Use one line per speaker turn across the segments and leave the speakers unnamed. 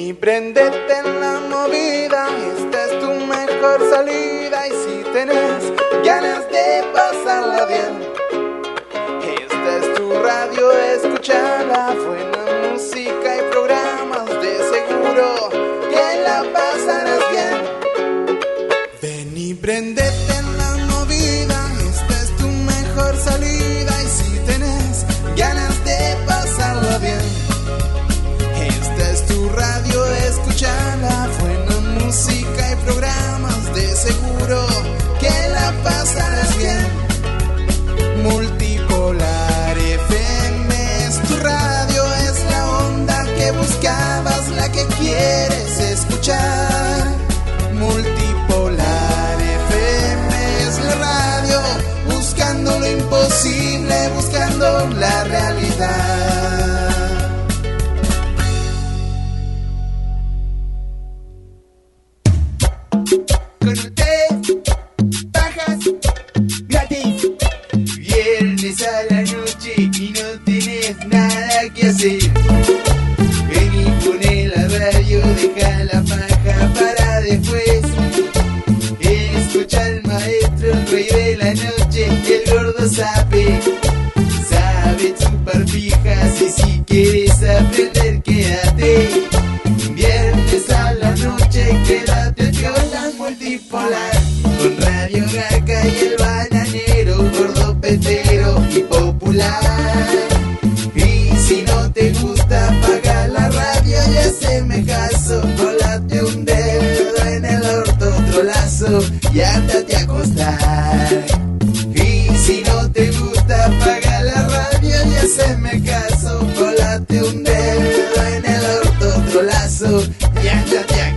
Y prendete en la movida, esta es tu mejor salida. Y si tenés ganas de pasarla bien, esta es tu radio, escuchala. Buena música y programas, de seguro que la pasarás bien. Ven y prendete en la movida, esta es tu mejor salida. Y si tenés ganas de pasarla bien. Esta es tu radio, escúchala. Buena música y programas, de seguro que la pasarás bien. Multipolar FM es tu radio, es la onda que buscabas, la que quieres escuchar. Multipolar FM es la radio, buscando lo imposible, buscando la realidad. Conté bajas gratis. Viernes a la noche y no tenés nada que hacer. Ven y poné la radio, deja la faja para después. Escucha al maestro, el rey de la noche, el gordo sabe. Sabe chupar pijas y si quieres aprender, quédate. Viernes a la noche, quédate con la multipolar. Con Radio Gaca y el bananero, gordo petero y popular. Y si no te gusta, apaga la radio y haceme caso. Colate un dedo en el orto, otro lazo y ándate a acostar. Y si no te gusta, apaga la radio y haceme caso. Colate un dedo en el orto, otro lazo y ándate a cagar.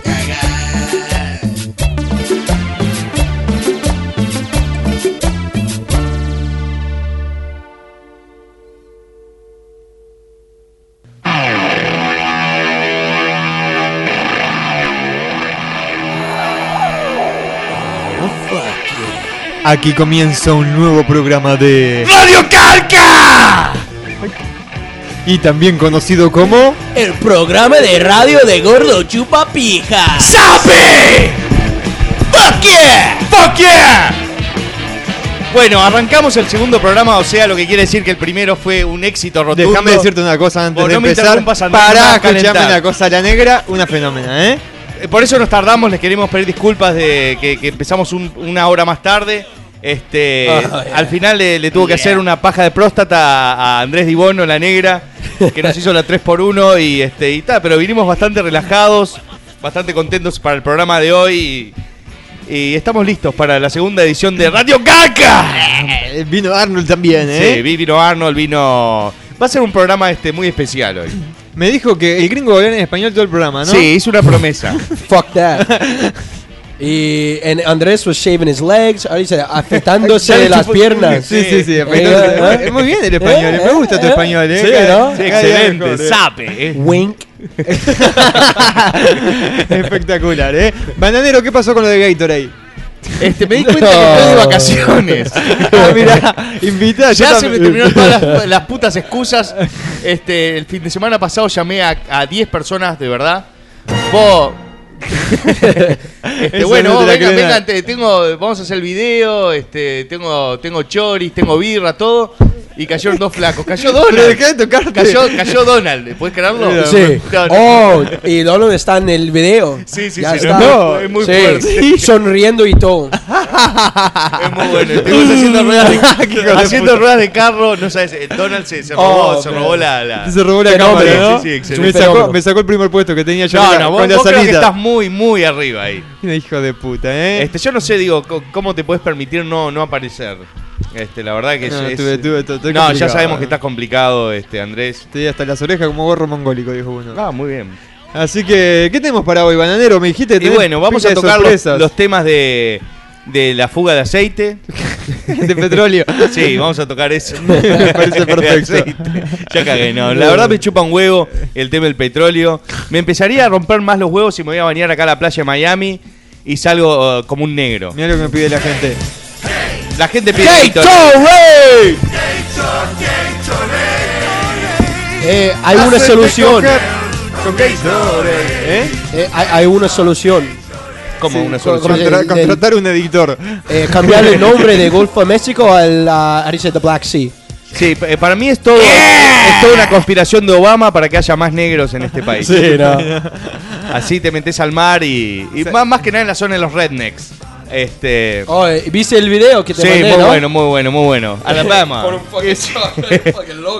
Aquí comienza un nuevo programa de
¡Radio Calca!
y también conocido como
El programa de radio de Gordo Chupa Pija.
¡Sape!
¡Fuck yeah!
¡Fuck yeah! Bueno, arrancamos el segundo programa, o sea, lo que quiere decir que el primero fue un éxito rotundo.
Déjame decirte una cosa antes
Vos
de
no me
empezar.
interrumpas, Andrés, me
Pará,
vas a
escuchame
calentar.
una cosa, la negra, una fenómena, ¿eh?
Eh, Por eso nos tardamos, les queremos pedir disculpas de que, que empezamos un- una hora más tarde. Este,
Oh, yeah.
Al final le, le tuvo que
Yeah.
hacer una paja de próstata a, a Andrés Dibono, la negra, que nos hizo la 3x1 y, este, y tal, pero vinimos bastante relajados, bastante contentos para el programa de hoy y, y estamos listos para la segunda edición de Radio Gaga.
Eh, Vino Arnold también, ¿eh?
Sí, vi- vino Arnold, vino... Va a ser un programa este, muy especial hoy.
Me dijo que el gringo hablaba en español todo el programa, ¿Ah, ¿no?
Sí, hizo una promesa.
Fuck that. Y and Andrés was shaving his legs, ahí dice,
Ya le
afectándose las
chupó-
piernas.
Sí, sí, sí.
Eh,
afectándose.
eh.
Muy bien el español. Me gusta tu
Eh, eh.
español, ¿eh?
Sí,
Cada-
¿no?
Sí,
cada día
excelente,
mejor, eh.
sape. eh.
Wink.
Espectacular, ¿eh? Bananero, ¿qué pasó con lo de Gatorade?
Este, me di cuenta que estoy de vacaciones.
Ah, mirá, invita. yo
Ya se me
también-
terminaron todas las, las putas excusas. Este, el fin de semana pasado llamé a, a 10 personas, de verdad. Vos. Este,
Eso
bueno,
no te
vos
la
vengan,
creo.
vengan, te- tengo, vamos a hacer el video, este, tengo, tengo choris, tengo birra, todo. Y cayeron dos flacos. Cayó
Pero dejá
Donald.
de tocarte.
Cayó, cayó Donald, ¿puedes creerlo?
Sí.
No, no.
Oh, y Donald está en el video.
Sí, sí,
Ya
sí,
está.
no, es muy
Sí,
fuerte.
Sonriendo y todo.
Es muy bueno. Estuvimos haciendo ruedas de, haciendo ruedas de carro. No sabes, el Donald se, se robó,
Oh,
se
pero-
robó la. la-
Se robó la
Fenómeno,
cámara, ¿no?
sí, sí, excelente.
me,
Fenómeno.
sacó, me sacó el primer puesto que tenía yo
No,
con la-
no, vos,
con la
vos creo que
salita.
estás muy, muy arriba ahí.
Hijo de puta, ¿eh?
Este, yo no sé, digo, co- cómo te puedes permitir no, no aparecer. Este, la verdad que es-
No,
es-
tuve- tuve- tu- estoy
No, ya
complicado,
sabemos
eh.
que estás complicado, este, Andrés.
Estoy hasta las orejas como gorro mongólico, dijo uno.
Ah, muy bien.
Así que, ¿qué tenemos para hoy, bananero? Me dijiste
Y
tenés
bueno, vamos
pila de
a tocar los,
sorpresas
los temas de, de la fuga de aceite.
de petróleo.
Sí, vamos a tocar eso.
Me parece perfecto.
De aceite. ya cagué, no. La verdad me chupa un huevo el tema del petróleo. Me empezaría a romper más los huevos si me voy a bañar acá a la playa de Miami y salgo eh, como un negro.
Mira lo que me pide la gente.
La gente pide Gatorade.
¡Gatorade!
Hay
Eh, hay una solución.
Con Gatorade.
¿Eh?
Eh, hay, hay una solución.
Como una
con-
solución.
con-
Contra-
el-
contratar un editor.
Eh, cambiar el nombre de Golfo de México al ah, área de Black Sea.
Sí, pa- eh, para mí es todo es toda una conspiración de Obama para que haya más negros en este país. Así te metes al mar y, y más, más que nada en la zona de los rednecks. Este
Oh, eh, ¿Viste el video que te
Sí,
mandé,
muy
no?
bueno, muy bueno, muy bueno. Alabama.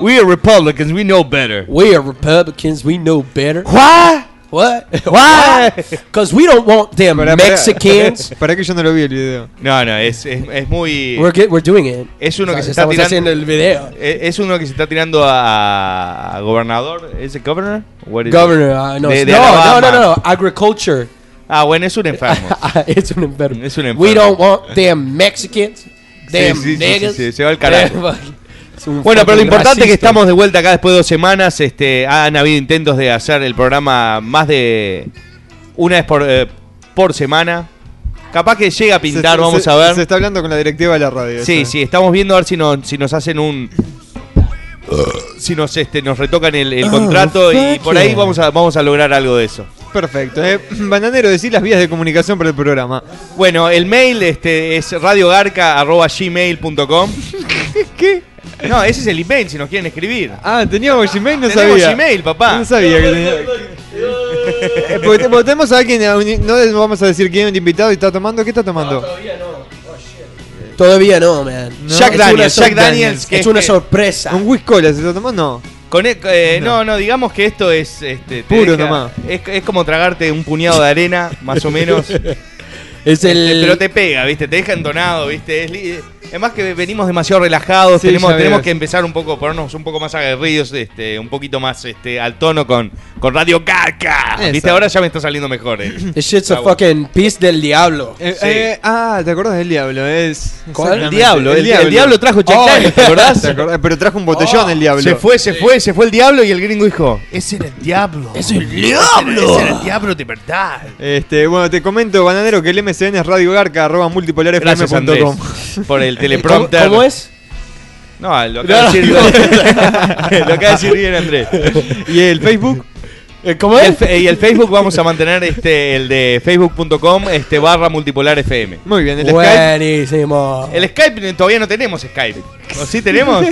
We are Republicans, we know better.
We are Republicans, we know better.
What?
What? Why? Because we don't want them
Pará, pará.
Eh,
Mexicans.
Para que yo no lo vi el video.
No, no, es, es, es muy
We're, get- we're doing it.
es uno que se está
Estamos haciendo
tirando
el video.
eh, es uno que se está tirando a, a gobernador, ¿es el governor? What is it?
Governor, ah, no,
De- de
no, no,
Alabama.
no, no, agriculture. Ah,
Ah, bueno, es un enfermo.
es un enfermo.
Es un enfermo.
We don't want them Mexicans, them
sí, sí,
niggas.
sí, se va al carajo.
them fucking- es un
Bueno, pero lo
fucking
importante es que
racista.
estamos de vuelta acá después de dos semanas. Este, han habido intentos de hacer el programa más de una vez por, eh, por semana. Capaz que llega a pintar,
Se- se-
vamos
se-
a ver.
Se está hablando con la directiva de la radio. este.
sí,
eso.
sí, estamos viendo a ver si nos, si nos hacen un... Si nos, este, nos retocan el,
Ah,
el contrato y
fuck
por ahí
yeah.
vamos a, vamos a lograr algo de eso.
Perfecto. Eh, bananero, decir las vías de comunicación para el programa.
Bueno, el mail este, es radiogarca.gmail.com
¿Qué?
No, ese es el email si nos quieren escribir.
Ah, teníamos Gmail, no
Tenemos
sabía.
Gmail, papá.
No sabía que tenía. Eh, porque te- porque tenemos a alguien, a un- no les vamos a decir quién es un invitado y está tomando. ¿Qué está tomando?
Todavía no, man.
No.
Jack
Es una
Daniels,
sor-
Jack Daniels, que
Es una
este-
sorpresa.
¿Un whisky cola se está tomando? No.
Con e- eh, no. no, digamos que esto es este, te
Puro nomás.
Es, es como tragarte un puñado de arena, más o menos.
Es el.
este, pero te pega, ¿viste? Te deja entonado, ¿viste? Es li- Además que venimos demasiado relajados,
Sí,
tenemos,
ya
tenemos
ves.
que empezar un poco, ponernos un poco más aguerridos, este, un poquito más este, al tono con, con Radio Caca. ¿Viste?
Exacto.
Ahora ya me está saliendo mejor. eh.
This shit's a
Ah, bueno.
fucking piece del diablo.
Eh,
Sí.
eh, ah, ¿te acordás del diablo? Es.
¿Cuál?
exactamente.
El diablo, el, el diablo. trajo Jack
Oh,
Daniels, ¿te acordás? Oh,
¿te acordás? Pero trajo un botellón el diablo.
Se fue, se fue, se fue el diablo y el gringo dijo, ese era el diablo. Es el diablo. Ese era el diablo de verdad.
Este, bueno, te comento, bananero, que el MCN es Radio Garca, arroba multipolarfm.com.
Gracias, Andrés, por el
¿Cómo,
teleprompter.
cómo es?
No, lo acaba de decir, lo acaba de decir bien Andrés.
¿Y el Facebook?
Eh, ¿Cómo
Y el,
es?
fe- y el Facebook vamos a mantener este el de facebook.com este barra multipolar FM.
Muy bien, el Skype.
Buenísimo.
El Skype eh, todavía no tenemos Skype. ¿O sí tenemos?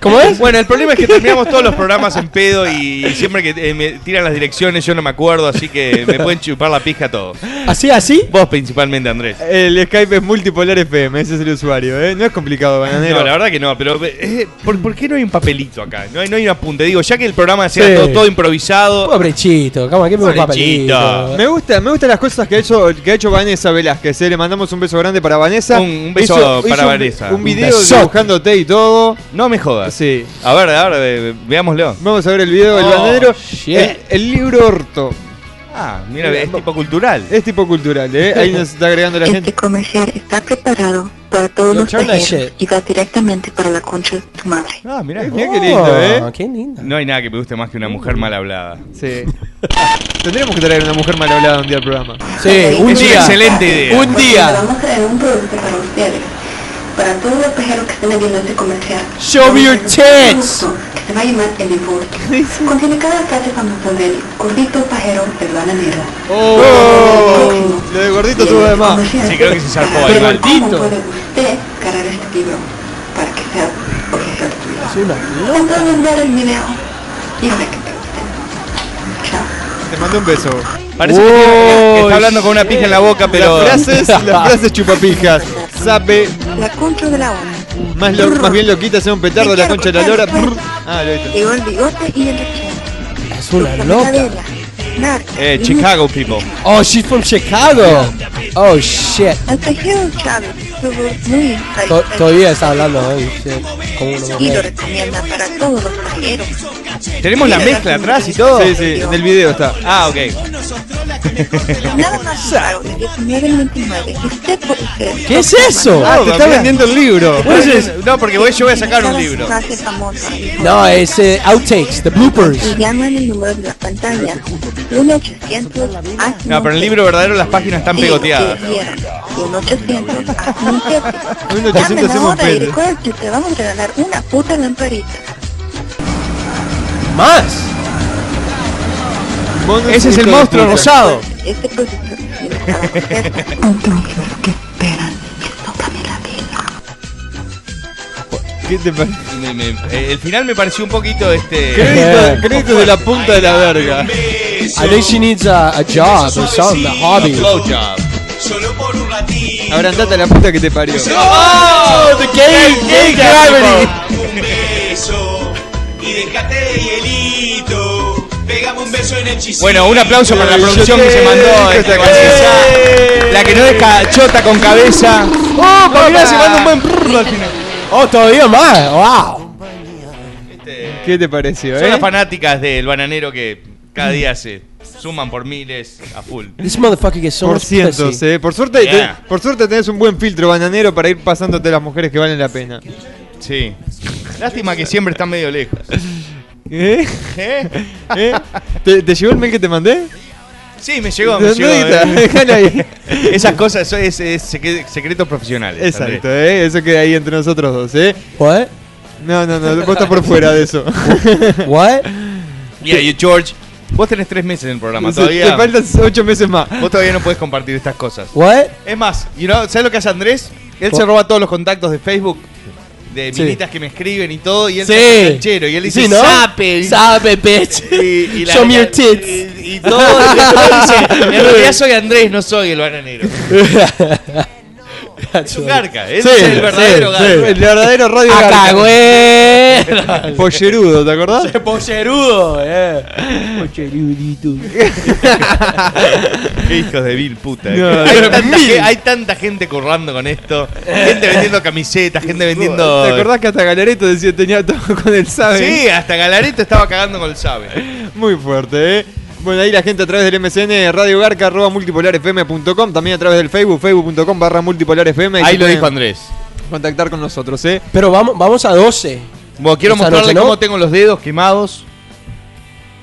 ¿Cómo es?
Bueno, el problema es que terminamos todos los programas en pedo y, siempre que eh, me tiran las direcciones yo no me acuerdo, así que me pueden chupar la pija todos.
¿Así, así?
Vos principalmente, Andrés.
El Skype es multipolar FM, ese es el usuario, ¿eh? No es complicado, bananero.
No, la verdad que no, pero eh, ¿por, por qué no hay un papelito acá? No hay, no hay un apunte. Digo, ya que el programa sea
Sí.
todo, todo improvisado.
Pobre Chito, ¿cómo que
Pobre
papelito?
Chito.
Me gusta, me gustan las cosas que ha hecho, que ha hecho Vanessa Velázquez. ¿eh? Le mandamos un beso grande para Vanessa.
Un- un beso para
un-
Vanessa.
Un,
Un
video
besote.
dibujándote y todo.
No me jodas.
Sí.
A ver, a ver, eh, veámoslo.
Vamos a ver el video del
Oh,
bananero.
shit.
El, el libro orto.
Ah, mira, es tipo cultural.
Es tipo cultural, ¿eh? Ahí nos está agregando la
Este
gente.
comercial está preparado para todos
Yo
los
turn that
pajeros
shit.
y va directamente para la concha de tu madre.
Ah, mira.
Mirá qué lindo, ¿eh?
Qué lindo.
No hay nada que me guste más que una mujer mal hablada.
Sí. Tendríamos que traer una mujer mal hablada un día al programa.
Sí, un
Es una
día.
excelente idea.
Un día.
Vamos a traer un producto para ustedes. Para todos los pajeros que estén viendo este comercial.
Show
Vamos
me
a
your
hacer un
tits.
producto Que se va a llamar el divorcio. Contiene cada frase famosa del gordito pajero del bananero.
Oh, lo de gordito tuvo de más.
Sí, creo que se zarpó ahí,
Pero
Val.
¿Cómo
Gordito.
puede usted ganar este libro para que sea oficial tuyo?
Es una
Entonces ver el video y sé que te guste. Chao.
Te mando un beso.
Parece que,
Uy,
tiene- que está hablando con una pija en la boca, pero.
Las frases, las frases chupapijas. Sape,
La concha de la hora.
más, lo- más bien loquita, sea un petardo, la concha de la lora. brr. Ah, lo visto.
Llegó el bigote y el rechazo.
Es una
La
loca.
cadera, narca,
Eh,
y
Chicago people.
Oh, she's from Chicago. Oh, shit.
mucho. El tejido Chávez estuvo muy
To-
satisfecho
todavía está hablando hoy. shit. Como una
Y lo
mujer.
recomienda para todos los pajeros.
Tenemos la mezcla atrás y todo.
Sí, sí, en el video está.
Ah, ok.
Nada más claro de 19.99. Y usted puede ser.
¿Qué es eso?
Ah, te está vendiendo el libro.
No, porque voy- yo voy a sacar un
Cada
libro.
frase famosa.
No, es eh, outtakes, the bloopers.
Y llaman el número de la pantalla. Ah, 1800
No, pero en el libro verdadero las páginas están pegoteadas.
1800 hazme un jefe.
1800
Llamen
hacemos
ahora y
pelo.
recuerden que te vamos a regalar una puta lamparita.
Más.
mono
Ese es el
hijo de
monstruo
puta.
rosado.
Este producto viene para usted. Entonces, ¿qué esperan? Tócame la vida.
¿Qué te parece?
Me- me- eh, el final me pareció un poquito este.
Crédito, crédito de la punta de la verga.
I think she needs a, a job or something, a hobby.
blowjob.
Solo por un ratito.
Abrantate la puta que te parió.
¡Oh! The gay, gay gravity.
Un beso y déjate de hielito. Pegame un beso en el chisito.
Bueno, un aplauso para la
Yo
producción que
te
se mandó.
dejo
esta
esta
cabeza. La que no deja chota con cabeza. ¡Oh! Pamela se manda un buen prrr al final.
Oh, todavía más. Wow.
¿Qué te pareció,
Son
eh?
las fanáticas del bananero que cada día se suman por miles a full.
This motherfucker gets so
Por
much
cientos,
pussy.
eh. Por suerte, te-
Yeah.
por suerte tenés un buen filtro bananero para ir pasándote las mujeres que valen la pena.
Sí. Lástima que siempre están medio lejos.
¿Eh?
¿Eh?
¿Eh? ¿Te, te llegó el mail que te mandé?
Sí, me llegó, me
¿Dónde
llegó.
está?
eh.
Déjalo ahí.
Esas cosas eso es, es secre- secretos profesionales.
Exacto,
Andrés.
eh. Eso queda ahí entre nosotros dos, eh.
What?
No, no, no. Vos estás por fuera de eso.
What?
Yeah, you, George, vos tenés tres meses en el programa.
Te
Todavía,
faltan ocho meses más.
vos todavía no puedes compartir estas cosas.
What?
Es más, you know, ¿sabes lo que hace Andrés? Él se
¿Cu-
roba todos los contactos de Facebook de
Sí.
minitas que me escriben y todo, y él
Sí.
se hace canchero, y él dice,
Sí, ¿no?
"Sape".
Sabe, bitch.
Y, y la-
Show me your tits.
Y, y todo, y todo dice, en realidad soy Andrés, no soy el bananero. Es un garca, ese
Sí,
es el verdadero
sí, sí. El
garca.
verdadero radio
Acá,
Garca.
güey.
Pollerudo, ¿te acordás?
Pollerudo, eh. Pollerudito.
Qué hijos de vil puta.
No,
hay,
no,
tanta, ge- hay tanta gente currando con esto. Gente vendiendo camisetas, gente vendiendo...
¿Te acordás que hasta Galareto decía tenía todo con el sabe?
Sí, hasta Galareto estaba cagando con el sabe.
Muy fuerte, ¿eh? Bueno, ahí la gente a través del MCN, Radio Garca, arroba multipolarfm.com, también a través del Facebook, facebook.com barra multipolarfm. y
Ahí
se
lo
pueden
dijo Andrés.
Contactar con nosotros, ¿eh?
Pero vamos, vamos a 12.
Bueno, quiero
Esta
mostrarle
noche, ¿no?
cómo tengo los dedos quemados.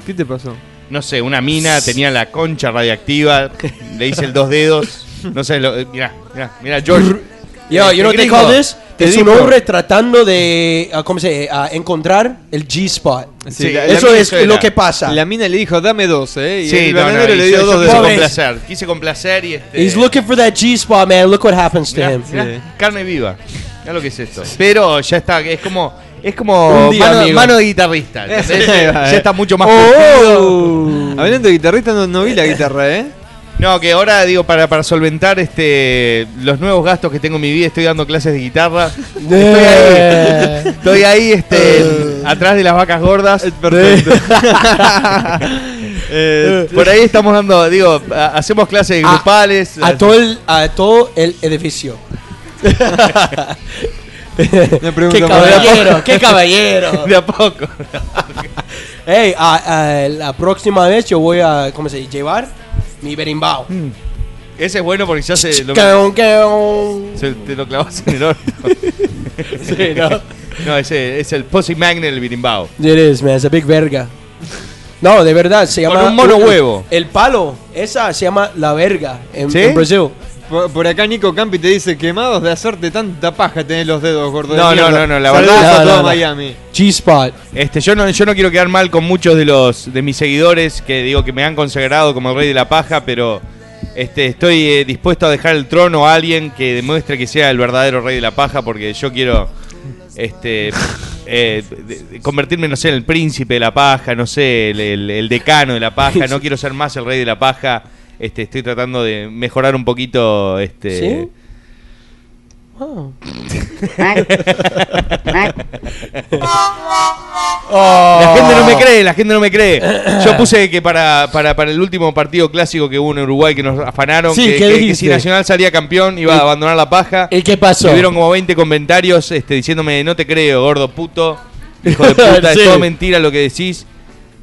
¿Qué te pasó?
No sé, una mina tenía la concha radiactiva. le hice el dos dedos. No sé, lo, eh, mirá, mirá, mirá, George.
Yo,
Este
you know what they
gringo,
call this?
te
Es un
digo.
hombre tratando de, ah, ¿cómo se dice? Ah, encontrar el G-spot.
Sí,
Sí,
la,
la
Eso
mina
es
suena.
lo que pasa.
la mina le dijo, dame dos, ¿eh? Y
Ah, Sí,
el
no, no,
bananero le
hice-
dio
yo
dos
quise
dedos.
de
complacer. Quise complacer y este.
He's looking for that G-spot, man. Look what happens to
mirá,
him.
mirá,
Sí.
carne viva. Mirá lo que es esto. Pero ya está, es como. Es como
Un día,
mano,
amigo. Oh.
mano de guitarrista. ¿entendés?
Ahí va,
ya
eh.
está mucho más.
Hablando de guitarrista, no, no vi la guitarra, ¿eh?
No, que ahora digo, para, para solventar este los nuevos gastos que tengo en mi vida, estoy dando clases de guitarra. Estoy
Eh.
ahí, estoy ahí este, atrás de las vacas gordas.
Es perfecto.
Eh, por ahí estamos dando, digo, ha- hacemos clases
A-
grupales.
A todo el, a todo el edificio.
Me
Qué
pregunto,
caballero, qué caballero.
de a poco.
Hey, ah, ah, la próxima vez yo voy a, ¿cómo se dice? Llevar mi berimbau.
Ese es bueno porque ya se lo,
Caon, caon.
se- te lo clavas en el orto.
Sí, ¿no?
No, ese es el Pussy Magnet del birimbao.
It is, man. It's a big verga. No, de verdad, se
Con
llama...
un mono huevo.
El palo, esa se llama la verga en,
¿Sí?
en Brasil.
Por, por acá Nico Campi te dice, quemados de hacerte tanta paja tenés los dedos, gordo. de
No, no,
mierda".
no, no, la
Saludos
verdad-
a
No,
todo
no, no.
Miami.
G-Spot.
Este, yo no, yo no quiero quedar mal con muchos de los de mis seguidores que digo que me han consagrado como el rey de la paja, pero este, estoy eh, dispuesto a dejar el trono a alguien que demuestre que sea el verdadero rey de la paja, porque yo quiero este eh, de- de- convertirme, no sé, en el príncipe de la paja, no sé, el, el- el decano de la paja, no quiero ser más el rey de la paja. Este, estoy tratando de mejorar un poquito este
¿Sí? Ah. Oh.
La gente no me cree, la gente no me cree. Yo puse que para, para, para el último partido clásico que hubo en Uruguay que nos afanaron,
Sí,
que,
¿qué
que- que
dijiste?
si Nacional salía campeón iba a abandonar la paja.
¿Y qué pasó?
Tuvieron como 20 comentarios este, diciéndome, no te creo, gordo puto, hijo de puta,
Sí.
es todo mentira lo que decís.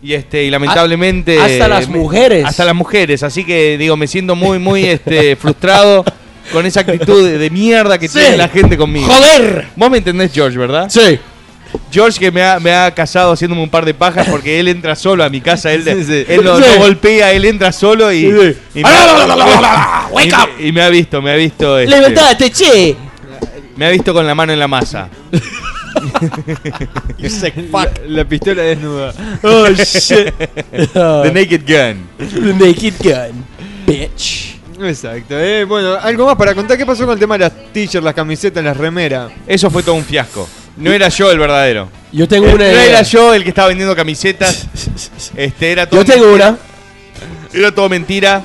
Y, este, y lamentablemente...
A- hasta las
me-
mujeres.
Hasta las mujeres, así que digo, me siento muy, muy este, frustrado con esa actitud de, de mierda que
Sí.
tiene la gente conmigo.
¡Joder!
Vos me entendés, George, ¿verdad?
Sí.
George que me ha, me ha casado haciéndome un par de pajas porque él entra solo a mi casa, él,
Sí, sí.
él no,
Sí.
no golpea, él entra solo y, y me, ha, y me- y me ha visto, me ha visto, este,
Levantate, che.
me ha visto con la mano en la masa.
La, la pistola desnuda.
Oh, shit. Ah.
The Naked Gun.
The Naked Gun, bitch.
Exacto. eh. Bueno, algo más para contar. ¿Qué pasó con el tema de las t-shirts, las camisetas, las remeras?
Eso fue todo un fiasco. No era yo el verdadero.
Yo tengo
no
una
era
idea.
yo el que estaba vendiendo camisetas. Este, era todo
Yo tengo
mentira.
una.
Era todo mentira.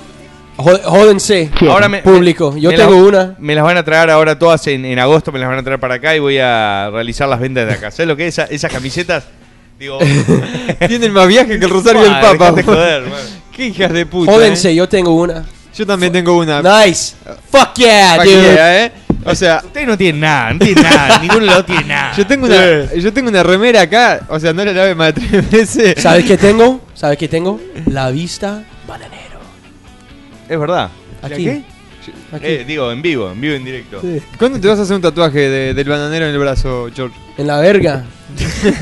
Jó- Jódense,
Ahora me-
público. Yo
me
tengo
las-
una.
Me las van a traer ahora todas en, en agosto, me las van a traer para acá y voy a realizar las ventas de acá. ¿Sabes lo que es? Esa- esas camisetas, digo.
Tienen más viaje que el Rosario del
ah,
Papa.
dejate joder, bueno.
Qué hijas de puta.
Jódense,
eh.
yo tengo una.
Yo también tengo
Ah.
una.
Nice. Fuck yeah,
Pa' que
dude.
vea, eh. O
Ah.
sea,
Ustedes no tienen nada, no tienen nada, ninguno de los tiene nada.
yo tengo una, yo tengo una remera acá. O sea, no la lave más de tres veces.
¿Sabes qué tengo? ¿Sabes qué tengo? La vista bananero.
Es verdad.
Aquí.
qué?
Aquí.
Eh, digo, en vivo, en vivo, en directo.
Sí.
¿Cuándo te vas a hacer un tatuaje de- del bananero en el brazo, George?
En la verga.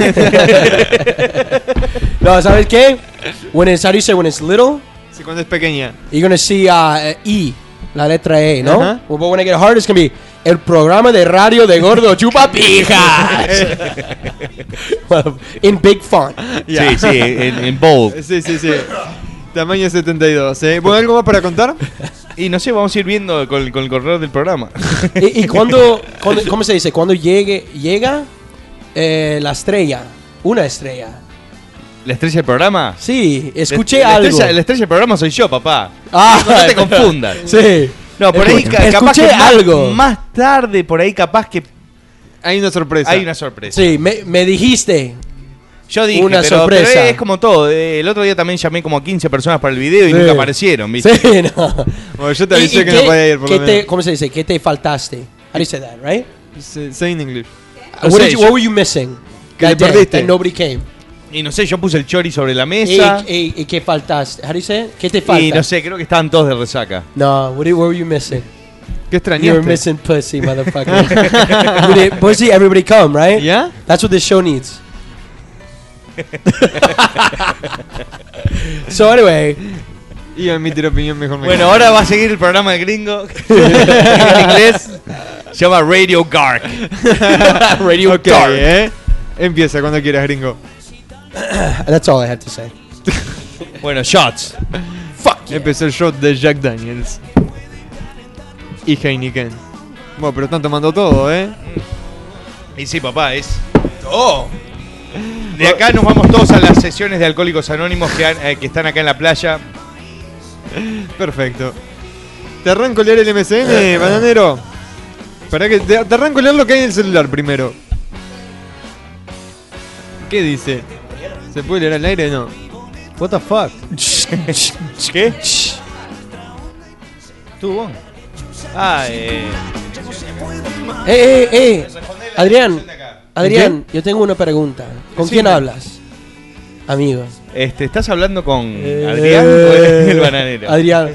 no, ¿sabes qué? When it's, how do you say when it's little?
Si cuando es pequeña.
You're gonna see uh, E, la letra E, ¿no?
Ajá.
But when I get hard, it's gonna be el programa de radio de gordo chupa pijas. In big font.
Ya.
Sí, sí, en, en bold.
Sí, sí, sí. Tamaño 72, ¿eh? Bueno, ¿algo más para contar?
Y no sé, vamos a ir viendo con, con el correo del programa.
¿Y, y cuando, cuando- cómo se dice? Cuando llegue, llega eh, la estrella, una estrella.
¿La estrella del programa?
Sí, escuché
la, la
algo.
Estrella, la estrella del programa soy yo, papá.
Ah.
no te confundas.
Sí.
No, por ahí
Escuché-
ca- capaz
escuché
que más-
algo.
más tarde, por ahí capaz que
Hay una sorpresa.
Hay una sorpresa.
Sí, me, me dijiste.
Yo dije,
Una
pero,
sorpresa.
pero es como todo. eh, El otro día también llamé como a 15 personas para el video y
Sí.
nunca aparecieron, ¿viste?
Sí, no.
Bueno, yo te
¿Y-
avisé que
y qué-
no podía ir, por
qué
lo
te-
menos.
¿Cómo se dice? ¿Qué te faltaste? How do you say that, right?
Say say in English.
What,
sea,
did you-
Ah, yo-
what were you missing?
Que
that
te
day
perdiste.
that nobody came.
Y no sé, yo puse el chori sobre la
¿Y,
mesa.
y- y qué faltaste? How do you say it? ¿Qué te falta?
Y no sé, creo que estaban todos de resaca.
No, what, did- what were you missing?
¿Qué
You were
extrañaste?
missing pussy, motherfucker. We did- pussy, everybody come, right?
Yeah?
That's what this show needs. so anyway,
Y a emitir opinión mejor me
Bueno, ahora va a seguir el programa del gringo. en inglés. Se llama Radio Gark.
Radio Ok,
Tar.
¿eh? Empieza cuando quieras, gringo.
that's all I have to say.
Bueno, shots.
Empezó el shot de Jack Daniels. Y Heineken. Bueno, pero están tomando todo, ¿eh?
Y sí, papá, es. ¡Oh! De acá nos vamos todos a las sesiones de Alcohólicos Anónimos que, han- eh, que están acá en la playa.
Perfecto. Te arranco a leer el MCN, bananero. Para que te, te arranco a leer lo que hay en el celular primero. ¿Qué dice? ¿Se puede leer al aire? No.
What the fuck? ¿Qué? ¿Tú, vos? Ah, eh.
Eh, eh, eh. Adrián, Adrián,
¿Con
yo tengo una pregunta. ¿Con
Sí,
quién
me-
hablas? Amigo.
Este, ¿Estás hablando con
Eh,
Adrián o el bananero?
Adrián.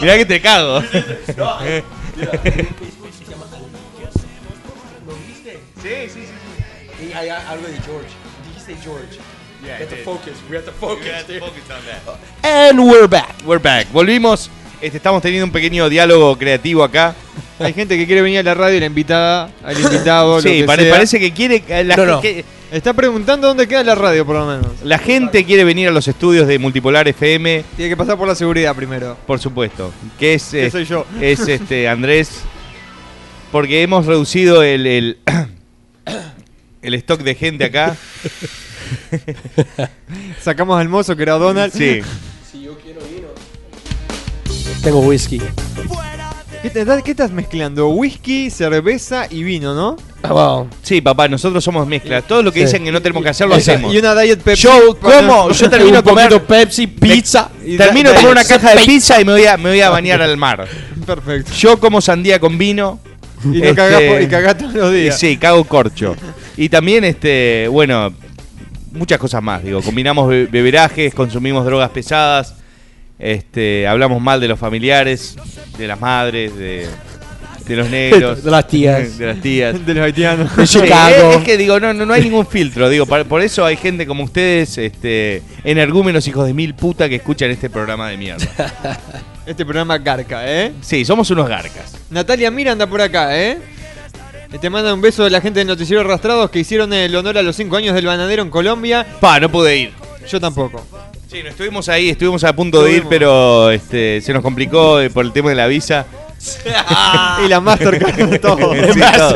Mirá que te cago.
algo de George. Dijiste George.
I did.
focus. We have to focus. And we're back.
We're back. Volvimos. Este, estamos teniendo un pequeño diálogo creativo acá.
Hay gente que quiere venir a la radio y la invitada, al invitado, lo
Sí,
que
pare-
sea.
parece que quiere. eh, La,
No, no.
que-
Está preguntando dónde queda la radio, por lo menos.
la gente quiere venir a los estudios de Multipolar FM,
Tiene que pasar por la seguridad primero.
por supuesto. Que es. eh,
Que soy yo.
es este Andrés. Porque hemos reducido el, el, el stock de gente acá.
Sacamos al mozo que era Donald.
Sí.
Tengo whisky.
¿Qué, te- qué estás mezclando? Whisky, cerveza y vino, ¿no?
Ah, wow.
Sí, papá, nosotros somos mezcla. Todo lo que
Sí.
dicen que no tenemos que hacer lo
Esa-
hacemos.
Y una Diet Pepsi.
Yo
para-
como, yo termino
un
de comer,
poquito Pepsi, pizza.
y da-
termino de
da-
comer una
da-
caja de pizza y me voy a, me voy a bañar al mar.
Perfecto.
Yo como sandía con vino.
Y, no
Este-
cagás por- y cagás todos los
Y
días.
sí, cago corcho. Y también, este, bueno, muchas cosas más. Digo, combinamos be- beberajes, consumimos drogas pesadas, este, hablamos mal de los familiares, de las madres, de, de los negros,
De las tías.
de las tías.
De los haitianos.
De
Sí,
Chicago.
es, es que digo, no, no, no hay ningún filtro. Digo, par- por eso hay gente como ustedes, este, energúmenos hijos de mil puta que escuchan este programa de mierda.
Este programa garca, ¿eh?
Sí, somos unos garcas.
Natalia Mira anda por acá, ¿eh? Te manda un beso de la gente de Noticiero Arrastrados que hicieron el honor a los 5 años del bananero en Colombia.
Pa, no pude ir.
Yo tampoco.
Sí, no, estuvimos ahí, estuvimos a punto de ir,
Estuvimos.
pero este, se nos complicó eh, por el tema de la visa.
Y la Mastercard, todo.
Sí, todo.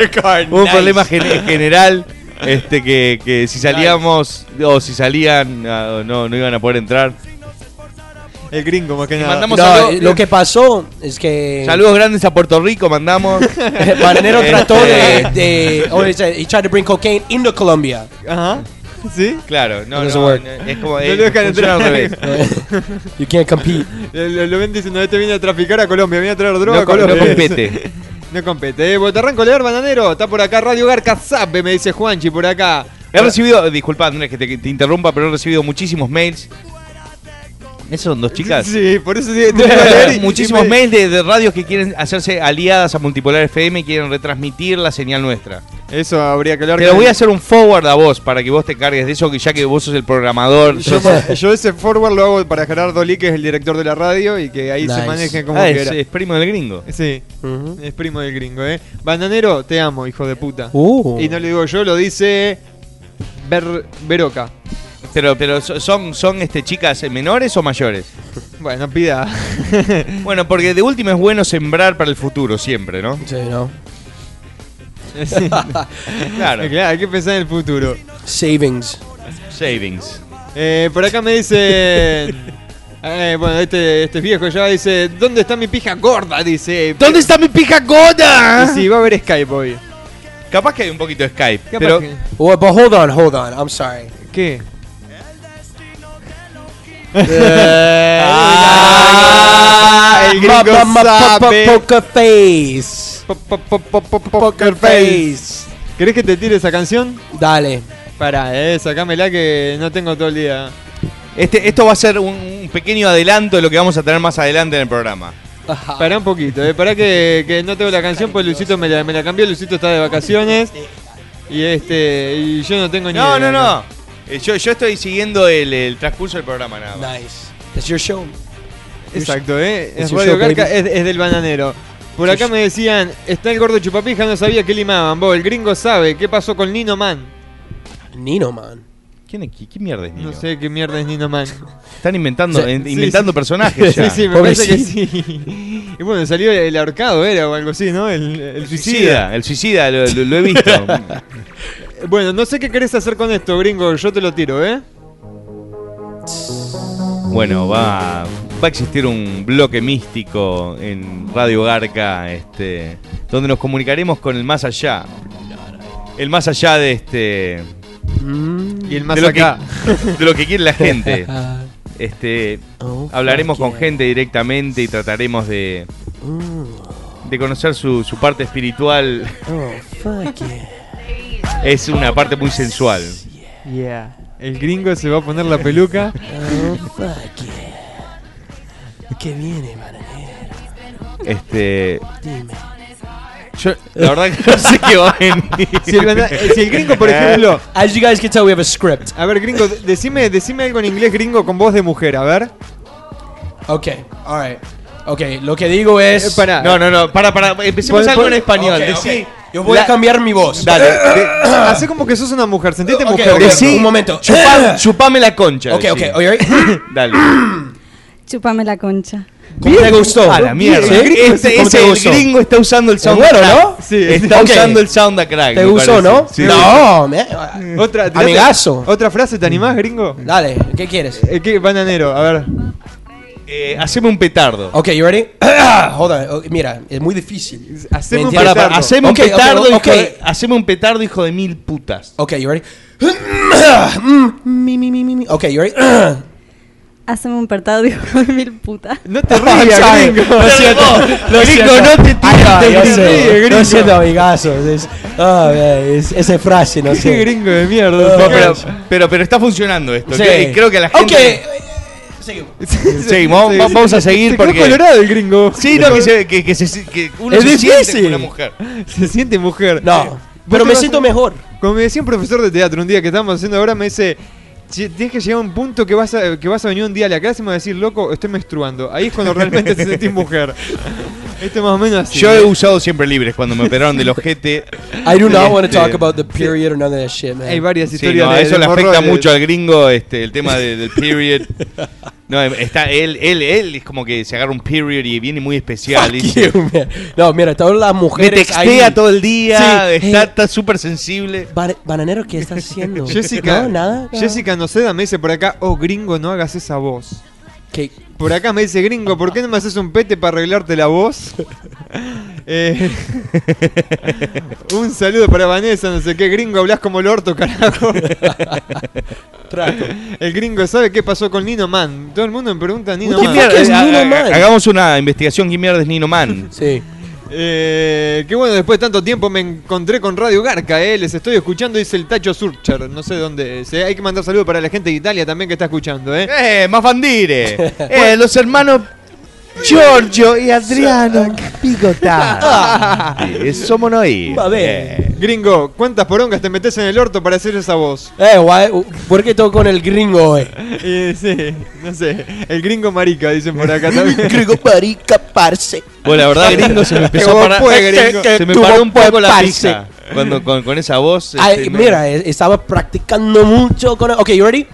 Hubo un problema gen- general este, que, que si salíamos o si salían ah, no, no iban a poder entrar.
El gringo, más que nada.
mandamos-
No,
saludo-
eh, lo que pasó es que.
Saludos grandes a Puerto Rico, mandamos.
El bananero
Este-
trató de. de oh, he said he tried to bring cocaine into Colombia.
Ajá. ¿Sí?
Claro, no,
It
no,
doesn't work.
no, es como
No
eh,
lo dejan
funciona al
entrar.
revés.
You can't compete.
Lo, lo ven diciendo, este viene a traficar a Colombia, viene a traer droga
No,
a
co- no
Colombia.
compete.
No compete. Eh, Botarranco leer, bananero. Está por acá Radio Garca Zape, me dice Juanchi por acá.
He recibido, disculpa Andrés que te, te interrumpa, pero he recibido muchísimos mails. ¿Esos son dos chicas?
Sí, por eso sí, te iba a leer y-
muchísimos
y me-
mails de, de radios que quieren hacerse aliadas a Multipolar FM y quieren retransmitir la señal nuestra.
Eso habría que hablar.
Te
con
lo voy
el-
a hacer un forward a vos para que vos te cargues de eso, que ya que vos sos el programador.
Yo, yo ese forward lo hago para Gerardo Lee, que es el director de la radio, y que ahí se
Nice.
maneje como
Ah, es,
quiera.
es primo del gringo.
Sí,
Ujú.
es primo del gringo, ¿eh? Bananero, te amo, hijo de puta.
Uh.
Y no lo digo yo, lo dice. Ber- Beroca.
Pero, pero so- son, son este, chicas eh, menores o mayores.
Bueno, pida.
Bueno, porque de última es bueno sembrar para el futuro siempre, ¿no?
Sí, ¿no?
Claro.
Eh, Claro, hay que pensar en el futuro.
Savings.
Savings.
Eh, por acá me dice. eh, bueno, este, este viejo ya dice: ¿Dónde está mi pija gorda? Dice.
¿Dónde está mi pija goda?
Y sí, va a haber Skype hoy.
Capaz que hay un poquito de Skype,
Capaz
pero
que-
Well, Oh, but hold on, hold on. I'm sorry.
¿Qué?
Ah,
Eh, el gringo
ma- ma- ma- po-
sabe.
Poker face.
Po- po- po- po- po-
Poker
Poker face.
face.
¿Querés que te tire esa canción?
Dale.
Pará, eh, sacámela que no tengo todo el día.
este, esto va a ser un, un pequeño adelanto de lo que vamos a tener más adelante en el programa.
Pará un poquito, eh. Pará que, que no tengo la canción porque Lucito me la, me la cambió. Lucito está de vacaciones. Y este. Y yo no tengo ni.
No,
idea,
no, no. Eh, Yo, yo estoy siguiendo el, el transcurso del programa nada más.
Nice. It's your show.
Exacto, ¿eh?
Es
Es
un
Radio
show,
Garca,
baby.
es, es del bananero. Por acá me decían, está el gordo chupapija, no sabía que limaban. Vos, el gringo sabe, ¿qué pasó con Nino Man?
Nino, man.
¿Quién, es- qué, qué mierda es Nino?
No sé qué mierda es Nino Man.
Están inventando,
Sí,
in-
sí,
inventando
sí.
personajes ya.
Sí, sí, me parece que sí. Y bueno, salió el ahorcado, era o algo así, ¿no? El, el
El
suicida.
suicida, el suicida lo, lo- lo he visto.
Bueno, no sé qué querés hacer con esto, gringo, yo te lo tiro, ¿eh?
bueno, va, va a existir un bloque místico en Radio Garca, este, donde nos comunicaremos con el más allá. El más allá de este.
Mm.
Y el más
de lo
acá.
Que, de lo que quiere la gente. Este,
Oh,
hablaremos
fuck
con
yeah.
gente directamente y trataremos de, de conocer su, su parte espiritual.
Oh, fuck yeah.
Es una parte muy sensual.
El gringo se va a poner la peluca.
Oh, fuck yeah. ¿Qué viene, bananero?
Este,
Dime.
yo la verdad que no sé qué va a venir.
Si el, bana- si el gringo, por ejemplo.
As you guys can tell, we have a script.
A ver, gringo, de- decime, decime algo en inglés, gringo, con voz de mujer, a ver.
Ok, alright. Ok, lo que digo es.
Eh, pará.
No, no, no, para, para, empecemos
Pon-
algo
pon-
en español.
Ok,
decí,
ok. Yo voy a
La-
cambiar mi voz.
Dale, de- hace como que sos una mujer, sentiste
Ok,
mujer.
ok,
gringo.
sí. Un momento.
chupá- chupame la concha.
Ok,
decí.
ok, are you ready?
Dale.
Chúpame la concha.
¿Cómo te gustó?
A la mierda.
¿Sí?
Este,
¿Cómo
ese
te
el
gustó?
gringo está usando el sound
bueno,
crack.
¿no?
Sí.
Está
Ok.
usando el sound crack.
¿Te
me
gustó,
parece.
no?
Sí.
no, me-
Otra, tirate-
Amigazo. Mm.
¿Otra frase te animás, gringo?
Dale, ¿qué quieres?
Eh, ¿Qué? Bananero, a ver.
Eh, haceme un petardo.
Ok, you ready? Hold on. oh, mira, es muy difícil.
Haceme un
Pará,
Mentira.
pará,
petardo.
haceme un
Ok, ok,
petardo,
ok.
hijo de- haceme un petardo, hijo de mil putas.
Ok, you ready? Mi, mi, mi, mi, mi. Ok, you ready?
Haceme un pertado, hijo de mil puta.
No te
I'm
rías,
sorry.
gringo.
Lo siento. Lo
Gringo,
siento.
no te
Ah,
tires,
yo
te
sé.
ríes, gringo.
Lo siento, amigazo. Es, ah, es- esa frase, no
Qué
sé.
gringo de mierda.
No,
sacá.
pero, pero, pero está funcionando esto.
Sí.
Creo- Creo que a la gente.
Ok. eh, seguimos.
Sí, vamos,
Sí.
vamos a seguir
Se quedó
porque.
colorado el gringo.
Sí, no, que, se, que, que se- que uno
Es
se siente
difícil.
como una mujer.
Se siente mujer. Eh,
No. Pero me siento mejor.
Como me decía un profesor de teatro un día que estábamos haciendo ahora, me dice. "Che, Tienes que llegar a un punto que vas a, que vas a venir un día a la clase y me vas a decir, loco, estoy menstruando. Ahí es cuando realmente te sentís mujer. Este más o menos así.
Yo he usado siempre libres cuando me operaron del ojete.
I do not want to
Este,
talk about the period or none of that shit, man.
Hay varias
sí,
historias.
no,
de-
eso
de
le afecta
hemorroides.
mucho al gringo, este, el tema de- del period. No, está él, él, él es como que se agarra un period y viene muy especial.
Fuck
dice,
you, man. No, mira, todas las
me
mujeres.
textea
ahí-
todo el día,
Sí,
está
eh.
está súper sensible.
Ba- bananero, ¿qué estás haciendo?
Jessica,
No, nada. nada.
Jessica Noceda me dice por acá, oh gringo, no hagas esa voz.
¿Qué?
Por acá me dice, gringo, ¿por qué no me haces un pete para arreglarte la voz? Eh, un saludo para Vanessa, no sé qué, gringo, hablas como el orto, carajo.
Traco.
El gringo sabe qué pasó con Nino Man. Todo el mundo me pregunta Nino
What the
Man.
fuck is Nino Man?
eh, Hagamos una investigación, ¿quién mierda es Nino Man?
Sí.
Eh, qué bueno, después de tanto tiempo me encontré con Radio Garca, eh. Les estoy escuchando, dice el Tacho Surcher. No sé dónde es. eh. Hay que mandar saludos para la gente de Italia también que está escuchando, eh.
¡Eh, más bandire! ¡Eh, los hermanos Giorgio y Adriano
Ah.
Pigotá! Somos noi.
Va bene.
Eh,
Gringo, ¿cuántas porongas te metes en el orto para hacer esa voz?
Eh, guay, ¿por qué todo con el gringo hoy?
Eh, sí, no sé. El gringo marica, dicen por acá también.
gringo marica, parce.
Bueno, la verdad, gringo, se me empezó
Que
a
vos
parar.
puedes, gringo.
Se me
Tú
paró
vos
un poco
puedes,
la
parce.
pizza. Cuando, con, con esa voz.
Ay,
este, me-
mira, eh, estaba practicando mucho con... Ok, you ready?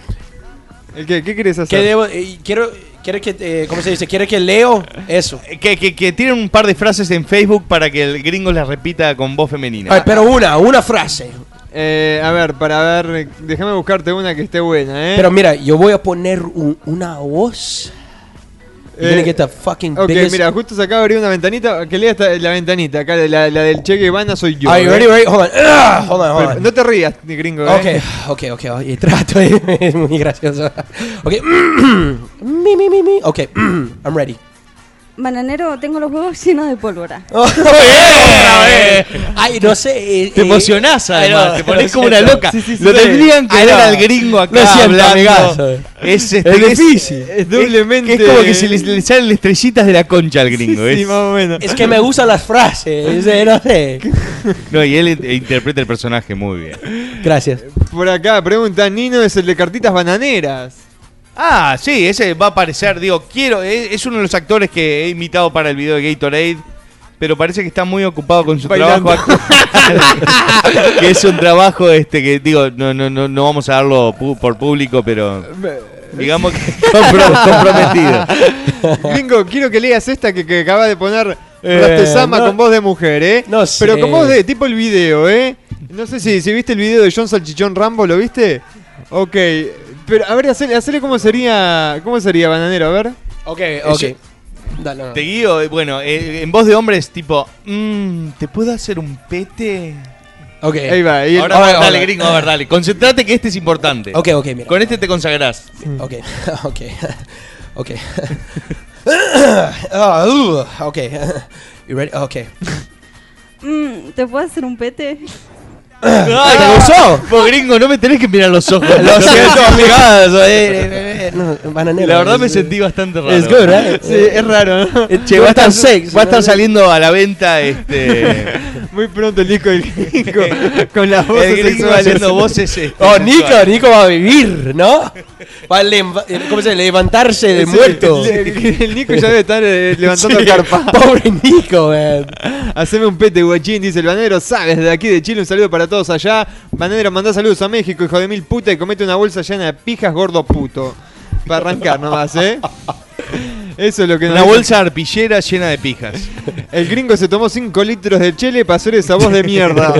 ¿El qué? ¿Qué querés
¿Qué
hacer?
debo? eh, quiero, quiero que... eh, ¿Cómo se dice? Quiero que leo eso.
eh, Que, que, que tienen un par de frases en Facebook para que el gringo las repita con voz femenina.
A ver, pero una, una frase.
Eh, a ver, para ver, déjame buscarte una que esté buena, ¿eh?
Pero mira, yo voy a poner un- una voz. You're
Eh,
gonna get the fucking
ok,
biggest...
mira, justo se acaba de abrir una ventanita. Que lea esta, la ventanita, acá, la, la del Che Guevara soy yo.
Are you
¿eh?
ready, ready? Hold on. Ah, hold on, hold
Pero
on.
no te rías, ni gringo, ¿eh?
Ok, ok, ok, ok, y trato, es muy gracioso. Ok, mi, mi, mi, mi, ok, I'm ready.
Bananero, tengo los huevos llenos de pólvora.
Ay, no sé. eh,
Te
eh,
emocionás
ay, no,
además, te pones
lo
como una
siento.
loca.
Sí, sí, sí.
Lo tendrían que
Ay,
dar
no.
al gringo acá
Lo siento,
hablando.
amigazo.
Es, este,
Es
que
difícil.
Es doblemente.
que es como que se le, le salen las estrellitas de la concha al gringo.
Sí,
es-
más o menos.
Es que me gustan las frases, eh, no sé.
no, y él in- interpreta el personaje muy bien.
Gracias.
Por acá, pregunta, Nino es el de cartitas bananeras.
Ah, sí, ese va a aparecer. Digo, quiero. eh, Es, es uno de los actores que he invitado para el video de Gatorade. Pero parece que está muy ocupado con su
Bailando.
trabajo. actual. que es un trabajo este que, digo, no, no, no, no vamos a darlo pu- por público, pero. Digamos que compro- comprometido.
Gringo, quiero que leas esta que, que acaba de poner
Eh,
Rastezama
no-
con voz de mujer, ¿eh?
no sé.
Pero con voz de tipo el video, ¿eh? No sé si, si viste el video de John Salchichón Rambo, ¿lo viste? Ok. Pero a ver, hacele, hacele cómo sería, cómo sería bananero, a ver.
Ok, ok. No, no, no.
Te guío, eh, bueno, eh, en voz de hombre es tipo, "Mm, ¿te puedo hacer un pete?
Ok,
Ahí va. ahí el-
Eh, Ahora,
ahora,
dale,
ahora.
gringo, a ver, dale. Concentrate que este es importante.
ok, ok, mira.
Con este te consagrás.
Ok, ok, ok. Ah, uh, ok, you ready? Ok. Eh,
Mm, ¿Te puedo hacer un pete?
¿Te gustó?
Vos, gringo, no me tenés que mirar los ojos.
Lo siento, amigazo. eh, eh, eh, no, bananero.
La verdad me
Es-
sentí bastante raro.
It's good, ¿eh? right?
Sí, es raro, ¿no?
Che, va a, estar,
sexy.
va a estar saliendo a la venta este.
Muy pronto el disco del gringo con las voces
el gringo
sexuales.
haciendo voces. este,
Oh, Nico,
sensuales.
Nico va a vivir, ¿no? Va a leva- ¿cómo se dice? levantarse del
Sí,
muerto.
El, el Nico ya debe estar eh, levantando
Sí,
carpa.
Pobre Nico, man.
Haceme un pete, guachín, dice el bananero. Sabes, de aquí de Chile, un saludo para todos allá. Bananero, mandá saludos a México, hijo de mil puta, y comete una bolsa llena de pijas, gordo puto. Para arrancar nomás, ¿eh? Eso es lo que nos
Una
dice.
bolsa arpillera llena de pijas.
El gringo se tomó 5 litros de chile para hacer esa voz de mierda.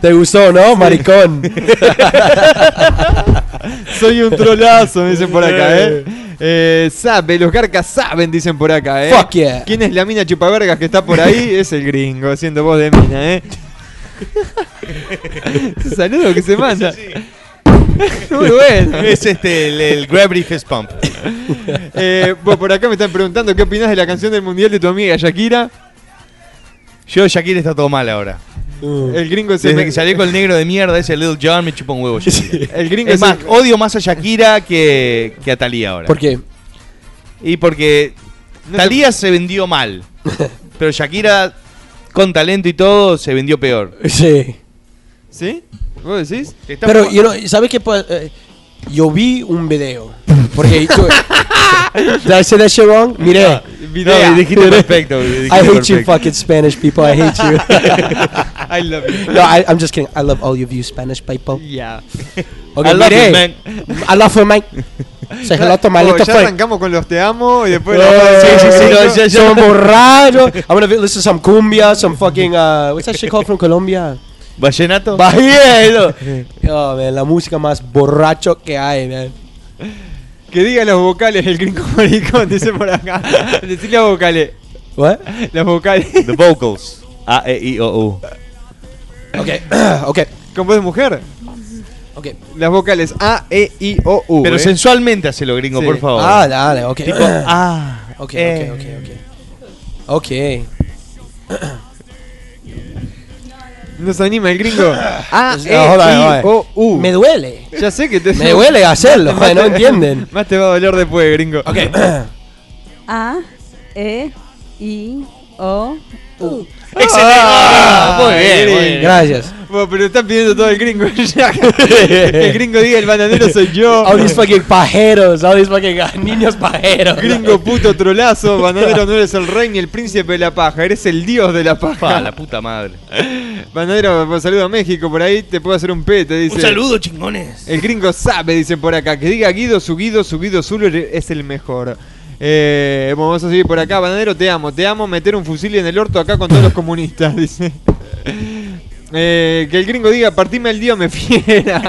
Te gustó, ¿no, maricón?
Soy un trolazo, me dicen por acá, ¿eh? Eh, sabe, los garcas saben, dicen por acá, ¿eh?
Fuck yeah.
¿Quién es la mina chupavergas que está por ahí? Es el gringo, haciendo voz de mina, ¿eh? Saludo que se manda. Muy bueno.
Es este, el, el Gravity Fist Pump.
Eh, bueno, por acá me están preguntando qué opinas de la canción del mundial de tu amiga Shakira.
Yo, Shakira, está todo mal ahora.
El gringo se
Desde
me-
que salió con el negro de mierda, ese Little John me chupa un huevo. Shakira.
El gringo
Es
se-
más, odio más a Shakira que, que a Talía ahora.
¿Por qué?
Y porque
No
Talía se vendió mal. pero Shakira, con talento y todo, se vendió peor.
Sí.
¿Sí? ¿Vos decís?
Te está
Pero,
jugando-
you know, ¿sabes qué? pa- eh, yo vi un video. Porque. tú- Did I say that shit wrong? Miré.
No,
video.
me Ah, dijiste perfecto. me dijiste
I hate you,
perfecto.
fucking Spanish people. I hate you.
I love you.
no, I, I'm just kidding. I love all of you, Spanish people.
Yeah.
Okay,
I love
mire.
you, man.
I love you, man. Say hello to my
Oh,
little
ya
friend.
arrancamos con los te amo y después... la-
Yeah,
Oh. sí, sí, no, ya, ya.
Oh, Son borrachos. I'm gonna listen to some cumbia, some fucking uh, what's that shit called from Colombia?
¿Vallenato?
Bahía, eso. Oh, man, la música más borracho que hay, man.
Que diga los vocales el gringo maricón, dice por acá. Decir las vocales.
What?
Las vocales.
The vocals. A, E, I, O, U.
Okay, okay,
Con voz de mujer.
okay.
Las vocales A, E, I, O, U.
Pero
eh.
sensualmente hacelo, gringo,
Sí.
por favor.
Ah, dale, okay.
Tipo, ah.
okay, okay,
eh.
okay, okay. Okay.
Nos anima el gringo. A,
Pues,
E,
no, joda, joda.
I, O, U.
Me duele.
Ya sé que te...
Me duele hacerlo, man, no entienden.
Más te va a doler después, gringo.
A, E, I, O.
¡Excelente!
Ah,
muy bien,
gringo.
muy bien.
Gracias.
Bueno, pero están pidiendo todo el gringo ya. Que el gringo diga el bananero soy yo.
All these fucking pajeros, all these fucking uh, niños pajeros.
Gringo puto trolazo, bananero no eres el rey ni el príncipe de la paja, eres el dios de la paja.
Pa, la puta madre.
Bananero, pues, saludo a México, por ahí te puedo hacer un pete, dice.
chingones.
El gringo sabe, dicen por acá. Que diga Guido, su Guido, su Guido Zulo es el mejor. Eh, vamos a seguir por acá. Bananero, te amo, te amo. Meter un fusil en el orto acá con todos los comunistas, dice. Eh, que el gringo diga, partime el dios, me fiera.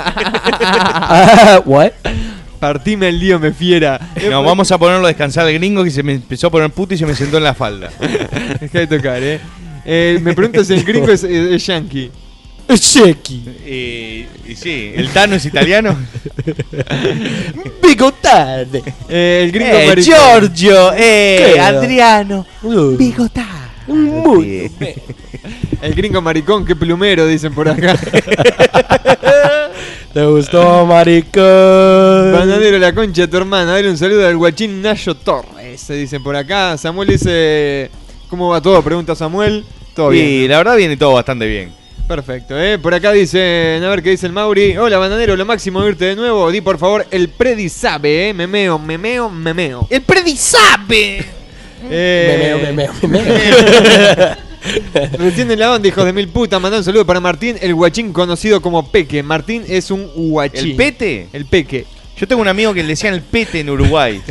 Ah, what?
partime el dios, me fiera.
No, vamos a ponerlo a descansar al gringo que se me empezó a poner puto y se me sentó en la falda.
Deja de tocar, eh. Eh, me pregunto si el gringo es, es- es yankee.
Checky.
Y, y sí, ¿el Tano es italiano?
Bigo tarde.
Eh, el gringo
Eh,
maricón.
Giorgio, eh,
¿Qué?
Adriano.
Bigo tarde. Muy.
Eh,
El gringo maricón, que plumero, dicen por acá.
¿Te gustó, maricón?
Bananero la concha de tu hermana, dale un saludo al guachín Nayo Torres, se dicen por acá. Samuel dice, ¿cómo va todo? Pregunta Samuel. Todo bien.
Y la verdad viene todo bastante bien.
Perfecto, ¿eh? Por acá dicen, a ver qué dice el Mauri. Hola, Bananero, lo máximo irte de nuevo. Di por favor el Predi sabe, ¿eh? Memeo, memeo, memeo.
¡El Predi sabe!
Eh,
Memeo, memeo, memeo.
Me entienden la onda, hijos de mil puta. Mandá un saludo para Martín, el guachín conocido como Peque. Martín es un guachín.
¿El Pete?
El Peque.
Yo tengo un amigo que le decían el Pete en Uruguay.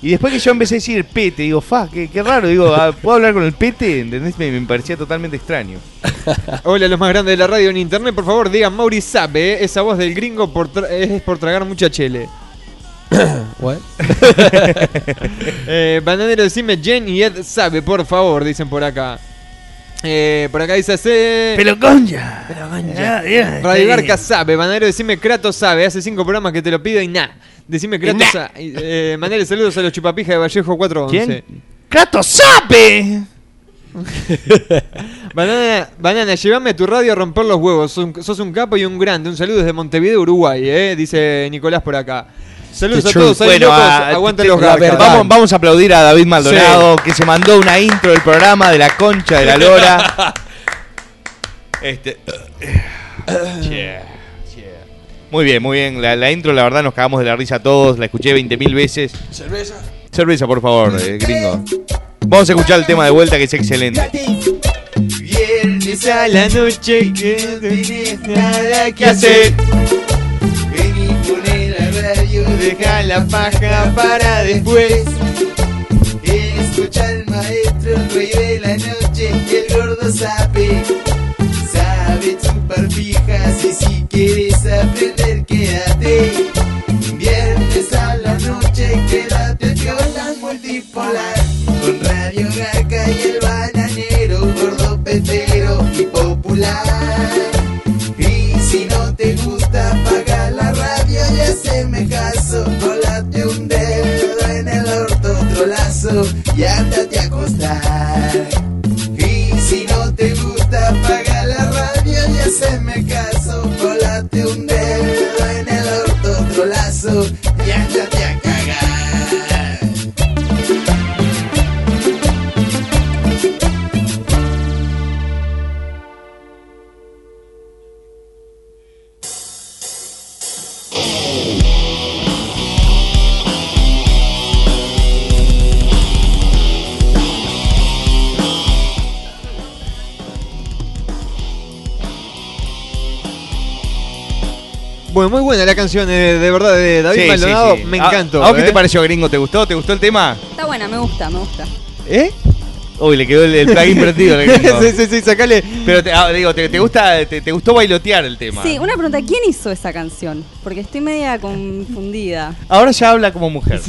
Y después que yo empecé a decir Pete, digo, fa, qué, qué raro. Digo, ah, ¿puedo hablar con el Pete? ¿Entendés? Me, me parecía totalmente extraño.
Hola, los más grandes de la radio en internet. Por favor, digan Mauri Sabe. ¿eh? Esa voz del gringo por tra- es por tragar mucha chele.
What?
Eh, bananero, decime Jen y Ed Sabe, por favor, dicen por acá. Eh, por acá dice C.
concha. Pero
Radio Garca sabe, Manero, decime Kratos sabe, hace cinco programas que te lo pido y nada. Decime Kratos sabe. Eh, Manero, saludos a los chupapijas de Vallejo 411.
¿Quién? ¡Kratos sabe!
Banana, banana, llévame a tu radio a romper los huevos. Sos un, sos un capo y un grande. Un saludo desde Montevideo, Uruguay, eh, dice Nicolás por acá. Saludos
The
a todos, ahí
Bueno,
locos,
ah,
aguanten
te-
los
la
garcas.
verdad.
Vamos, vamos a aplaudir a David Maldonado, que se mandó una intro del programa de la concha de la lora. Este. Yeah, yeah. Muy bien, muy bien. La, la intro, la verdad, nos cagamos de la risa todos. La escuché 20.000 veces. Cerveza. Cerveza, por favor, eh, gringo. Vamos a escuchar el tema de vuelta, que es excelente.
Viernes
a
a
la
la
noche
que no tienes nada
que
que hacer.
hacer.
Ven y poné la radio, deja la paja para después. Escucha al maestro, el rey de la noche, el gordo sabe. Sabe chupar pijas y si quieres aprender, quédate. Viernes a la noche, quédate viola multipolar. Con Radio Gaca y el bananero, gordo petero y popular. Y si no te gusta, apaga la radio y haceme caso. Colate un dedo en el orto, otro lazo y ándate a acostar. Y si no te gusta, apaga la radio y haceme caso. Colate un dedo en el orto, otro lazo y ándate a cagar.
Thank
Bueno, muy buena la canción, eh, de verdad, de David
Sí, sí,
Maldonado.
sí.
Me
¿A-
encantó.
¿A, vos qué
eh.
te pareció, gringo? ¿Te gustó? ¿Te gustó el tema?
Está buena, me gusta, me gusta.
¿Eh? Uy, le quedó el, el plugin perdido. al gringo.
sí, sí, sí, sacale.
Pero te, ah, digo, te, te gusta, te, te gustó bailotear el tema.
Sí, una pregunta, ¿quién hizo esa canción? Porque estoy media confundida.
Ahora ya habla como mujer.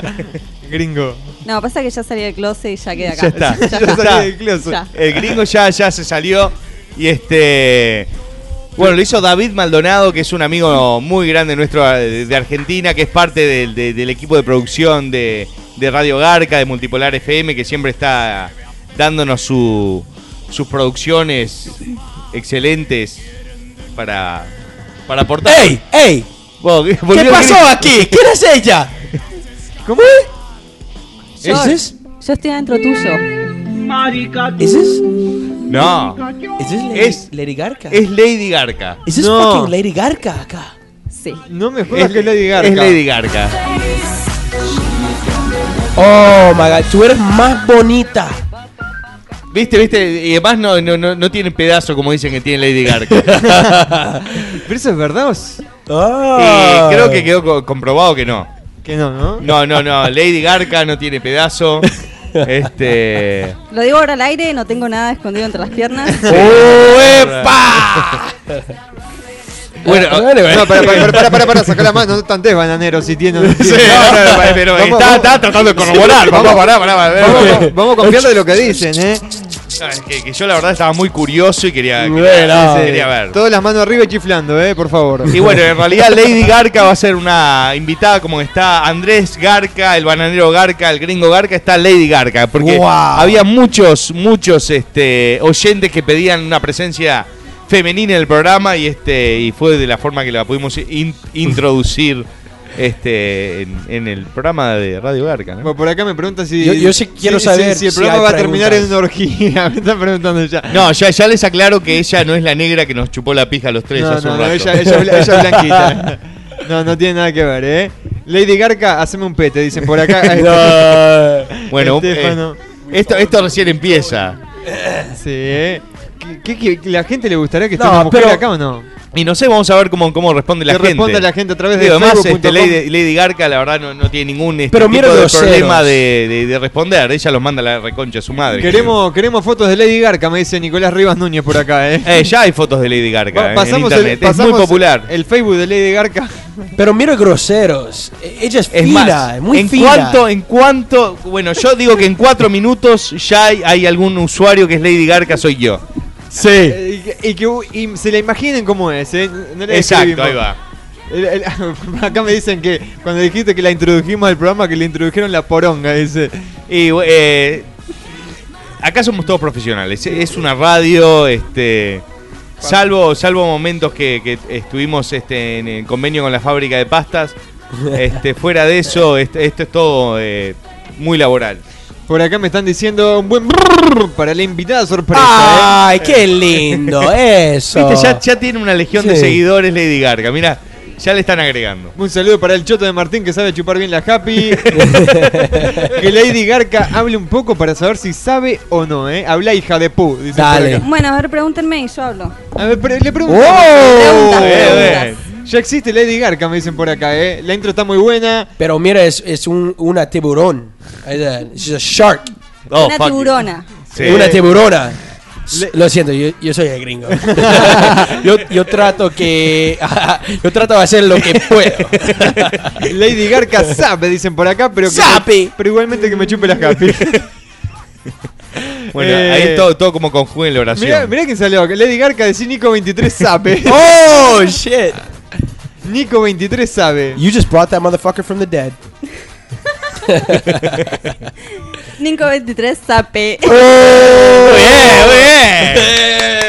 Gringo.
No, pasa que ya salí del closet y ya queda acá.
Ya está.
Ya salí del closet.
Ya.
El gringo ya, ya se salió. Y este. Bueno, lo hizo David Maldonado, que es un amigo muy grande nuestro eh, de Argentina, que es parte del, de- del equipo de producción de, de Radio Garca, de Multipolar FM, que siempre está dándonos su- sus producciones excelentes para, para aportar.
¡Ey! ¡Ey!
Bueno,
¿Qué
volvió el
pasó
gringo.
aquí? ¿Quién es ella? ¿Eh? ¿Cómo es?
Yo,
¿Es this?
yo estoy adentro tuyo.
¿Es this?
No,
¿Es this Lady,
Es-
Lady Garca?
es Lady Garca.
¿Es this
No.
fucking Lady Garca acá?
Sí.
No me jodas que es Lady Gaga.
Es Lady Garca.
Oh my god, tú eres más bonita.
Viste, viste, y además no, no, no, no tiene pedazo como dicen que tiene Lady Gaga.
Pero eso es verdad o es-
Ah.
Y creo que quedó co- comprobado que no.
que no, ¿no?
No, no, no, Lady Garca no tiene pedazo. Este.
Lo digo ahora al aire, no tengo nada escondido entre las piernas.
¡Oh, epa!
Bueno,
Anyway.
No, para, para, para, para, para, sacá la mano, no tantes bananero si tiene o no
sí,
tiene.
no, no, no, pero
Vamos,
está,
vamos.
está tratando de corroborar. Vamos, pará, pará, pará.
Vamos,
pará.
vamos a confiar de lo que dicen, ¿eh?
No, Ah, es que, que yo la verdad estaba muy curioso y quería,
Bueno,
quería,
sí.
Ah, quería ver.
Todas las manos arriba y chiflando, ¿eh? Por favor.
Y bueno, en realidad Lady Garca va a ser una invitada como está Andrés Garca, el bananero Garca, el gringo Garca, está Lady Garca. Porque
Wow.
había muchos, muchos este, oyentes que pedían una presencia femenina en el programa y este y fue de la forma que la pudimos in- introducir este en, en el programa de Radio Garca. ¿no?
Bueno, por acá me preguntan si.
Yo- yo sí quiero saber
si, el
si
programa
hay
va a terminar en
preguntas.
una orgía. Me están preguntando ya.
No, ya, ya les aclaro que ella no es la negra que nos chupó la pija a los tres
No,
hace
no,
un
no,
rato.
ella, ella, es bla- ella es blanquita. No, no tiene nada que ver, ¿eh? Lady Garca, haceme un pete, dicen por acá.
No.
Bueno, eh,
Estefano.
esto, esto recién empieza.
Sí, ¿eh? ¿Qué- qué- qué- ¿La gente le gustaría que esté
No,
una mujer
pero-
acá o no?
Y no sé, vamos a ver cómo, cómo responde la
Que
gente.
responda la gente a través de
Digo, Además,
facebook.com.
este, Lady, Lady Garca, la verdad, no, no tiene ningún este,
Pero mira
tipo de
los
problema
ceros.
de, de- de responder. Ella los manda a la reconcha a su madre.
Queremos, queremos fotos de Lady Garca, me dice Nicolás Rivas Núñez por acá, ¿eh?
Eh, ya hay fotos de Lady Garca
Va-
eh,
pasamos
en
el-
internet. es
pasamos
muy popular.
El Facebook de Lady Garca.
Pero mira groseros. E- Ella es,
es
fina,
más,
es muy
en
fina.
cuanto, en cuanto, bueno, yo digo que en cuatro minutos ya hay, hay algún usuario que es Lady Garca, soy yo.
Sí.
Eh, Y, que y se la imaginen cómo es, ¿eh? No la
Exacto,
describimos.
ahí va.
El- el- acá me dicen que cuando dijiste que la introdujimos al programa, que le introdujeron la poronga, dice.
Y eh, acá somos todos profesionales. Es una radio, este. Salvo, salvo momentos que, que estuvimos este, en el convenio con la fábrica de pastas. Este, fuera de eso, este- esto es todo eh, muy laboral.
Por acá me están diciendo un buen brrrr para la invitada sorpresa. ¿eh?
Ay, qué lindo eso.
Viste, ya, ya tiene una legión de
Sí.
seguidores Lady Garga. Mira, ya le están agregando.
Un saludo para el choto de Martín que sabe chupar bien la happy. que Lady Garca hable un poco para saber si sabe o no, ¿eh? Habla hija de pu. dice por
Dale.
acá.
Bueno, a ver, pregúntenme y yo hablo.
A ver, pre- le pregunto.
¡Oh!
Preguntas,
eh.
Ya existe Lady Garca, me dicen por acá, ¿eh? La intro está muy buena.
Pero mira, es, es un, una tiburón. Es a shark.
Oh,
una
fuck.
tiburona.
Sí.
Una tiburona. S-
Le-
Lo siento, yo, yo soy el gringo. yo, yo trato que. yo trato de hacer lo que puedo.
Lady Garca sabe, dicen por acá, pero que
Sabe.
pero igualmente que me chupe la happy.
Bueno,
Eh,
ahí todo, todo como conjuguen la oración.
Mirá, mirá quién salió. que Lady Garca de Nico 23 sabe.
¡Oh, shit!
Nico 23 sabe.
You just brought that motherfucker from the dead.
523 Zape.
Muy bien, muy
Eh.
bien.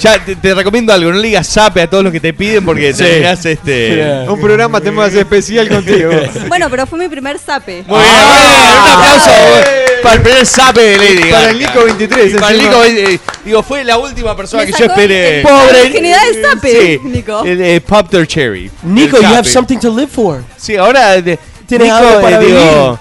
Ya te, te recomiendo algo, no le digas zape a todos los que te piden porque terminás este.
Yeah.
Un programa temas especial contigo.
Bueno, pero fue mi primer Zape.
Muy bien, muy bien. Un aplauso
Ah. Eh.
para el primer zape de Lady.
Para
Gaga.
el Nico 23.
Y para el
encima.
Nico, eh, digo, fue la última persona
Me
que yo
sacó
esperé.
el- Pobre- la virginidad del zape,
Sí.
Nico.
El, eh, Pop their cherry.
Nico,
El
you have
zape.
something to live for.
Sí, ahora. eh,
Tienes
Nico,
algo para
eh, digo,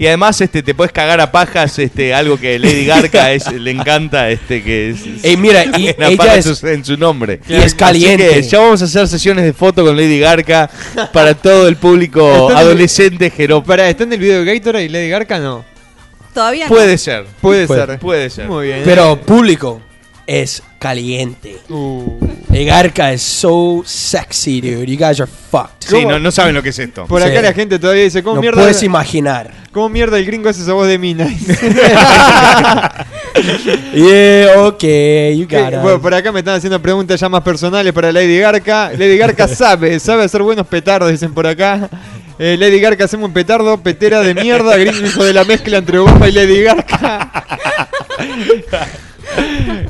Y además este te puedes cagar a pajas, este algo que Lady Garca es, le encanta, este que es
Ey, mira, y
una
ella
paja en
es,
su- en su nombre.
y es
Así
caliente.
que ya vamos a hacer sesiones de foto con Lady Garca para todo el público
Están-
adolescente jeropa.
Pará, ¿está en el video de Gatorade y Lady Garca? No.
Todavía no.
Puede ser.
Puede,
Puede-
ser.
puede ser.
Muy bien. ¿eh?
pero público es caliente.
Uh.
Egarca is so sexy, dude. You guys are fucked.
Sí, no, no saben lo que es esto.
Por
Sí.
acá la gente todavía dice, ¿cómo,
No
mierda,
puedes imaginar.
¿cómo mierda el gringo hace esa voz de mina?
Yeah, okay, you got it.
Bueno, por acá me están haciendo preguntas ya más personales para Lady Garca. Lady Garca sabe, sabe hacer buenos petardos, dicen por acá. Eh, Lady Garca, hacemos un petardo, petera de mierda, gringo hijo de la mezcla entre Bomba y Lady Garca.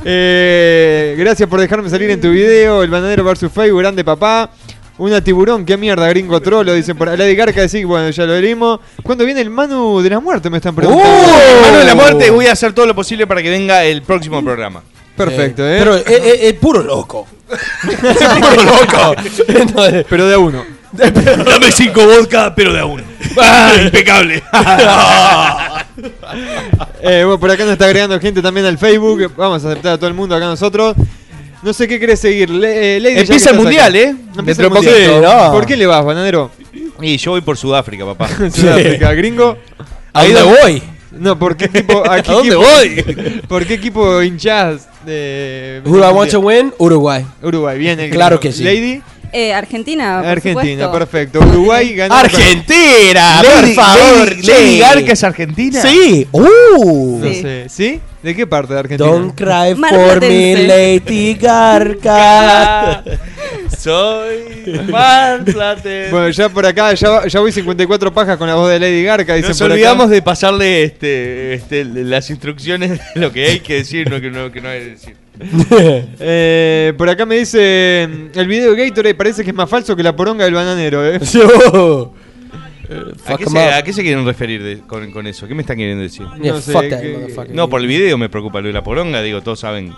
Eh, gracias por dejarme salir en tu video. El bananero versus Facebook, grande papá. Una tiburón, qué mierda, gringo trolo, dicen por ahí. Lady Garca, sí, bueno, ya lo leímos. ¿Cuándo viene el Manu de la muerte? Me están preguntando.
¡Uh!
Mano de la muerte, voy a hacer todo lo posible para que venga el próximo programa.
Perfecto, ¿eh?
Pero es, es- es puro loco. es puro loco. No, eh,
pero de a uno.
Dame cinco vodka, pero de a uno. impecable.
Eh, bueno, por acá nos está agregando gente también al Facebook. Vamos a aceptar a todo el mundo acá nosotros. No sé qué querés seguir. Le- eh, Lady, ya
Empieza
que
el
estás
mundial,
acá.
¿eh?
Empieza
Dentro
el
de poco.
mundial.
Sí, no.
¿Por qué le vas, bananero?
y yo voy por Sudáfrica, papá.
Sudáfrica, gringo.
¿A dónde voy?
No, ¿por qué equipo? ¿A, qué equipo, ¿Por qué equipo hinchás? De,
Who do I want to win? Uruguay.
Uruguay, bien. el
Claro
gringo.
que sí.
Lady,
Eh,
Ah,
Argentina. por
Argentina,
supuesto.
perfecto. Uruguay ganó.
¡Argentina!
Lady-
¡Por favor!
Lady,
che.
Lady Garca es argentina.
Sí. ¡Uh!
No sé. ¿Sí? ¿De qué parte de Argentina?
Don't cry for me,
Marplatense.
Lady Garca.
Soy Marplate.
Bueno, ya por acá, ya, ya voy 54 pajas con la voz de Lady Garca. Dicen
Nos
por acá.
olvidamos de pasarle este, este, las instrucciones de lo que hay que decir, lo que no, que no hay que decir.
Eh, por acá me dice mm, el video de Gatorade parece que es más falso que la poronga del bananero, eh.
Yo. Eh,
¿A
Fuck
qué,
'em
se, a
up.
qué se quieren referir de- con, con eso? ¿Qué me están queriendo decir?
Yeah,
No sé,
fuck that
que-
motherfucker.
No, por el video me preocupa lo de la poronga, digo, todos saben.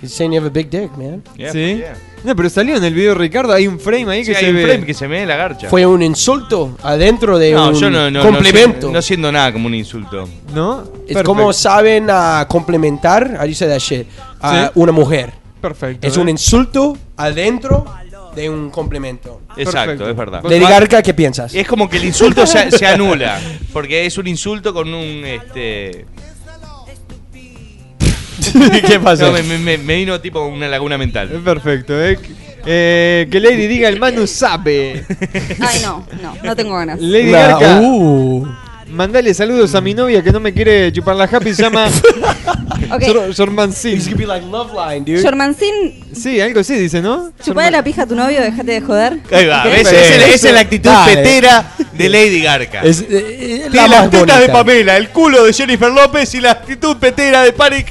He's saying you have a big dick, man.
Yeah,
¿Sí?
yeah.
No, pero salió en el video Ricardo, hay un frame ahí
Sí,
que
hay
se
un
ve.
frame que se me dé la garcha.
Fue un insulto adentro de
no,
un
yo no, no,
complemento.
No, no siendo nada como un insulto.
¿No?
es como saben ah, complementar, I say that shit, a
Sí.
una mujer.
Perfecto.
Es
eh.
un insulto adentro de un complemento.
Exacto,
Perfecto.
es verdad.
Lady Garca, ¿qué piensas?
Pues Es como que el insulto se, se anula. Porque es un insulto con un. Este,
¿Qué
no, me, me- me- me vino tipo una laguna
Es
mental.
Perfecto, eh. Eh, que Lady diga el Manu sabe.
Ay, no, no, no tengo ganas.
Lady Garca,
uh.
mandale saludos a mi novia que no me quiere chupar la happy, se llama
Ok.
Sor- Sormancín.
be like love line, dude.
Jormancín,
Sí, algo así dice, ¿no?
chupale la pija a tu novio, déjate de joder.
Ahí va,
¿Ok?
¿ves? Esa es, la- esa es la actitud
Dale.
petera de Lady Garca.
Es eh, eh,
Tiene
la más
las tetas
bonita.
de Pamela, el culo de Jennifer López y la actitud petera de Paris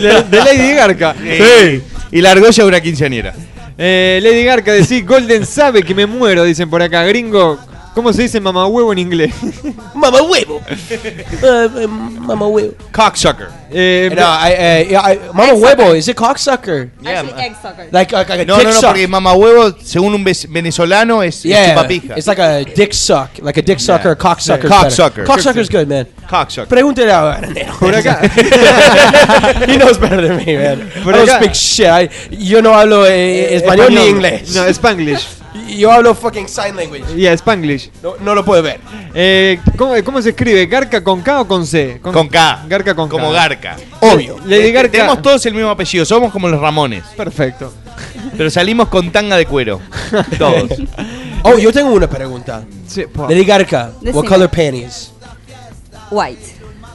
De, de Lady Garca.
Sí. Y la argolla de una quinceañera.
Eh, Lady Garca, decís Golden sabe que me muero, dicen por acá. Gringo, ¿cómo se dice mamá huevo en inglés?
Mamá huevo. Eh, eh, mamá huevo.
Cocksucker.
Eh,
No, I, I, I, eh, mamá huevo, is it cocksucker?
Actually,
Yeah.
egg sucker.
Like, like, like a
No,
dick
no, no,
suck.
porque mamá huevo, según un ves- venezolano, es es
Yeah,
chupapija.
it's like a dick suck, like a dick sucker,
Yeah.
or cocksucker.
Yeah. Cocksucker.
Cocksucker. Cocksucker's good, man.
Cocksucker.
Pregúntele a Bananero.
Por acá.
He knows better than me, man.
Por
I don't
acá.
speak shit. I- yo no hablo eh, español, ni inglés.
No, Spanglish.
Yo hablo fucking sign language.
Yeah, Spanglish.
No, no lo puedo ver.
Eh, ¿cómo, cómo se escribe? ¿Garca con K o con C?
Con K.
Garca con
Como
K.
Garca.
Obvio.
Lady
Este,
Garca.
Tenemos todos el mismo apellido, somos como los Ramones.
Perfecto.
Pero salimos con tanga de cuero. Todos.
Oh, yo tengo una pregunta.
Sí, po.
Lady Garca, what
Decime.
color panties?
White.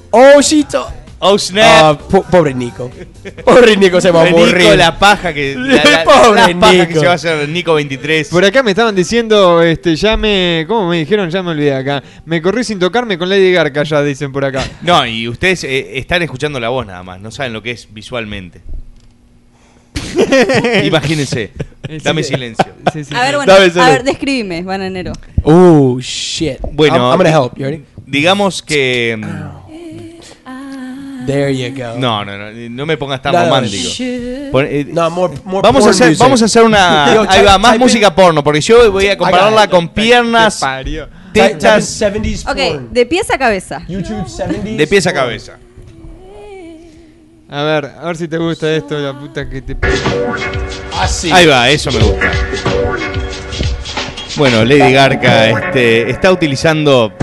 Oh, she to-
Oh,
Ah,
snap.
po- pobre Nico. Pobre Nico se va a
Nico,
aburrir.
la paja que. La, la-
Pobre
la paja que
Nico.
se va a hacer Nico 23.
Por acá me estaban diciendo, este, ya me. ¿Cómo me dijeron? Ya me olvidé acá. Me corrí sin tocarme con Lady Garca, ya dicen por acá.
No, y ustedes eh, están escuchando la voz nada más, no saben lo que es visualmente. Imagínense. Dame silencio.
Sí, sí.
A ver, bueno,
Dame,
a
dale.
ver, describime, bananero.
Oh, shit.
Bueno, eh,
I'm, I'm gonna help. You ready?
Digamos que. mm,
There you go.
No, no, no, no me pongas tan
Nada,
romántico. Pon- eh,
No, more, more
vamos, a
porn
hacer,
music.
vamos a hacer una.
Yo,
ahí va,
type-
más
type
música
in-
porno, porque yo voy a compararla con piernas,
Parió.
type- type in
tetas,
70s
Ok,
porn.
de pies a cabeza.
YouTube 70s.
de pies a
porn.
cabeza.
A ver, a ver si te gusta esto, la puta que te.
Así.
Ahí va, eso me gusta. Bueno, Lady Garca este, está utilizando.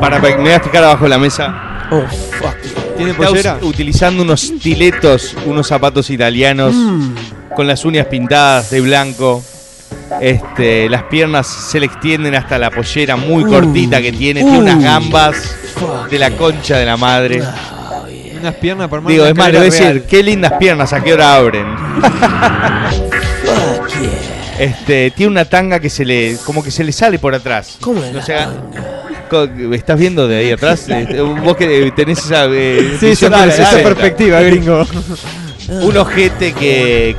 Para, me voy a explicar abajo de la mesa.
Oh, fuck. yeah.
¿Tiene
Está
pollera?
us- utilizando unos stiletos, unos zapatos italianos,
Mm.
con las uñas pintadas de blanco. Este, las piernas se le extienden hasta la pollera muy
Uh.
cortita que tiene, tiene unas
Uh.
gambas
Fuck
de la concha de la madre.
Unas piernas para armar
Digo,
una
es más, le voy a
escalera
decir,
real.
qué lindas piernas, a qué hora abren.
Fuck yeah.
Este, tiene una tanga que se le, como que se le sale por atrás.
¿Cómo es
O
la
sea, co- ¿Estás viendo de ahí atrás? Este, Vos que eh, tenés esa eh,
Sí, esa,
visión de los
esa
60.
perspectiva, gringo.
Un ojete que,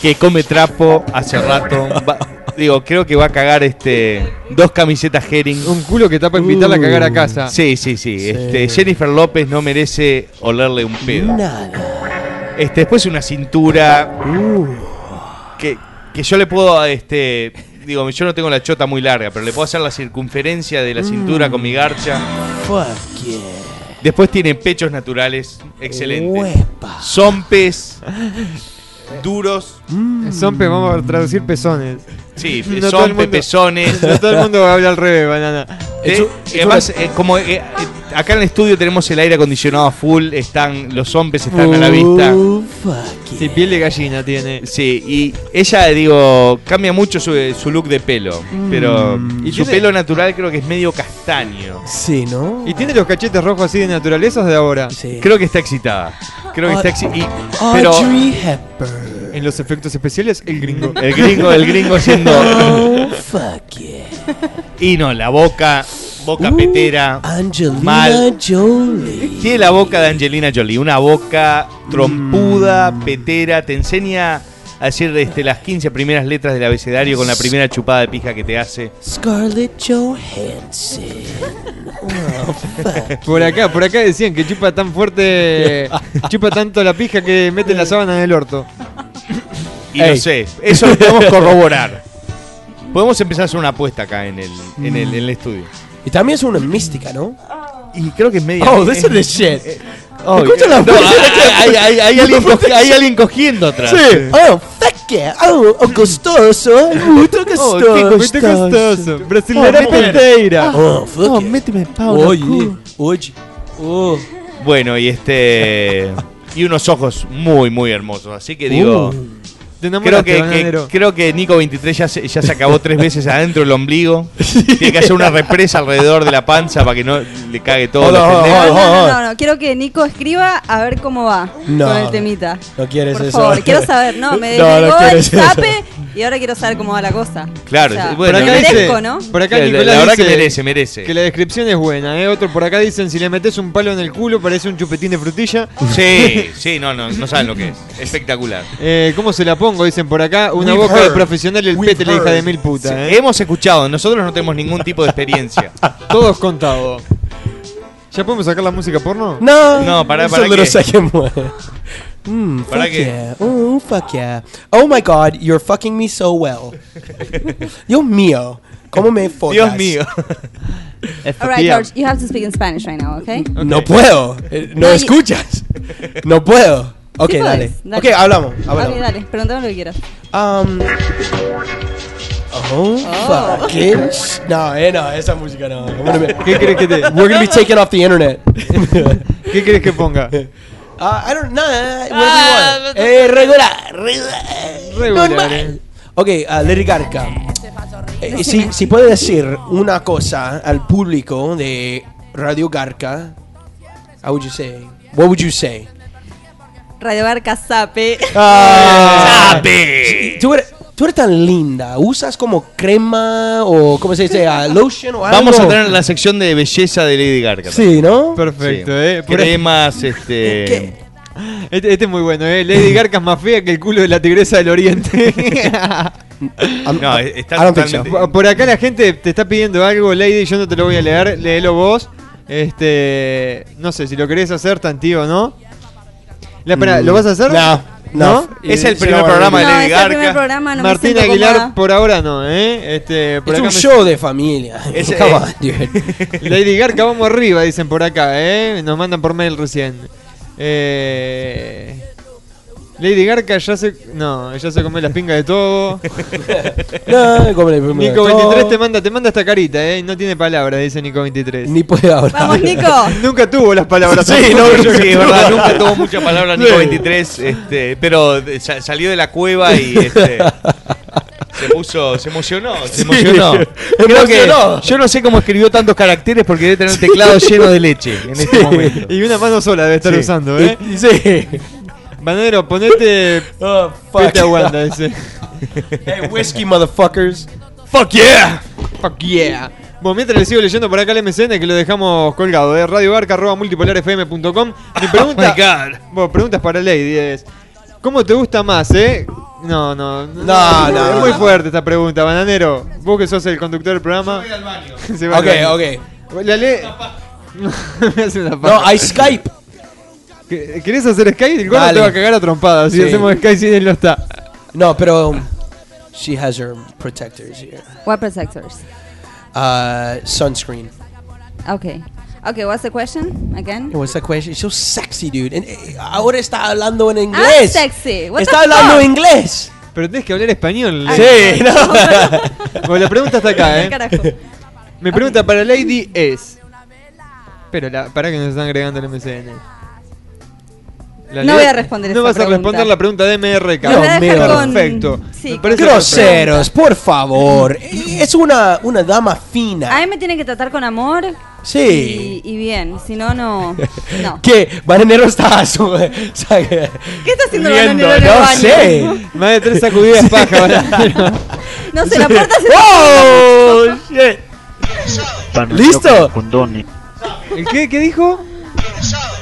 que come trapo hace rato. Va- digo, creo que va a cagar este dos camisetas Herring.
Un culo que está para invitarla a cagar a casa.
Uh. Sí, sí, sí. Este, Jennifer López no merece olerle un pedo.
Nada.
Este, después una cintura
Uh.
que, que yo le puedo, este, digo, yo no tengo la chota muy larga, pero le puedo hacer la circunferencia
Mm.
de la cintura con mi garcha.
Fuck yeah.
Después tiene pechos naturales, excelente.
Uepa.
Sompes duros,
Son pe- vamos a traducir pezones.
sí,
No todo el
sompe,
mundo-
pezones.
No todo el mundo habla al revés, banana.
Es
Eh,
un- es
además,
una-
eh, como eh, eh, acá en el estudio tenemos el aire acondicionado a full, están los hombres están a la vista.
Uh, fuck yeah.
Si piel de gallina tiene.
Sí, y ella, digo, cambia mucho su, su look de pelo, pero
Mm. ¿Y
su
tiene-
pelo natural creo que es medio castaño.
Sí, ¿no?
¿Y tiene los cachetes rojos así de naturalezos de ahora?
Sí.
Creo que está excitada. Creo
Ah.
que está excitada. Pero
Audrey Hepburn.
En los efectos especiales, el gringo.
el gringo, el gringo siendo.
Oh, fuck yeah.
Y no, la boca, boca petera.
Uh, Angelina
Mal.
Jolie.
Tiene la boca de Angelina Jolie, una boca trompuda, petera, te enseña a decir este, las 15 primeras letras del abecedario con la primera chupada de pija que te hace.
Scarlett Johansson. Oh, fuck.
Por acá, por acá decían que chupa tan fuerte, chupa tanto la pija que mete la sábana en el orto.
Y no
Ey.
sé, eso lo podemos corroborar. Podemos empezar a hacer una apuesta acá en el, en el, en el estudio.
Y también es una mística, ¿no?
Mm. Y creo que es media.
Oh, this
es-
is the shit.
Oh,
Escucha
que-
la
no,
voz.
hay, hay- hay- hay alguien cogi- hay alguien cogiendo atrás.
Oh, fuck yeah. Oh, oh, gostoso. Muito
Oh,
gostoso.
qué gusto costoso. Brasilera
Oh,
penteira.
Oh, fuck yeah.
méteme pau.
Oye, oye. Oh.
Bueno, y este. Y unos ojos muy, muy hermosos. Así que digo.
Uh.
Te
Creo
enamoraste,
que, que-
bananero.
creo que Nico 23 ya se, ya se acabó tres veces adentro el ombligo. Tiene que hacer una represa alrededor de la panza para que no le cague todo.
Hola,
la
hola,
gente.
No, no,
oh,
no,
oh.
no, no, quiero que Nico escriba a ver cómo va
No,
con el
no.
temita.
No quieres
Por
eso.
favor, quiero saber, no, me
No, no
llegó el
quieres eso.
zape y ahora quiero saber cómo va la cosa.
Claro,
Por
bueno,
acá
merezco,
dice,
¿no?
por acá
La- la-
Nicolás
la verdad que
dice
merece, merece.
que la descripción es buena, ¿eh? Otro por acá dicen, si le metes un palo en el culo parece un chupetín de frutilla.
Sí, sí, no, no, no saben lo que es. Espectacular.
Eh, ¿Cómo se la pongo? Dicen por acá, una
We've
boca de
heard.
profesional y el
We've
pete la hija
heard.
de mil putas,
Sí,
¿eh?
Hemos escuchado, nosotros no tenemos ningún tipo de experiencia.
Todos contados. ¿Ya podemos sacar la música porno?
No.
No, pará,
eso
pará
no lo
que-
saquemos. Mm,
Pará
fuck
que-
yeah. Mm, fuck yeah. Oh my god, you're fucking me so well. Dios mío, ¿cómo me follas?
Dios mío.
All right, George, you have to speak in Spanish right now, okay?
No puedo. eh, No,
No, y-
escuchas. No puedo. Ok,
Sí
dale.
podés, dale.
Ok, hablamos. hablamos.
Ok, dale, pregúntame lo que quieras.
Um, oh,
Oh.
fucking. sh- No, eh, no, esa música no. I'm gonna be-
¿Qué crees que te-
We're gonna be taken off the internet.
¿Qué crees que ponga?
Uh, I don't know. What do you want? Eh, regular, regular.
Regular, eh.
Normal. Ok, uh, Lady Garca. Eh, si, si puede decir una cosa al público de Radio Garca, how would you say? What would you say?
Radio Barca Zape.
Ah,
Ah.
Eh, Tú eres, tú eres tan linda. ¿Usas como crema o cómo se dice? ah, lotion o algo?
Vamos a tener la sección de belleza de Lady Gaga.
Sí, ¿no?
Perfecto,
Sí.
eh. Por ahí-
Cremas, este.
¿Qué?
este, este es muy bueno, eh. Lady Garca es más fea que el culo de la tigresa del oriente.
I'm-
No, está
I don't think so.
Ah,
totalmente-
Por- Por acá la gente te está pidiendo algo, Lady, yo no te lo voy a leer, léelo vos. Este, no sé, si lo querés hacer, tantío, ¿no? La, espera, ¿Lo vas a hacer?
Mm, No, no.
Es el
Sí,
primer
no,
programa de
No,
Lady
es el primer
Garca.
programa, no
Martín
me siento
Aguilar
cómoda.
por ahora no, ¿eh? Este, por
Es
acá
un
me-
show de familia.
Ese-
Come on, dude.
Lady Garca, vamos arriba, dicen por acá, ¿eh? Nos mandan por mail recién. Eh, Lady Garca ya se... No, ya se comió las pingas de todo.
No, como le primero
Nico
de
23
todo.
te manda, te manda esta carita, ¿eh? Y no tiene palabras, dice Nico 23.
Ni puede hablar.
Vamos, Nico.
Nunca tuvo las palabras.
Sí, no,
Tampoco yo
sí,
creo.
es verdad, nunca tuvo mucha palabra Nico
Sí.
23, este, pero de- sa- salió de la cueva y este, se puso, se emocionó, se emocionó. Creo que
emocionó.
yo no sé cómo escribió tantos caracteres porque debe tener un teclado lleno de leche en este momento.
Y una mano sola debe estar
Sí.
usando, ¿eh?
Sí.
Banero, ponete...
Oh, fuck.
Pete aguanta ese.
Hey, whiskey, motherfuckers.
Fuck yeah.
Fuck yeah. Bueno, mientras le sigo leyendo por acá el MCN que lo dejamos colgado, ¿eh? radiobarca.multipolarfm.com. Mi
Oh
pregunta...
God.
Bueno, preguntas para Lady es... ¿Cómo te gusta más, eh? No, no.
No, no,
Es
no.
muy fuerte esta pregunta, Bananero. Vos que sos el conductor del programa. Se va
Ok,
al baño.
ok.
La le... Me hace una paja.
No, hay Skype.
¿Qué- ¿Querés hacer Sky? El gordo
Dale.
te va a cagar a trompadas. Si
Sí.
hacemos Sky, si él no está.
No, pero. um, She has her protectors here.
What protectors?
Uh, sunscreen.
Okay. Okay, what's the question again?
What's that question? It's so sexy, dude. And, eh, ahora está hablando en
I'm
inglés.
Ah, sexy. What
está
the
hablando
fuck?
inglés.
Pero tenés que hablar español.
Ay,
Lady.
Sí, no.
Bueno, la pregunta está acá, ¿eh?
Carajo.
Mi
Ah,
pregunta para Lady es. Pero la, para que nos están agregando el MCN. La
No
ley-
voy a responder
No
esa
vas
pregunta.
a responder la pregunta de MRK.
Nos va a
Dios
dejar
mío.
con...
Perfecto.
Sí,
Me parece perfecto.
Groseros, por favor. Es una, una dama
A mí
fina.
me tienen que tratar con amor.
Sí.
Y, y bien, si no, no. No.
Que Bananero está a su- o sea, que-
¿Qué está haciendo
riendo,
Bananero en el
no
baño?
sé.
Más de tres sacudidas paja, ¿verdad?
No sé, la puerta se
¡Oh, shit!
Bananero
¿Listo?
cagacondone.
¿El qué, qué dijo?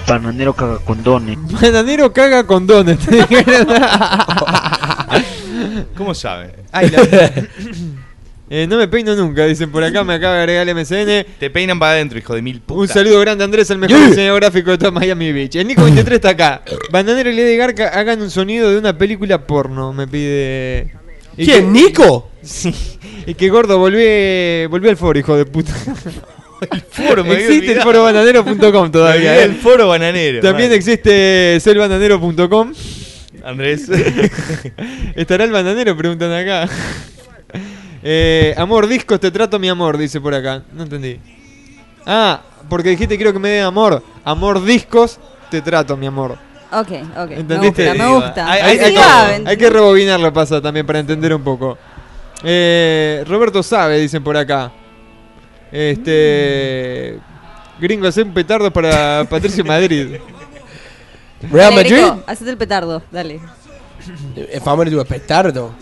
Bananero cagacondone.
Bananero caga condones. te dijeron.
¿Cómo sabe?
Eh, no me peino nunca, dicen por acá. Me acaba de agregar el MCN.
Te peinan para adentro, hijo de mil
Un
putas.
saludo grande a Andrés, el mejor diseñador gráfico de toda Miami Beach. El Nico 23 está acá. Bananero y Lady Garca hagan un sonido de una película porno, me pide. Y
¿Quién?
que-
¿Nico?
Sí. Y que gordo, volví, volví al foro, hijo de puta.
foro, me había
existe el
olvidado.
foro bananero.com todavía.
Todavía
¿eh?
el foro bananero.
También
Vale.
existe selbananero.com.
Andrés.
¿Estará el bananero? Preguntan acá. Eh, amor, discos, te trato mi amor, dice por acá. No entendí. Ah, porque dijiste quiero que me den amor. Amor, discos, te trato mi amor.
Ok, ok.
¿Entendiste?
Me gusta, me gusta.
Hay- hay-
Sí,
hay
va,
todo.
ven-
Hay que rebobinarlo, pasa también, para entender un poco. Eh, Roberto sabe, dicen por acá. Este. Gringo, hacer un petardo para Patricio Madrid.
Real
Dale,
Madrid?
Nico, Hacete el petardo, dale.
If I'm gonna do a petardo,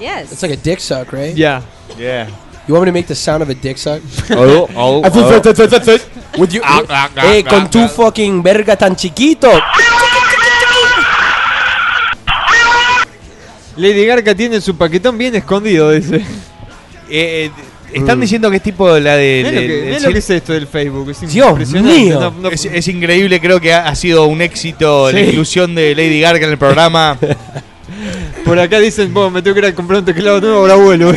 Yes.
it's like a dick suck, right?
Ya.
yeah.
You want me to make the sound of a dick suck?
Oh, oh,
I feel fit, fit, fit, fit, fit. With you,
Ah, ah, ah,
eh,
ah,
con tu
ah.
fucking verga tan chiquito.
Lady Garca tiene su paquetón bien escondido, dice.
Eh, eh, están diciendo que es tipo la de.
Mm. Mirá lo
de-
que,
de-
mirá lo que es esto del Facebook. Es
Dios
impresionante.
mío.
No- eh, no-
es, es increíble, creo que ha, ha sido un éxito la
Sí.
inclusión de Lady Gaga en el programa.
por acá dicen, vos, me tengo que ir a comprar un teclado nuevo ahora abuelo.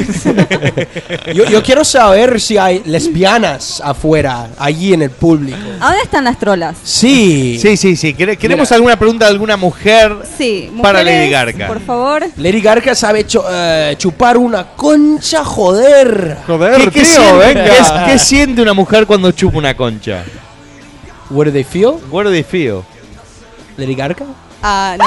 Yo, yo quiero saber si hay lesbianas afuera, allí en el público.
¿A dónde están las trolas?
Sí.
sí, sí, sí. Quere- queremos
Mira.
alguna pregunta de alguna mujer.
Sí, mujeres,
Para Lady Garca.
Por favor.
Lady Garca sabe cho- eh, chupar una concha, joder.
Joder,
¿Qué, qué
tío,
siente,
venga.
qué es- qué siente una mujer cuando chupa una concha?
What do they feel?
Guardo y fío.
Lady Garca?
Ah, no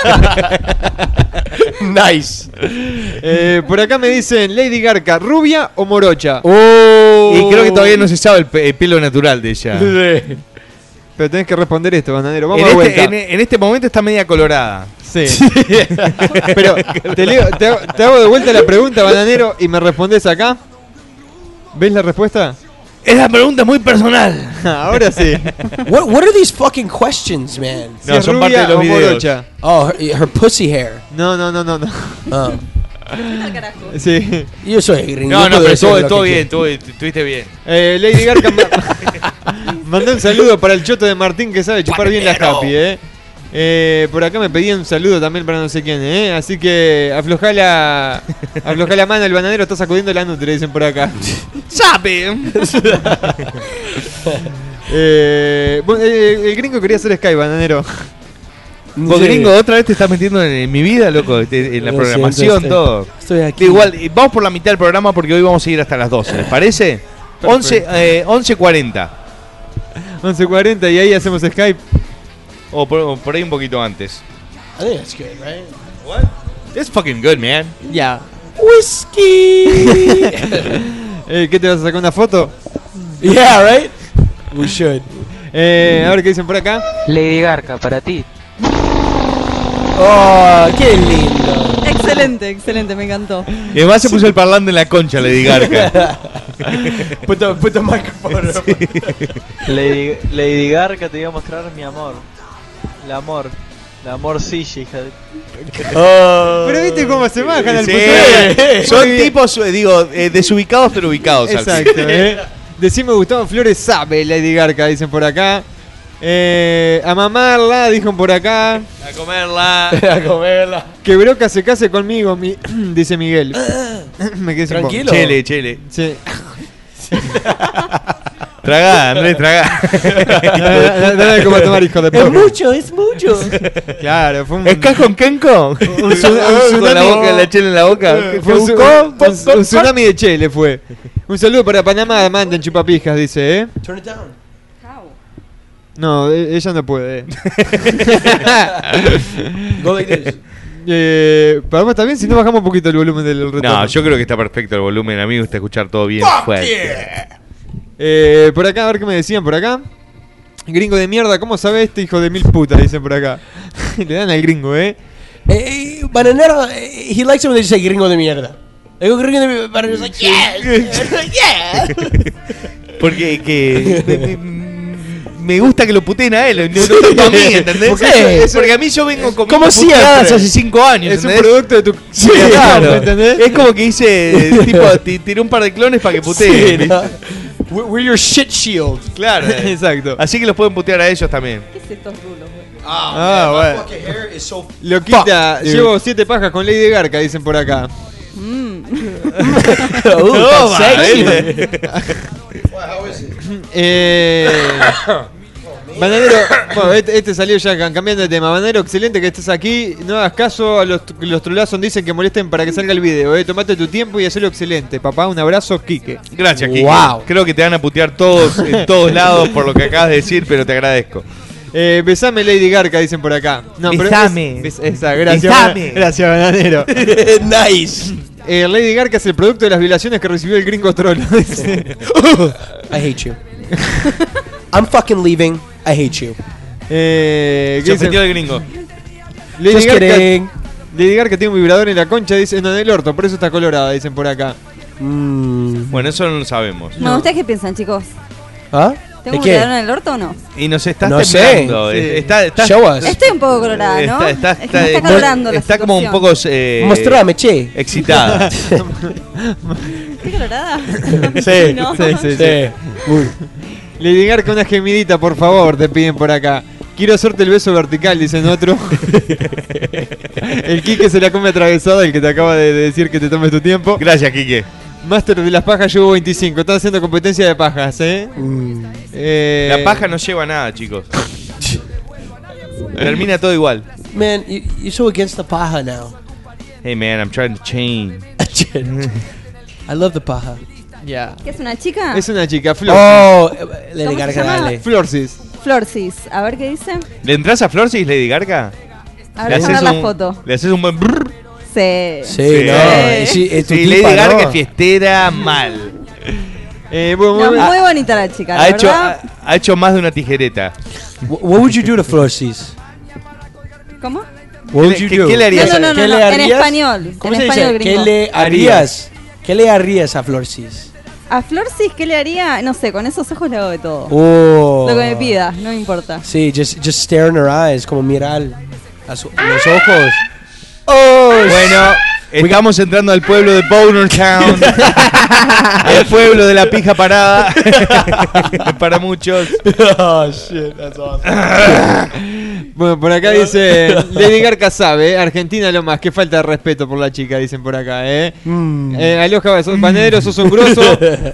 comento andar.
Nice.
Eh, por acá me dicen, Lady Garca, ¿rubia o morocha?
Y creo que todavía no se sabe el, pe- el pelo natural de ella. En
Pero tenés que responder esto, bananero. Vamos a
este,
vuelta.
en- en este momento está media colorada.
e- Sí. Pero te, leo- te hago, te hago de vuelta la pregunta, bananero, y me respondes acá. ¿Ves la respuesta?
Es la pregunta muy personal.
Ahora sí.
What, what are these fucking questions, man?
Si
No,
es
son
rubia
parte de los
o
videos.
morocha.
Oh, her, her pussy hair.
No, no, no, no, no.
Oh.
Ah,
Sí.
Yo soy gringo.
No,
yo
no,
puedo
pero
decir
estuvo
lo
estuvo
que
bien,
quiero.
estuvo- estuviste bien.
Eh, Lady Garca ma- mandó un saludo para el choto de Martín que sabe chupar bien la happy, eh. Eh, por acá me pedían un saludo también para no sé quién, ¿eh? Así que aflojá la, aflojá la mano, el bananero está sacudiendo la nutria, dicen por acá.
¡Sabe!
Eh, bueno, eh, el gringo quería hacer Sky, bananero.
Vos,
Sí.
gringo, otra vez te estás metiendo en, en mi vida, loco, este, en la
Lo
programación,
siento, estoy-
todo.
Estoy aquí.
Igual, eh, vamos por la mitad del programa porque hoy vamos a ir hasta las 12, ¿les parece? 11, eh, 11.40,
11.40 y ahí hacemos Skype.
o por, o por ahí un poquito antes.
I think that's good, right?
That's fucking good, man.
Yeah. Whiskey.
Eh, ¿Qué te vas a sacar una foto?
yeah, right? We should.
Eh, a ver qué dicen por acá.
Lady Garca, para ti.
Oh, qué lindo.
Excelente, excelente, me encantó.
Y además se puso el parlante en la concha, le diga Arca.
Put the, put the microphone up.
Lady, Lady Garca, te voy a mostrar mi amor. El amor. El amor silla, hija de...
Oh.
Pero viste cómo se bajan al
Sí,
puto-
Son
Muy bien.
tipos, eh, digo, eh, desubicados pero ubicados. al fin.
Exacto, ¿eh? Decime Gustavo Flores sabe, Lady Garca, dicen por acá. Eh, a mamarla, dijo por acá.
A comerla.
A comerla.
Que Broca se case conmigo, mi- dice Miguel. Me quedé sin voz.
Tranquilo.
Chele, chele.
Sí.
Tragá,
Ah,
Andrés, tragá.
Dale, dale cómo tomar, hijo de
Es
puta.
mucho, es mucho.
Claro, fue un.
¿Es con Kenko?
un tsu- un
Con la
tsunami-
boca, la chela en la boca.
Fue un, un- un tsunami de Chile fue. Un saludo para Panamá, manden chupapijas, dice, ¿eh?
Turn it down.
No, e- ella no puede.
Go like this.
eh, para vos también, si no bajamos un poquito el volumen del retorno.
No, yo creo que está perfecto el volumen, amigo. Está escuchar todo bien. fuerte.
Eh, por acá, a ver qué me decían por acá. Gringo de mierda, ¿cómo sabe este hijo de mil putas? Dicen por acá. Le dan al gringo, ¿eh?
Eh, eh, Bananero, eh, he likes it when they say gringo de mierda. They go gringo de mierda, Bananero's like, yeah, yeah.
Porque que. me- me- Me gusta que lo puten a él, no, no tanto a mí, ¿entendés?
Porque eso-
Porque a mí yo vengo comiendo
como siempre.
puteadas hace cinco años,
Es un
¿entendés?
producto de tu.
Sí,
¿me
claro.
¿Entendés?
Es como que hice, tipo, ti- tiré un par de clones para que puteen.
Sí, ¿no? We're we're your shit shield.
Claro. eh.
Exacto.
Así que los pueden putear a ellos también.
¿Qué es estos rulos, güey?
Ah, bueno.
Fucking Oh, hair is so
Loquita,
Fuck, dude.
llevo siete pajas con Lady Garca, dicen por acá.
Toma, eh.
Eh, Bananero, bueno, este, este salió ya cam- cambiando de tema. Bananero, excelente que estés aquí. No hagas caso a los, que los trolazos dicen que molesten para que salga el video. Eh. Tomate tu tiempo y hazlo excelente. Papá, un abrazo, Quique.
Gracias, Kiki.
Wow.
Creo que te van a putear todos en todos lados por lo que acabas de decir, pero te agradezco.
Eh, besame Lady Garca, dicen por acá. No, pero es-
Besame.
bes- esa, gracias.
Besame.
Bana- Gracias, Bananero.
nice.
Eh, Lady Garca es el producto de las violaciones que recibió el gringo trolo. dice.
I hate you. I'm fucking leaving. I hate you.
Eh, ¿qué
Se
dicen?
ofendió el gringo.
Lady
Just
Garca,
kidding.
Lady Garca tiene un vibrador en la concha, dicen, no, en el orto, por eso está colorada, dicen por acá.
Mm.
Bueno, eso no lo sabemos.
No, ¿ustedes qué piensan, chicos?
¿Ah?
¿Tengo
¿De
un
qué?
vibrador en el orto o no?
Y nos estás
No sé.
temblando.
Sí.
Eh, Está, está-
Show us.
Estoy un poco colorada, ¿no?
Está, está-
Es que me
está-
está colorando la
está como un
situación.
poco eh,
Mostrame, che.
excitada.
¿Estoy colorada?
Sí,
¿No?
sí, sí.
Uy.
Lady Garca, una gemidita, por favor, te piden por acá. Quiero hacerte el beso vertical, dicen otro. el Quique se la come atravesada, el que te acaba de de decir que te tomes tu tiempo.
Gracias, Kike.
Master de las pajas llevo 25, están haciendo competencia de pajas, ¿eh?
Mm.
Eh,
La paja no lleva nada, chicos. Termina todo igual.
Man, you, you're so against the paja now.
Hey man, I'm trying to change.
I love the paja.
¿Qué es una chica?
Es una chica, Flor.
Oh, le
¿Cómo
recarga
se llama?
dale.
Florsis.
Florcis. A ver qué dice.
¿Le entras a Florsis, Lady Garca?
A ver, déjame ver la foto.
Le haces un buen brrr.
Sí.
Sí,
Sí.
no. eh, Sí, es tu
Sí,
tipa,
Lady Garca
¿no?
es fiestera mal.
Eh, bueno,
No,
bueno,
muy bonita la chica, la
Ah. Ha hecho, ha,
verdad.
ha hecho más de una tijereta.
Wh- What would you do to Florcis?
¿Cómo?
What would
¿Qué-
you
qué-
do?
qué le harías?
No, no, no,
¿Qué
no,
le
en
harías?
español,
¿Cómo
en
se
español
dice? ¿Qué
gringo.
le harías? ¿Qué le harías a Florcis?
A Florcis, ¿qué le haría? No sé, con esos ojos le hago de todo.
Oh.
Lo que me pida, no me importa.
Sí, just, just stare in her eyes, como mirar a, su- a los ojos. Oh,
Bueno, Estamos entrando al pueblo de Boner Town. el pueblo de la pija parada. Para muchos.
Oh shit, that's awesome.
Bueno, por acá dice Lady Garca sabe, ¿eh? Argentina lo más, que falta de respeto por la chica, dicen por acá, ¿eh?
Mm.
Mm.
Eh, Aloha, sos panadero, sos un grosso,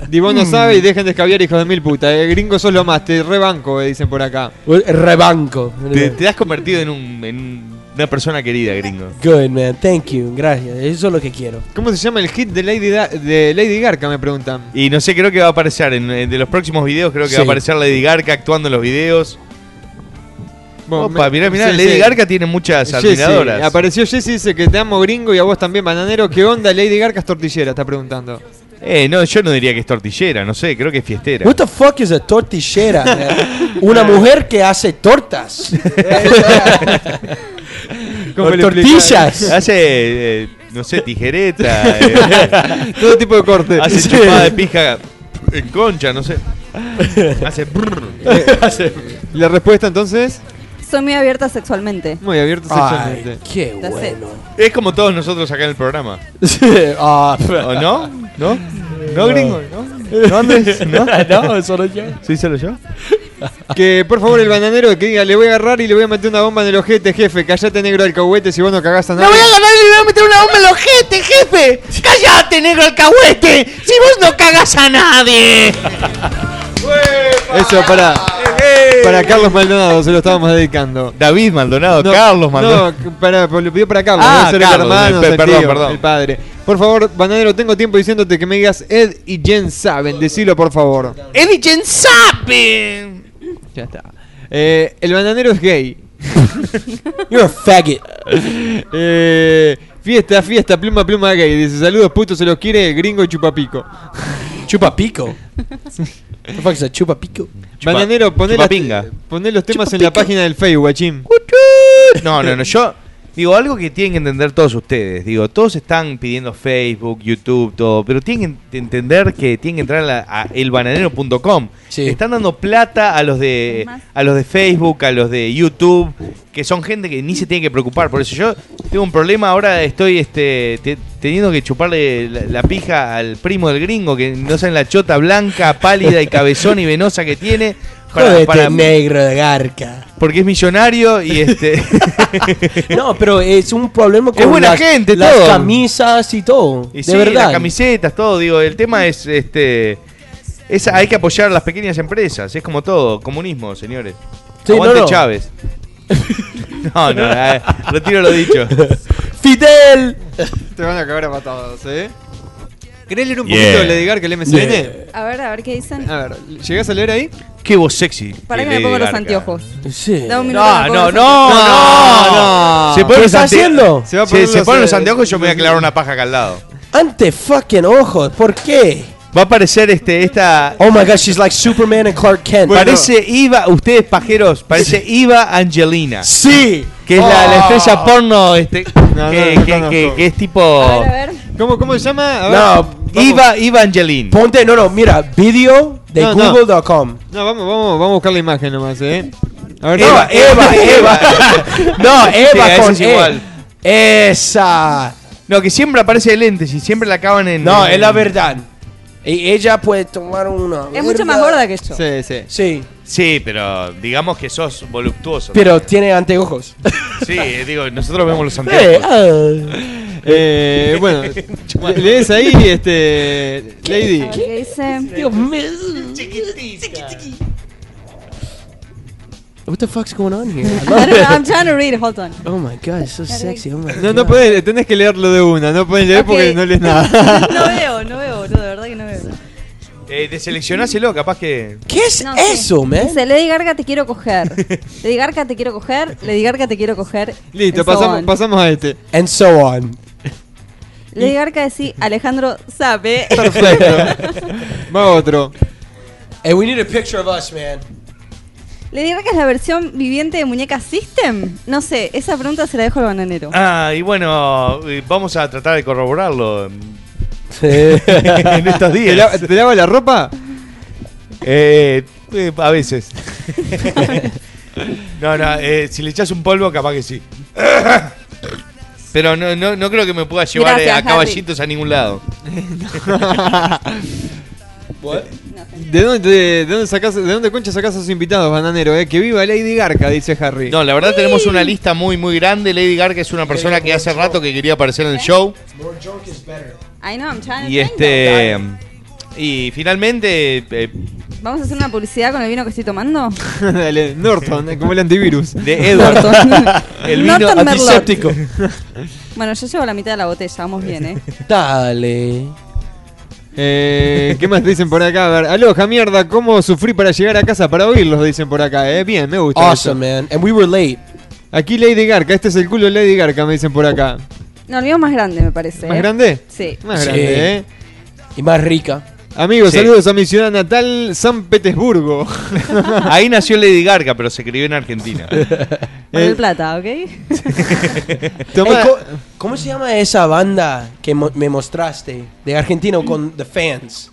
Divón
Mm.
no sabe y dejen de escabiar, hijos de mil puta. eh, gringo sos lo más, te rebanco, eh, dicen por acá.
Rebanco.
Te, te has convertido en, un- en un- una persona querida, gringo.
Good, man. Thank you. Gracias. Eso es lo que quiero.
¿Cómo se llama el hit de Lady, Da- de Lady Garca? Me preguntan.
Y no sé, creo que va a aparecer en, en- de los próximos videos, creo que
Sí.
va a aparecer Lady Garca actuando en los videos.
Bueno,
Opa,
me-
mirá, mirá,
sí,
Lady
sí.
Garca tiene muchas
Jessy,
admiradoras.
Apareció Jessy, dice que te amo gringo y a vos también, bananero. ¿Qué onda? Lady Garca es tortillera, está preguntando.
Eh, no, yo no diría que es tortillera, no sé, creo que es fiestera.
What the fuck is a tortillera? man? Una mujer que hace tortas.
¿Cómo
O
le
tortillas.
Hace, eh, no sé, tijereta, eh,
explicás? Todo tipo de corte.
hace
Sí.
chupada de pija en concha, no sé. Hace brrr.
La respuesta entonces,
Soy muy abierta sexualmente.
muy abierto
Ay,
sexualmente.
qué
That's it.
bueno.
Es como todos nosotros acá en el programa.
Ah,
¿O no? ¿No? ¿No, gringo? ¿No? ¿No, Andrés? ¿No?
no, solo yo.
¿Soy solo yo?
Que por favor el bananero que diga, le voy a agarrar y le voy a meter una bomba en el ojete, jefe. Callate negro alcahuete si vos no cagás a nadie.
agarrar y le voy a meter una bomba en el ojete, jefe. ¡Cállate, negro alcahuete! Si vos no cagas a nadie.
Eso para, para Carlos Maldonado se lo estábamos dedicando.
eh. David Maldonado,
No,
Carlos Maldonado.
No, para, lo pidió para Carlos.
Ah,
debe ser el
Carlos,
hermano,
pe-
el
perdón,
tío,
perdón.
el padre. Por favor, bananero, tengo tiempo diciéndote que me digas Ed y Jen saben. Decilo, por favor.
Eddie Jen sabe.
Ya está. Eh, el bananero es gay.
You're a faggot.
Eh, fiesta, fiesta, pluma, pluma gay. Dice, saludos putos, se los quiere gringo chupapico.
Chupa pico. What the fuck is a chupa pico?
Chupa-
Bananero, poné, las-
chupapinga.
poné los temas en la página del Facebook, guachín.
No, no, no. Yo digo algo que tienen que entender todos ustedes. Digo, todos están pidiendo Facebook, YouTube, todo. Pero tienen que ent- entender que tienen que entrar a, la- a elbananero.com.
Sí.
Están dando plata a los de a los de Facebook, a los de YouTube, que son gente que ni se tiene que preocupar. Por eso yo tengo un problema. Ahora estoy este, te- teniendo que chuparle la, la pija al primo del gringo, que no saben la chota blanca, pálida y cabezón y venosa que tiene.
Jódete, negro de garca.
porque es millonario y este.
No, pero es un problema con
Es buena
las,
gente,
las
todo.
camisas y todo.
Y
de
sí,
verdad.
las camisetas, todo, digo, el tema es este es, hay que apoyar a las pequeñas empresas, es como todo, comunismo, señores.
Sí,
Aguante
no, no.
Chávez. no, no, eh, retiro lo dicho.
¡Fidel!
Te van a cagar a patadas, ¿eh? ¿Querés leer un
Yeah.
poquito de Lady Garca, el MCN?
A ver, a ver qué dicen.
A ver, ¿llegás a leer ahí?
Qué voz sexy.
Para que
de
me pongo los
Garca.
anteojos.
Sí.
Dame un minuto.
No,
me pongo
no, no,
los
no,
No, no.
Se
¿Qué
ponen los
está
ante-
haciendo?
Se va a
Sí,
poner
se
los,
ponen los
eh,
anteojos, yo me voy a clavar una paja acá al lado.
Ante fucking ojos, ¿por qué?
Va a aparecer este esta
Oh my god, she's like Superman and Clark Kent.
parece Iva, ustedes pajeros, parece Iva Angelina.
Sí.
Que es la, la estrella porno este,
no,
que,
no
que-
conozco.
que- que es tipo
anteojos. A ver, a ver.
¿Cómo, cómo se llama? A ver,
No,
vamos.
Iva Evangeline.
Ponte, no, no, mira, video de
No, no.
google.com.
No, vamos, vamos, vamos a buscar la imagen nomás, ¿eh? A ver,
Eva, Eva, Eva.
No, Eva
Sí, a eso
con
es
E.
igual.
Esa.
E. No, que siempre aparece de lentes y siempre la acaban en.
No,
en-
es la verdad. Y ella puede tomar una.
Es mucho más gorda que yo.
Sí, sí.
Sí,
Sí, pero digamos que sos voluptuoso.
pero tiene anteojos.
Sí, eh, digo, nosotros vemos los
Eh,
anteojos.
ah.
Eh, bueno, le- lees ahí, este.
A
Lady.
ver qué dice.
Dios mío. What the fuck's going on here? I
I
love
don't know,
it.
I'm trying to read it, hold on.
Oh my god, it's so sexy. Oh my
No, no
God.
podés, tenés que leerlo de una, no podés leer
Ok.
porque no lees nada.
No veo, no veo, no, de verdad que no veo.
Eh, te seleccionáselo, capaz que.
¿Qué es
No, sí.
eso,
¿Eh?
man?
Dice, Lady Garga te quiero coger. Lady Garga te quiero coger. Lady Garga te quiero coger.
Listo,
and so
pasamos,
on.
pasamos a este.
And so on.
Lady Garga decía, Alejandro sabe.
Perfecto. Va otro.
Hey, Eh, we need a picture of us, man.
Lady Garga es la versión viviente de Muñeca System. No sé, esa pregunta se la dejo al bananero.
Ah, y bueno, eh, vamos a tratar de corroborarlo en en estos
¿Te, la-
días.
te lava la ropa?
Eh, eh, a veces. No, no, eh, si le echas un polvo, capaz que sí. Pero no, no, no creo que me pueda llevar
Gracias,
eh, a
Harry.
caballitos a ningún lado.
¿De dónde, de dónde sacás, de dónde concha sacás a sus invitados, bananero? Eh? Que viva Lady Garca, dice Harry.
No, la verdad tenemos una lista muy, muy grande. Lady Gaga es una persona que hace rato que quería aparecer
¿Eh?
en el show.
I know, I'm trying to
Y
think
este. Y finalmente. eh,
of- ¿Vamos a hacer una publicidad con el vino que estoy tomando?
Dale, Norton, eh, como el antivirus.
de Edward. El vino
Norton Merlot.
Antiséptico.
Bueno, yo llevo la mitad de la botella, vamos bien, ¿eh?
Dale.
Eh, ¿Qué más dicen por acá? A ver, aloja, mierda, ¿cómo sufrí para llegar a casa para oírlos? Dicen por acá, eh. Bien, me gusta. eso.
Awesome, man. And we were late.
Aquí Lady Garca, este es el culo de Lady Garca, me dicen por acá.
No, el mío es más grande, me parece.
¿Más
¿eh?
grande?
Sí.
Más
Sí.
grande, eh.
Y más rica.
Amigos,
Sí.
saludos a mi ciudad natal, San Petersburgo.
Ahí nació Lady Gaga, pero se crió en Argentina.
Por
Eh,
el plata, ¿ok?
Tomá-
Ey, co- ¿Cómo se llama esa banda que mo- me mostraste de argentino con The Fans?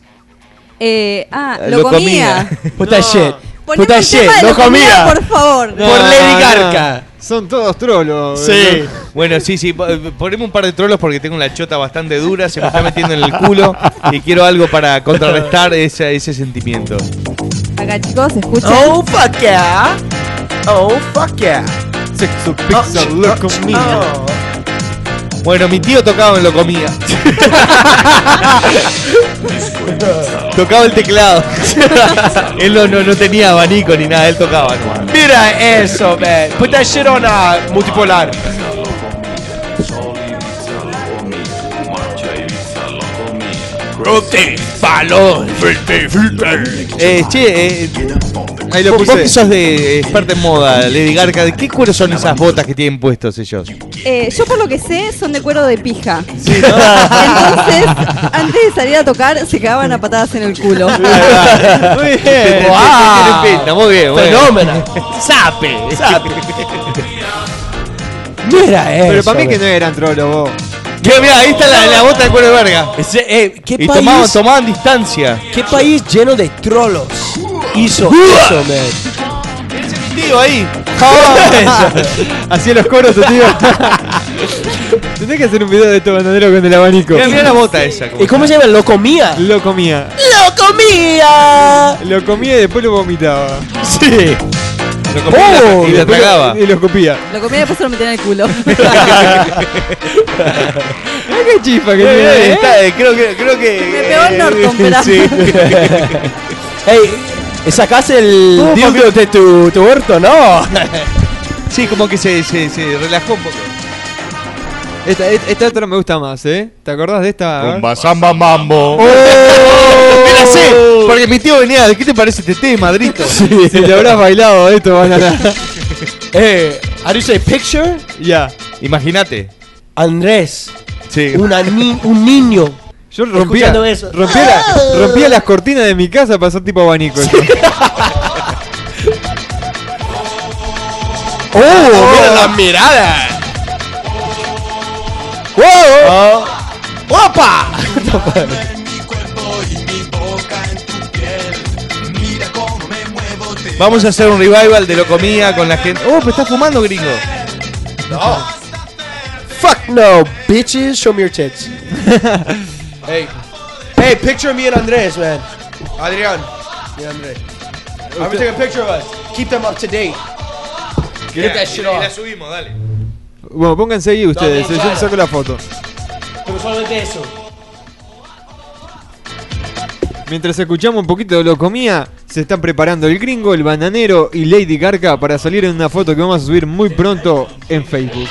Eh, ah,
Eh,
lo,
lo
comía.
comía.
Put that shit.
Poneme
Put that
el
shit.
tema de
No
lo comía,
comía.
por favor.
No. por Lady Garca.
Son todos trolos.
Sí.
¿no?
Bueno, sí, sí, po- eh, poneme un par de trolos porque tengo la chota bastante dura, se me está metiendo en el culo y quiero algo para contrarrestar ese, ese sentimiento.
Acá, chicos, escuchen.
Oh, fuck yeah. Oh, fuck yeah.
Sexo,
Ah,
pizza, loco, mía.
Oh.
Bueno, mi tío tocaba en lo comía. tocaba el teclado. él no, no, no tenía abanico ni nada, él tocaba nomás.
Mira eso, man. Put that shit on uh, multipolar.
Eh, che, eh,
Ahí lo
vos, vos que
puse.
sos de experta en moda, Lady Garca, ¿de qué cuero son esas botas que tienen puestos ellos?
Eh, yo por lo que sé son de cuero de pija.
Sí, ¿no?
Entonces, antes de salir a tocar, se cagaban a patadas en el culo.
Muy bien.
Wow. Tienen pinta, muy bien, bueno.
Fenómeno. Sape, sape. Mira eso. eh.
Pero para mí
man.
que no eran trolos vos.
Mira, mira, ahí está la, la bota de cuero de verga.
Ese, eh, ¿qué,
Y
país,
tomaban, tomaban distancia.
¿Qué país lleno de trolos hizo eso, man?
Tío, ahí.
Así en los coros, tu tío. Tenés que hacer un video de esto bananero con el abanico.
Mira, mira la bota esa. como-
¿Y cómo se llama? ¿Lo comía?
Lo comía.
¡Lo comía!
Lo comía y después lo vomitaba.
Sí.
Lo comía y la-
Oh,
y la
después lo-
tragaba.
Y lo copía.
Lo comía y después se lo metía en el culo.
Ay, qué chifa que
Eh,
tiene.
eh, está, eh, creo que. Creo que
Me pegó el Norton, pero-
Ey, sacaste el
Oh,
dildo de tu, tu orto, ¿no?
Sí, como que se, se, se relajó un poco.
Esta, esta, esta otra me gusta más, ¿eh? ¿Te acordás de esta? A ver.
samba, mambo. Mira, sí,
Oh.
porque mi tío venía. ¿de ¿Qué te parece este tema, Drito?
Si te habrás bailado esto, banana.
Eh, how do you say picture?
Ya.
Imagínate.
Andrés,
Sí.
una ni- un niño.
Yo rompía,
Escuchando eso.
rompía, la- rompía las cortinas de mi casa para hacer tipo abanico. yo.
¡Oh! ¡Mira la mirada! ¡Wow! ¡Opa!
Vamos a hacer un revival de lo comía con la gente. Oh, pero está fumando, gringo.
Fuck no, bitches, show me your tits. hey. Hey, picture me and Andres, man. Adrián. Yeah, Andres. I'm gonna take a picture of us. Keep them up to date. Get that shit off.
subimos, dale.
Bueno, pónganse ahí ustedes,
No,
eh, yo les saco la foto.
Pero solamente eso.
Mientras escuchamos un poquito de lo comía, se están preparando el gringo, el bananero y Lady Garca para salir en una foto que vamos a subir muy pronto en Facebook.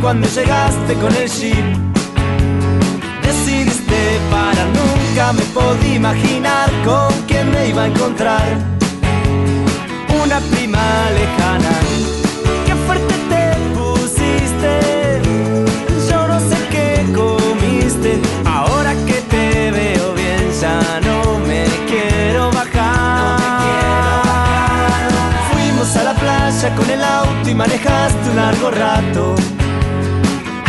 cuando llegaste con el jeep. Decidiste para nunca me podía imaginar con quién me iba a encontrar. Una prima lejana. Qué fuerte te pusiste. Yo no sé qué comiste. Ahora que te veo bien ya no me quiero bajar. Fuimos a la playa con el auto y manejaste un largo rato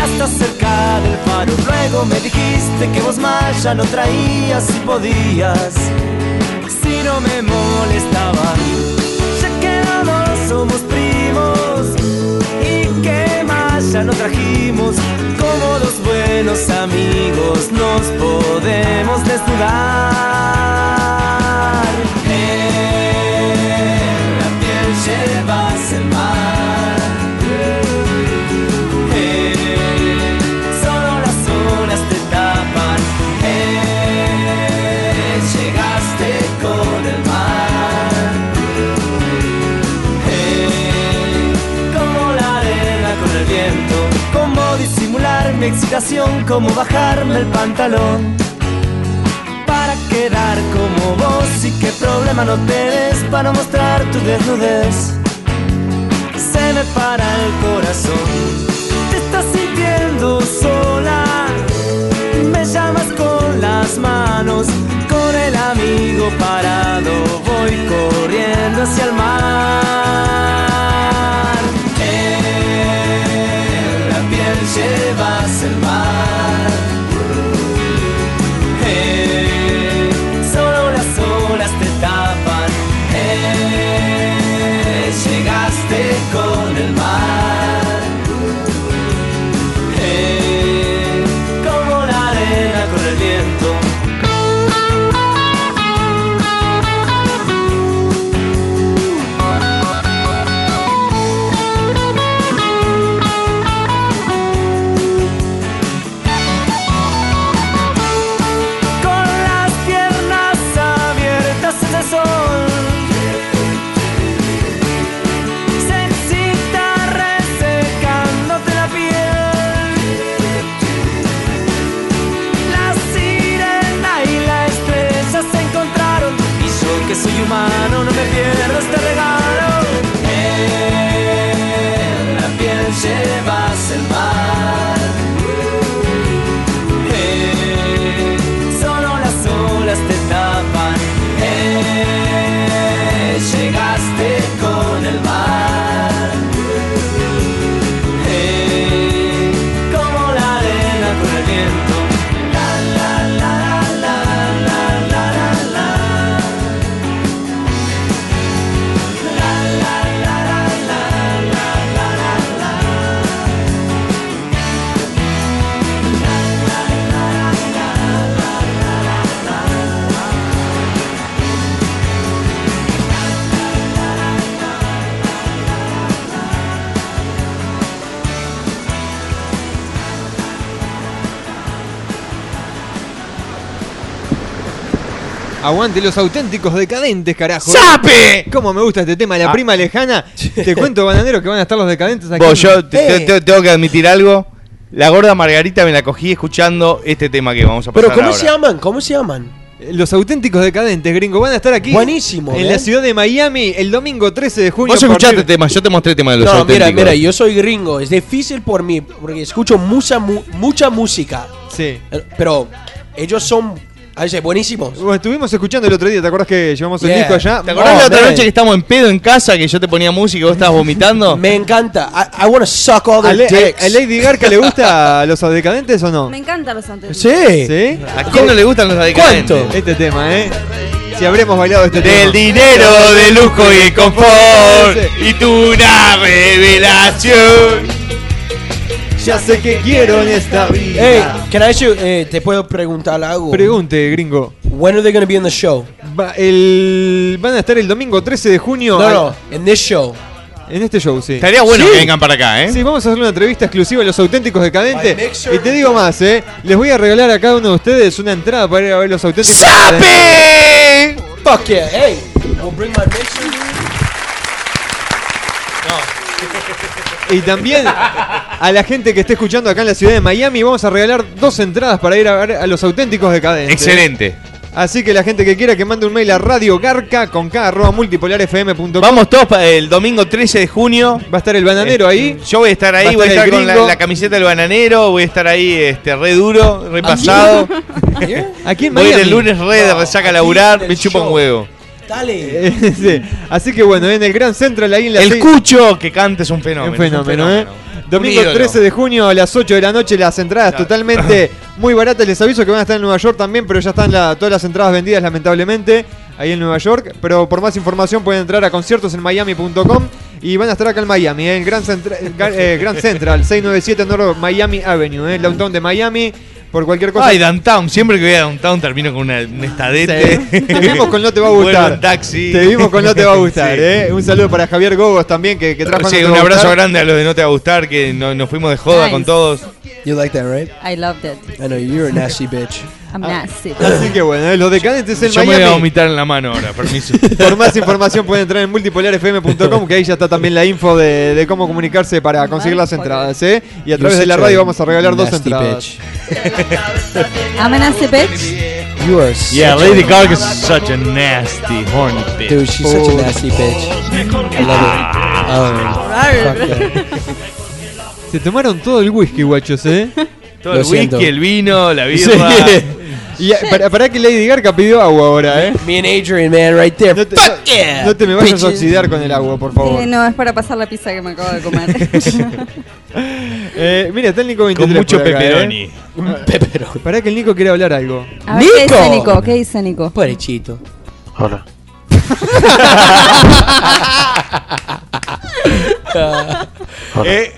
hasta cerca del faro. Luego me dijiste que vos más ya no traías y podías. Si no me molestaba, ya que los dos somos primos y que más ya no trajimos. Como dos buenos amigos nos podemos desnudar. En la piel llevas el mar. Eh, Solo las olas te tapan. Eh, Llegaste con el mar. Eh, Como la arena con el viento. Como disimular mi excitación. Como bajarme el pantalón. Para quedar como vos y qué problema no tenés para mostrar tu desnudez. Se me para el corazón te estás sintiendo sola. Me llamas con las manos, con el amigo parado, voy corriendo hacia el mar. En la piel llevas el mar. Eh, Solo las olas te tapan. Eh, Llegaste con el mar. Eh, como la arena con el viento. Con las piernas abiertas en el sol, se excita resecándote la piel. La sirena y la estrella se encontraron y yo que soy humano no me pierdo este regalo. En la piel llevas el mar. Eh, Solo las olas te tapan. Eh, Llegaste con el mar. Eh, Como la arena con el viento. La, la, la, la, la, la, la, la. La, la, la, la, la, la, la, la,
Aguante los auténticos decadentes, carajo.
¡Sape!
¿Cómo me gusta este tema? La
Ah.
prima lejana. Te cuento, bananero, que van a estar los decadentes aquí.
Vos, yo te- te-
Eh.
te- tengo que admitir algo. La gorda Margarita me la cogí escuchando este tema que vamos a pasar
Pero ¿cómo
ahora.
se llaman? ¿Cómo se llaman?
Los auténticos decadentes, gringo, van a estar aquí.
Buenísimo,
En
man.
la ciudad de Miami el domingo 13 de junio.
¿eh? Vos
a
escuchaste
partir-
temas, yo te mostré temas de los
No, mira,
auténticos.
mira, yo soy gringo. Es difícil por mí porque escucho mucha, mu- mucha música.
Sí.
Eh, Pero ellos son, a veces, buenísimos.
Bueno, estuvimos escuchando el otro día, ¿te acordás que llevamos el
Yeah.
disco allá?
¿Te acordás
Oh,
la otra
man.
noche que estábamos en pedo en casa que yo te ponía música y vos estabas vomitando?
Me encanta. I, I wanna suck all
¿A,
their
Le-
dicks.
a- a Lady Gaga le gusta a los decadentes o no?
Me encantan los antes.
Sí.
¿Sí?
¿A quién no le gustan los decadentes?
¿Cuánto?
Este tema, ¿eh? Si habremos bailado este tema.
Del dinero, de lujo y de confort Y tu una revelación
Ya sé que quiero en esta vida.
Hey, can I ask you, eh, te puedo preguntar algo.
Pregunte, gringo.
When are they gonna be in the show?
Va- el- van a estar el domingo 13 de junio
No,
al-
no, in this show.
en este show, sí.
Estaría bueno que vengan para acá, ¿eh?
Sí, vamos a hacer una entrevista exclusiva a los auténticos decadentes.
By Mixer.
Y te digo más, ¿eh? Les voy a regalar a cada uno de ustedes una entrada para ir a ver los auténticos decadentes.
¡Sape!
Fuck yeah, hey. We'll bring my mixer.
Y también a la gente que esté escuchando acá en la ciudad de Miami, vamos a regalar dos entradas para ir a ver a los auténticos
Este.
decadentes.
Excelente.
Así que la gente que quiera que mande un mail a Radio Garca con K arroba multipolarfm.com.
Vamos todos pa- el domingo 13 de junio.
Va a estar el bananero ahí.
Eh, Yo voy a estar ahí,
Va a
voy a
estar
estar
el
con la,
gringo.
la camiseta del bananero, voy a estar ahí este, re duro, re pasado.
Aquí en
Voy
Miami.
el lunes re de resaca a laburar,
del
me chupa un
show.
huevo.
Dale. Así que bueno, en el Grand Central ahí en la
El
seis-
cucho que canta es un fenómeno.
Un fenómeno,
es
¿eh? Domingo
Un ídolo.
13 de junio a las 8 de la noche las entradas totalmente muy baratas. Les aviso que van a estar en Nueva York también, pero ya están la- todas las entradas vendidas lamentablemente ahí en Nueva York. Pero por más información pueden entrar a conciertos en miami.com y van a estar acá en Miami, ¿eh? en Grand, Centra- eh, Gar- eh, Grand Central, 697 North Miami Avenue, ¿eh? el downtown de Miami. Por cualquier cosa.
Ay, Downtown, siempre que voy a Downtown termino con una, un estadete.
Sí. Te vimos con No Te Va a Gustar.
Vuelvo en taxi.
Te vimos con No Te Va a Gustar.
Sí.
¿eh? Un saludo para Javier Gogos también, que, que trabaja en
Sí,
No Te
un
Va a
abrazo
Gustar.
grande a los de No Te Va a Gustar, que no- nos fuimos de joda
Nice.
con todos.
You like that, right?
I loved it.
I know you're a nasty bitch.
I'm
Ah.
nasty.
Así que bueno, ¿eh? los decadentes en
Yo me voy a
Miami.
vomitar en la mano ahora, permiso.
Por más información pueden entrar en multipolarfm.com, que ahí ya está también la info de, de cómo comunicarse para conseguir las entradas, ¿eh? Y a través de la radio vamos a regalar dos entradas.
I'm a nasty bitch.
You are
Yeah,
such a-
Lady Gaga is such a nasty, horny bitch.
Dude, she's such a nasty bitch. I love it. Oh, fuck that.
Se tomaron todo el whisky, guachos, ¿eh?
Todo el
Lo siento.
whisky, el vino, la
Sí.
birra.
Y eh, para, para que Lady Garca pidió agua ahora, ¿eh?
Me and Adrian, man, right there.
No te,
Fuck
no-
yeah!
no te me vayas a
bitches.
oxidar con el agua, por favor.
Eh, no, es para pasar la pizza que me acabo de comer.
Eh, mira, está el Nico 23
Con mucho
por acá,
pepperoni.
Pepperoni.
Para que el Nico quiere hablar algo.
A ver, ¿qué dice
¡Nico!
Nico? ¿Qué dice Nico?
Parechito.
Hola.
Eh,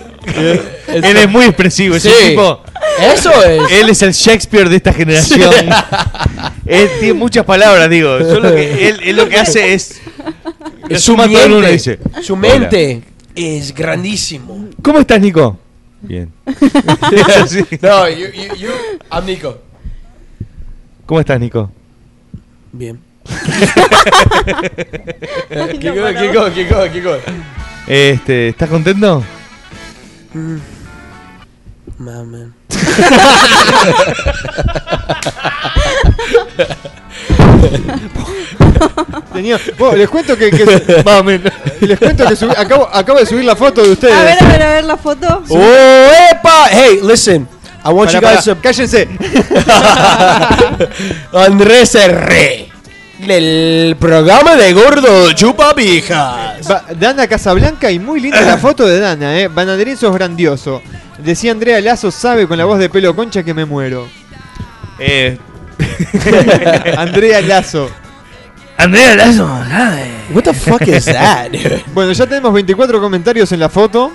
Él es muy expresivo, ese
Sí.
tipo.
Eso es.
Él es el Shakespeare de esta generación. él tiene muchas palabras, digo. Solo que él, él lo que hace es.
Es
suma todo en una, dice.
Su mente es grandísimo.
¿Cómo estás, Nico? Bien. Sí.
No, you, you, you, I'm Nico.
¿Cómo estás, Nico?
Bien.
Ay,
Keep going,
no, para
keep
vos.
going, keep going, keep going.
Este, ¿Estás contento?
Nah, man.
Tenía- Vos, les cuento que, que-
Más o menos.
les cuento que subí- acabo, acabo de subir la foto de ustedes.
A ver, a ver, a ver la foto.
Oh, epa! Hey, listen. I want
Pará,
you guys
pará, Cállense.
to. Andrés R. Del programa de gordo chupa pijas.
Ba- Dana Casablanca y muy linda la foto de Dana, eh. Banaderín sos grandioso. Decía Andrea Lazo, sabe con la voz de pelo concha que me muero.
Eh,
Andrea Lazo.
Andrea Lazo.
What the fuck is that, dude?
Bueno, ya tenemos 24 comentarios en la foto.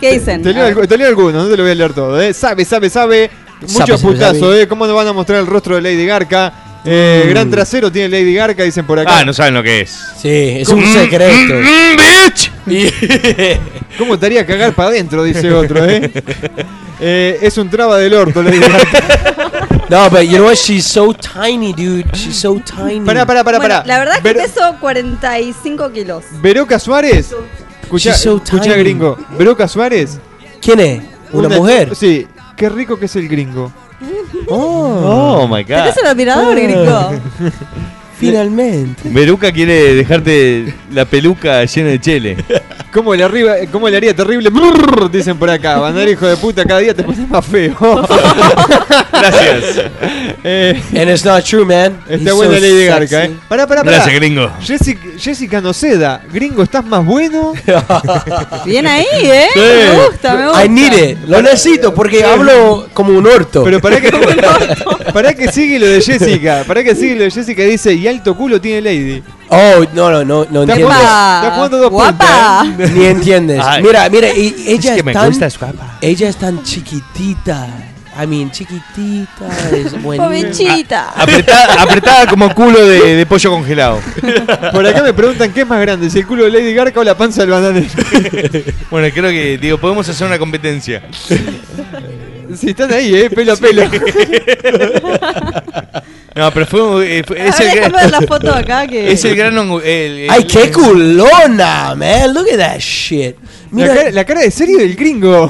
¿Qué dicen?
Te leo,
A
algu-
ver.
te leo algunos, no te lo voy a leer todo. eh. Sabe, sabe, sabe.
Sabe,
Muchos
sabe,
putazos,
sabe.
eh. ¿Cómo nos van a mostrar el rostro de Lady Garca? Eh, Gran trasero tiene Lady Garca, dicen por acá.
Ah, no saben lo que es.
Sí, es un secreto.
Mm, bitch.
¿Cómo estaría cagar para adentro? Dice otro, ¿eh? Eh, Es un traba del orto, Lady Garca.
no, but you know what? She's so tiny, dude. She's so tiny.
Mm. Pará, pará, pará,
Bueno,
pará.
la verdad es que
Ver-
peso 45 kilos.
Veroca Suárez. Escucha,
She's so tiny.
gringo. Veroca Suárez.
¿Quién es? Una, mujer.
Sí. Qué rico que es el gringo.
Oh my god.
¿Tenés Este el admirador,
Uh.
gringo?
Finalmente.
Veruca quiere dejarte la peluca llena de chele.
¿Cómo le, arriba, cómo le haría terrible? Brrr, dicen por acá. Bandar hijo de puta, cada día te pones más feo.
Gracias.
Eh,
And it's not true, man.
está buena Lady Garca, ¿eh? Pará, pará, pará.
Gracias, gringo.
Jessica, Jessica Noceda. Gringo, ¿estás más bueno?
Bien ahí, ¿eh?
Sí.
Me gusta, me gusta.
I need it. Lo necesito porque hablo como un orto.
Pero para que, para que sigue lo de Jessica. Para que sigue lo de Jessica. Dice, y alto culo tiene Lady.
oh, no, no, no, no
Está
entiendes.
jugando,
Epa,
está jugando dos
guapa.
puntas, eh.
Ni entiendes.
Ay.
Mira, mira, e- ella es,
que me
tan,
gusta, es guapa.
Ella es tan chiquitita. I mean, chiquitita. Es buenísima.
Pobrecita.
Apretada, apretada como culo de, de pollo congelado.
Por acá me preguntan qué es más grande, si el culo de Lady Garca o la panza del bananero.
Bueno, creo que, digo, podemos hacer una competencia.
Si están ahí, eh, pelo a pelo.
No, pero fue, eh, fue-
A
es,
Ah,
ver,
el,
déjame ver la
gran-
foto acá que.
es el gran... ongu- el- el-
¡Ay, qué culona, man! Look at that
Eh,
shit. eh,
La cara, la cara de serio del gringo.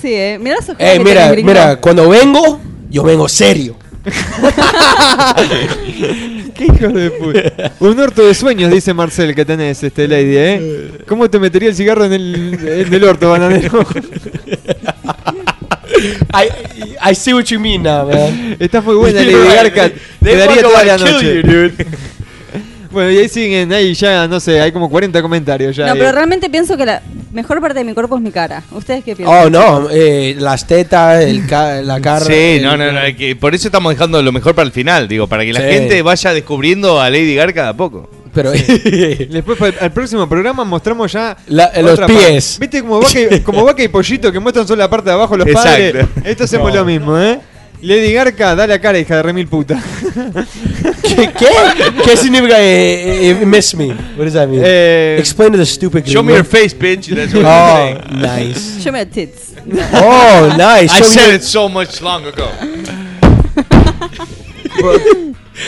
Sí, eh. Mirá esos ojos.
Eh, mira, mira, cuando vengo, yo vengo serio.
Qué hijo de puta. Un orto de sueños, dice Marcel, que tenés, este lady, ¿eh? ¿Cómo te metería el cigarro en el, en el orto, bananero?
I, I see what you mean now, man.
Estás muy buena, Lady Garca. Te daría toda la noche. Bueno, y ahí siguen, ahí ya, no sé, hay como 40 comentarios ya.
No,
ahí.
pero realmente pienso que la mejor parte de mi cuerpo es mi cara. ¿Ustedes qué piensan?
Oh, no, eh, las tetas, el ca- la cara.
Sí,
el-
no, no, no, que por eso estamos dejando lo mejor para el final, digo, para que la
Sí.
gente vaya descubriendo a Lady Gaga cada poco.
Pero
Después para el- al próximo programa mostramos ya
La- eh, los
otra
pies.
parte. ¿Viste como vaca, y, como vaca y pollito que muestran solo la parte de abajo los padres?
Exacto.
Esto hacemos
No.
lo mismo, ¿eh? Lady Garca, da la cara, hija de remil puta.
¿Qué? ¿Qué? ¿Qué significa eh, eh, miss me? What does that mean?
Eh,
Explain to the stupid
Show me
gringo.
your face, bitch. That's what I'm
Oh,
saying.
nice.
Yo me tits.
Oh, nice.
I
Show me
said
your-
it so much long ago.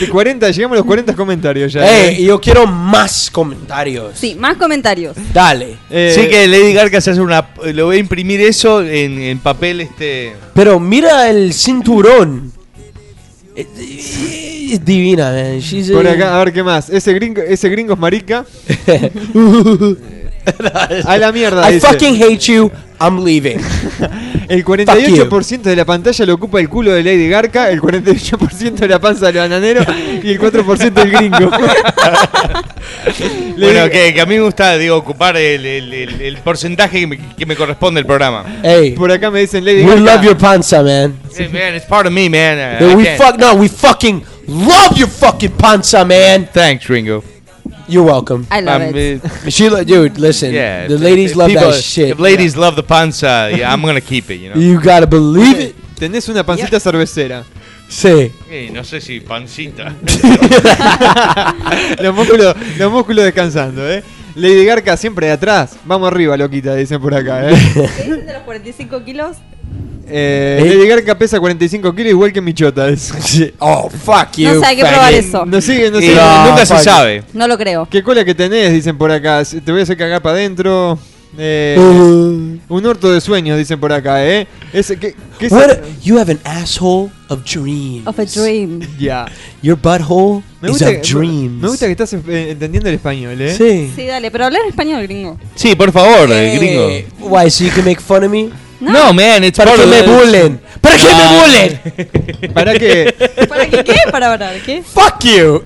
de 40, llegamos a los 40 comentarios ya. ¿eh?
Ey, yo quiero más comentarios.
Sí, más comentarios.
Dale.
Eh,
sí que Lady Gaga se hace una... eh, Lo voy a imprimir eso en, en papel este...
Pero mira el cinturón. Eh, eh, Es divina, man. She's a-
Por acá, a ver qué más. Ese gringo, ese gringo es marica. A la mierda.
I
dice.
fucking hate you. I'm leaving.
El 48% de la pantalla lo ocupa el culo de Lady Garca, el 48% de la panza del bananero y el 4% del gringo. Le
Bueno,
digo-
que, que a mí me gusta, digo, ocupar el, el- el- el porcentaje que me, que me corresponde al programa.
Hey,
Por acá Eh, me dicen Lady
we
Garca.
love your panza, man.
Hey, man, it's part of me, man. I- I
No, we
can't.
fuck no, we fucking love your fucking panza, man.
Thanks, Ringo.
You're welcome.
I love
Um,
it.
eh,
She, lo- dude, listen.
yeah,
the
if-
ladies
if
love
people-
that shit.
If ladies love the panza, yeah, I'm gonna keep it, you know.
You gotta believe it.
Tenés una pancita cervecera.
Sí.
Eh, no sé si pancita.
los, músculos, los músculos descansando, ¿eh? Lady Garca siempre de atrás. Vamos arriba, loquita, dicen por acá, ¿eh?
¿Qué dicen de los 45 kilos?
Eh,
¿Eh?
Lady Garca pesa 45 kilos igual que Michota. dice.
Oh, fuck you.
No sé, hay que
faggot.
probar eso.
No sigue, no
Y
sigue.
nunca se
Ah, fuck.
sabe.
No lo creo.
¿Qué cola que tenés? Dicen por acá. Si- Te voy a hacer cagar para adentro. Eh,
Uh,
un orto de sueños, dicen por acá, ¿eh? Ese, ¿qué, qué es-
what a- you have an asshole of dreams.
Of a dream.
Ya.
Your butthole
Me
is
gusta,
of
que,
dreams.
me gusta que estás eh, entendiendo el español, ¿eh?
Sí.
Sí, dale, pero hablar español, gringo.
Sí, por favor, eh,
Eh,
gringo.
Why? So you can make fun of me?
No.
No, man, it's
Para
part
que
of
me
the-
bulen. Para que me
Ah.
bulen.
Para que
¿Para qué? ¿Qué? Para hablar, ¿qué?
Fuck you.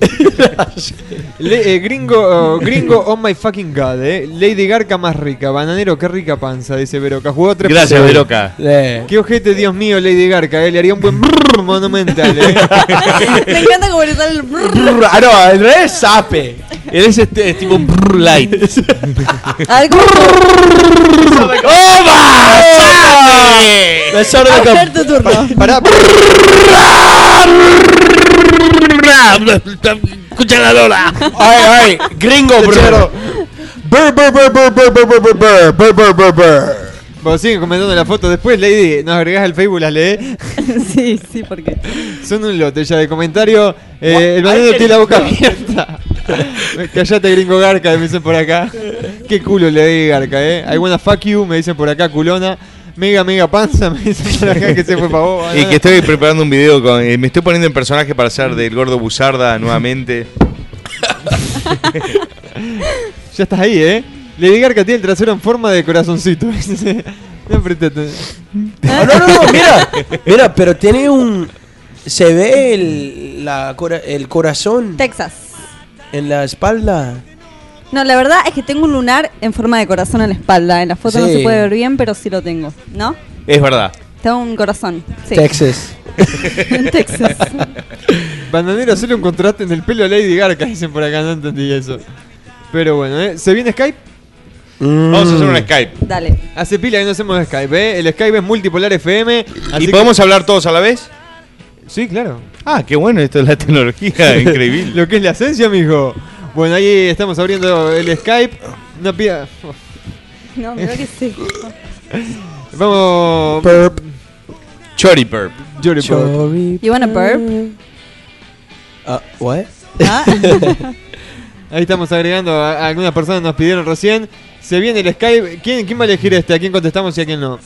le- eh, gringo, oh, gringo, oh my fucking god, eh. Lady Garca más rica, bananero, qué rica panza, dice Veroca. Jugó tres
Gracias,
partidos.
Veroca.
Eh,
Qué ojete, Dios mío, Lady Garca, eh. Le haría un buen brrr monumental, eh.
Me encanta como le sale el brrr.
brr, I know, el rey es sape.
Eres este, es tipo un brr light.
A ver, ¿cómo
That sounded like
Fer,
a
tu turno?
Pará,
Escucha Lola.
Alright, alright, gringo, bro. Burr, burr, burr, burr, burr, burr, burr, burr, burr, burr, burr, burr, burr.
vos siguen comentando la foto después, Lady. Nos agregás al Facebook, las lees.
Sí, sí, porque.
Son un lote ya de comentario. Eh, el bandido tiene la boca abierta. Callate, gringo Garca, me dicen por acá. Qué culo le di Garca, eh. I wanna fuck you, me dicen por acá, culona. Mega, mega panza, me dicen por acá que se fue pa' vos. eh.
Y que estoy preparando un video con. eh, me estoy poniendo en personaje para ser del gordo Buzarda nuevamente.
Ya estás ahí, eh. Lady Garca tiene el trasero en forma de corazoncito. no, este prestate.
Oh, no, no, no, mira, mira, pero tiene un. Se ve el, la, cora- el corazón
Texas.
en la espalda.
No, la verdad es que tengo un lunar en forma de corazón en la espalda. En la foto no
Sí.
se puede ver bien, pero sí lo tengo. ¿No?
Es verdad.
Tengo un corazón. Sí.
Texas.
En Texas.
Bananero, solo un contraste en el pelo a Lady Garca, dicen por acá, no entendí eso. Pero bueno, eh. ¿Se viene Skype?
Vamos a hacer un Skype.
Dale.
Hace pila que no hacemos Skype, eh. El Skype es multipolar FM. así
¿Y
que-
podemos hablar todos a la vez?
Sí, claro.
Ah, qué bueno esto es la tecnología, increíble.
Lo que es la esencia, amigo. Bueno, ahí estamos abriendo el Skype. No pida.
No, creo que sí.
Vamos.
Burp.
Chori Perp.
Chori
You wanna
Mm.
burp?
Ah,
¿Ah?
what?
Ahí estamos agregando, a- a algunas personas nos pidieron recién. Se viene el Skype. ¿Quién, ¿Quién va a elegir este? ¿A quién contestamos y a quién no?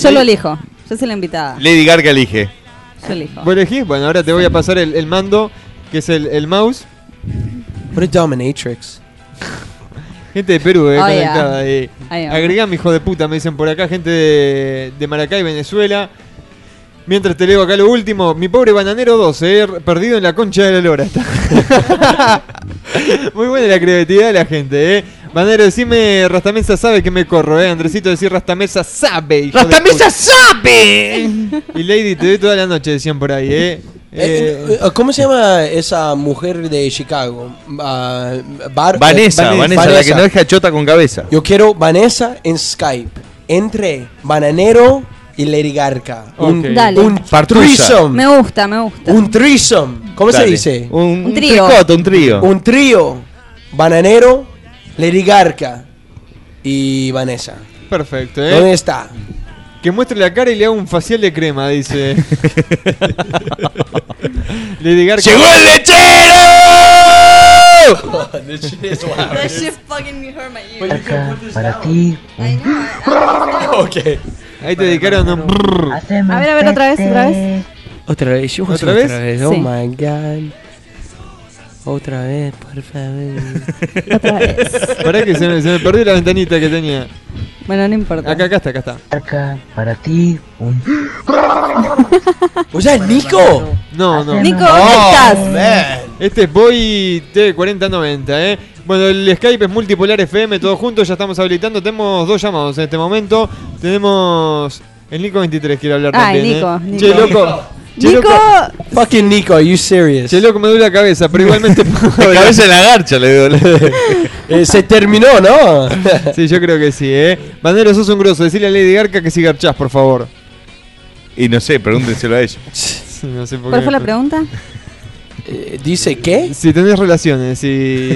Yo lo elijo. Yo soy la invitada.
Lady Gaga elige.
Yo elijo.
¿Vos elegís? Bueno, ahora te voy a pasar el, el mando, que es el, el mouse.
What a dominatrix.
Gente de Perú, eh,
Oh, yeah.
conectada ahí.
I am.
Agregame, hijo de puta, me dicen por acá, gente de, de Maracay, Venezuela. Mientras te leo acá lo último, mi pobre bananero 2, eh, perdido en la concha de la lora. está. Muy buena la creatividad de la gente, eh. Bananero, decime, Rastamesa sabe que me corro, eh. Andresito, decir Rastamesa sabe, hijo de
¡Rastamesa
puta.
sabe!
Y Lady, te doy toda la noche, decían por ahí, eh. Eh,
Eh, eh, ¿Cómo se llama esa mujer de Chicago? Ah, Bar-
Vanessa,
eh,
Vanessa, la que no deja chota con cabeza.
Yo quiero Vanessa en Skype. Entre Bananero y Lady Garca.
Ok.
Un,
Dale.
un
Fartrulla.
threesome.
Me gusta, me gusta.
Un threesome. ¿Cómo
Dale.
se dice?
Un,
un trío.
tricote, un trío.
Un trío. Bananero, Lady Garca y Vanessa.
Perfecto, eh.
¿Dónde está?
Que muestre la cara y le haga un facial de crema, dice. Lady Gaga.
¡Llegó el lechero!
That shit fucking me hurt my ear.
Para ti.
ok.
Ahí te dedicaron un brrr.
A ver, a ver, otra vez, otra vez.
Otra vez, yo
¿Otra vez?
Oh
Sí.
my god. Otra vez, por favor.
Otra vez.
Pará que se me, se me perdió la ventanita que tenía.
Bueno, no importa.
Acá, acá está, acá está.
Para ti, un
O sea, Nico.
No, no.
Nico, ¿dónde estás?
Eh,
Este es Boy T4090, ¿eh? Bueno, el Skype es multipolar FM, todos juntos, ya estamos habilitando. Tenemos dos llamados en este momento. Tenemos. El Nico 23 quiere hablar
Ay,
también.
Nico,
¿eh?
Nico.
Che, loco. Che,
Nico,
loco.
Fucking Nico, are you serious?
Che, loco, me duele la cabeza, pero igualmente.
La cabeza en la garcha, le digo.
Eh, se terminó, ¿no?
Sí, yo creo que sí, ¿eh? Bandero, sos un grosso. Decirle a Lady Garca que si garchás, por favor.
Y no sé, pregúntenselo a ella.
Sí, no sé por
¿cuál
qué.
fue la pregunta?
Eh, Dice qué?
Si tenés relaciones y...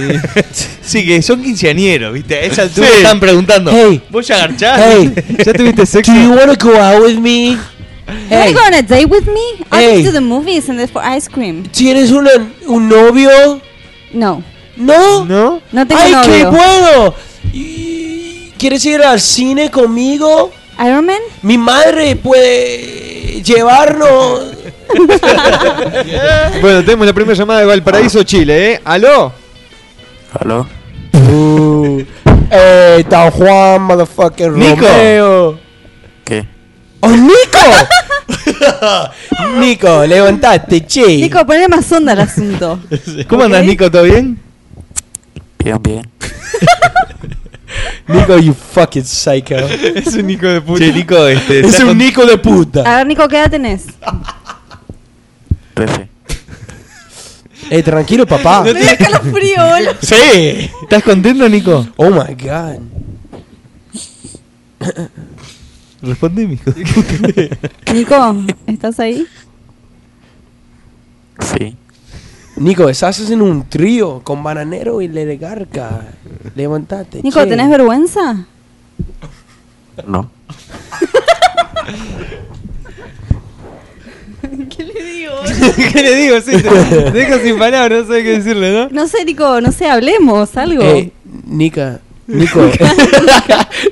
Sí, que son quinceañeros, ¿viste? A esa altura
Sí.
están preguntando.
Hey.
¿Vos ya
Ah,
garchás?
Hey,
¿Ya tuviste sexo?
do you wanna go out with me?
Wanna
Hey,
go on a date with me? I'll
Hey.
go to the movies and then for ice cream.
¿tienes una, un novio?
No,
¿No?
¿No?
no tengo
¡Ay, qué
novio.
bueno! Y- ¿Quieres ir al cine conmigo?
Iron Man?
Mi madre puede llevarnos.
Bueno, tenemos la primera llamada de Valparaíso, Chile, ¿eh? ¿Aló?
¿Aló?
Uh, eh, Don Juan, motherfucking
Nico.
Romeo.
¿Qué?
¡Oh, Nico! Nico, levantaste, che.
Nico, ponle más onda al asunto.
¿Cómo andas,
Ok.
Nico? ¿Todo bien?
Bien, bien.
Nico, you fucking psycho.
Es un Nico de puta.
Che, Nico, este.
es
está
un
con-
Nico de puta.
A ver, Nico, ¿qué edad tenés?
13.
Eh, tranquilo, papá.
Me da calofrío, boludo.
Sí.
¿Estás contento, Nico?
Oh my god.
Responde, Nico.
Nico, ¿estás ahí?
Sí.
Nico, estás en un trío con bananero y leregarca. Levantate.
Nico,
che.
¿tenés vergüenza?
No.
¿Qué le digo?
¿Qué le digo? Sí, te, te dejo sin palabras, no sé qué decirle, ¿no?
No sé, Nico, no sé, hablemos, algo.
Eh, Nica. Nico.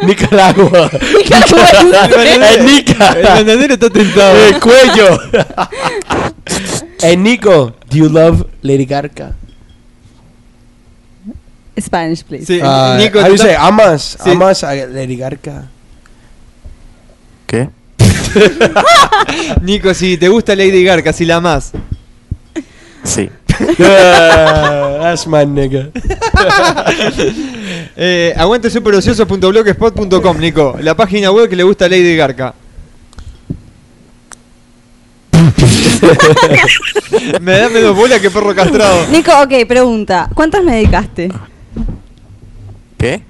Nicaragua. Eh,
El
Nica.
bandero está tentado.
El cuello. Eh, Nico, do you love Lady Garca?
Spanish, please.
Sí,
Ah,
Nico,
how you
está-
say, amas,
Sí.
amas a Lady Garca.
¿Qué?
Nico, si te gusta Lady Garca, si la amás.
Sí.
Ah, That's my nigga.
Eh, aguante superocioso.blogspot.com, Nico. La página web que le gusta a Lady Garca. Me da menos bola que perro castrado.
Nico, ok, pregunta. ¿Cuántas me dedicaste?
¿Qué?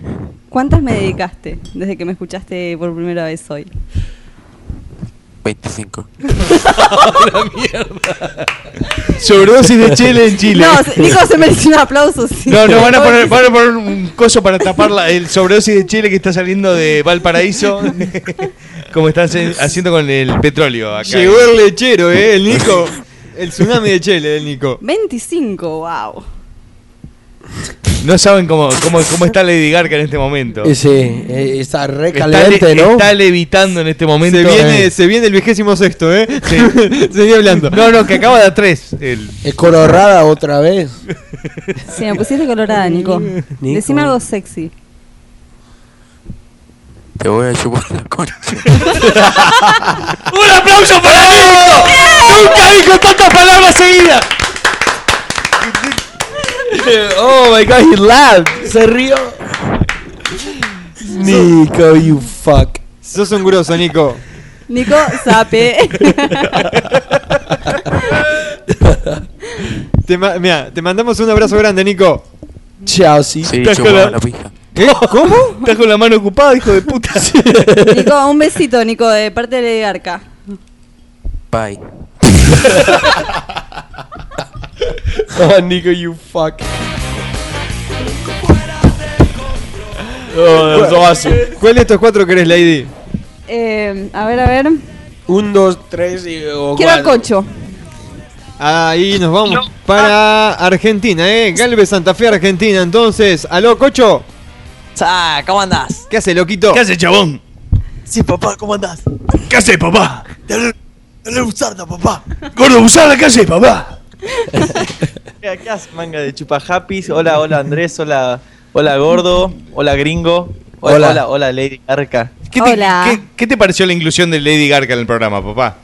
¿Cuántas me dedicaste desde que me escuchaste por primera vez hoy?
25.
Sobredosis de chile en Chile.
No, se- Nico se mereció un aplauso. sí.
No, no, van a poner, van a poner un coso para tapar la- el sobredosis de chile que está saliendo de Valparaíso. como están se- haciendo con el petróleo acá.
Llegó el lechero, ¿eh? El Nico. El tsunami de Chile, el Nico.
25, wow.
No saben cómo, cómo, cómo está Lady Gaga en este momento.
Y Sí, eh, está re
Está
caliente,
le-
¿no?
Está levitando en este momento.
Se viene, se viene el vigésimo sexto, ¿eh? Seguí hablando.
No, no, que acaba de a tres. El...
Es Eh, colorada otra vez.
Se me pusiste colorada, Nico.
Nico.
Decime algo sexy.
Te voy a chupar la concha.
¡Un aplauso para Nico! ¡Nunca dijo tantas palabras seguidas!
oh my god, he laughed. Se rió. Nico, you fuck.
Sos un grosso, Nico.
Nico, sape.
Te ma- mirá, te mandamos un abrazo grande, Nico.
Chao, sí.
Sí,
Estás con
chupaba
la-
la pija.
¿Eh? ¿Cómo?
Estás con la mano ocupada, hijo de puta.
Nico, un besito, Nico, de parte de Lady Garca.
Bye.
Oh, Nico, you fuck.
Oh, that was awesome.
¿Cuál de estos cuatro querés, Lady?
Eh, a ver, a ver.
Un, dos, tres y. o
Quiero al
cuatro.
cocho.
Ahí nos vamos para Argentina, ¿eh? Galvez Santa Fe, Argentina. Entonces, aló, Cocho.
Cha, ¿cómo andás?
¿Qué hace, loquito?
¿Qué hace, chabón?
Sí, papá, ¿cómo andás?
¿Qué hace, papá?
Dale, dale un sardo, papá.
Gordo, usar la calle, papá.
¿Qué qué haces, manga de chupajapis? Hola, hola, Andrés. Hola, hola, gordo. Hola, gringo. Hola,
Hola.
hola, hola, Lady Garca.
¿Qué te,
Hola.
qué- qué te pareció la inclusión de Lady Gaga en el programa, papá?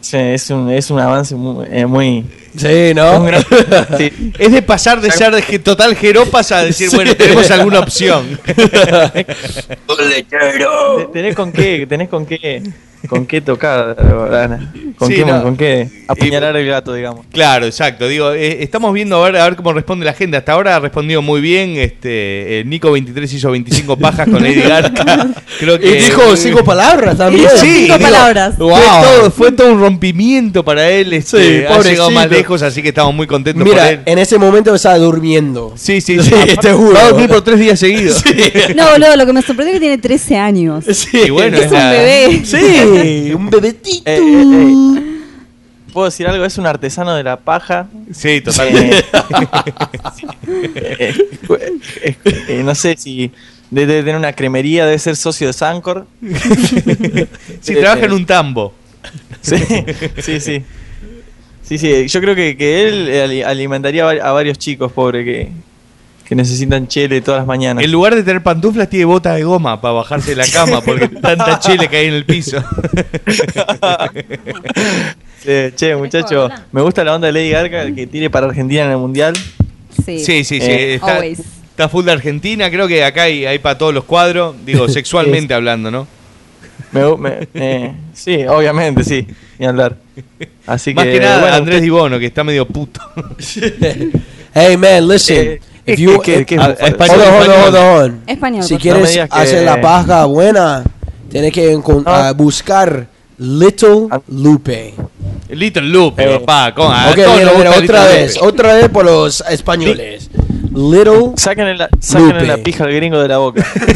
Che, es un, es un avance muy. eh, muy
Sí, ¿no?
sí.
Es de pasar de ser de ge- total jeropas a decir, bueno, tenemos alguna opción.
Te- Tenés con qué, tenés con qué, con qué tocar, Ana. Con,
Sí,
qué,
no.
con qué apuñalar el gato, digamos.
Claro, exacto. Digo, eh, estamos viendo a ver, a ver cómo responde la gente. Hasta ahora ha respondido muy bien. Este, eh, Nico 23 hizo 25 pajas con Lady Gaga. Creo que
Y dijo cinco palabras también.
Sí,
Cinco
digo,
palabras.
Fue, todo, fue todo un rompimiento para él. Este,
Sí,
ha llegado
pobrecito.
más lejos, así que estamos muy contentos por
Mira,
él.
en ese momento estaba durmiendo.
Sí, sí, sí.
Sí, este te juro.
Va a dormir por tres días seguidos.
No, boludo, lo que me sorprendió es que tiene 13 años.
Sí,
Y bueno,
es un
la-
bebé.
Sí, un bebetito.
Eh, eh, eh. ¿Puedo decir algo? Es un artesano de la paja.
Sí, totalmente.
Eh, eh, eh, no sé si debe de tener una cremería, debe ser socio de Sancor.
Si trabaja en un tambo.
Sí, sí, sí. Sí, sí, yo creo que, que él eh, ali- alimentaría a vari- a varios chicos, pobre, que, que necesitan chele todas las mañanas.
En lugar de tener pantuflas, tiene botas de goma para bajarse de la cama porque tanta chile que hay en el piso.
Eh, che, muchacho, me gusta la onda de Lady Gaga que tire para Argentina en el Mundial.
Sí.
Sí, sí, sí.
Eh,
está,
always.
está full de Argentina. Creo que acá hay, hay para todos los cuadros. Digo, sexualmente hablando, ¿no?
Me, gu- me- eh, sí, obviamente, sí, ni hablar. Así
Más
que,
que nada,
bueno,
Andrés Dibono, que está medio puto.
hey man, listen.
Eh,
If
eh,
you,
que- que-
Ah,
que-
hold on, hold on, hold on.
Español,
Si
por
favor.
quieres
No me digas que-
hacer la paja buena, tienes que encon-
No.
ah, buscar Little
Ah.
Lupe.
Little Lupe,
Eh,
papá. ¿cómo? A
ok,
todos
mira,
nos
mira,
gusta
otra
Little
vez,
Lupe.
otra vez por los españoles. Little.
sáquenle la, sáquenle la
Lupe.
pija al gringo de la boca.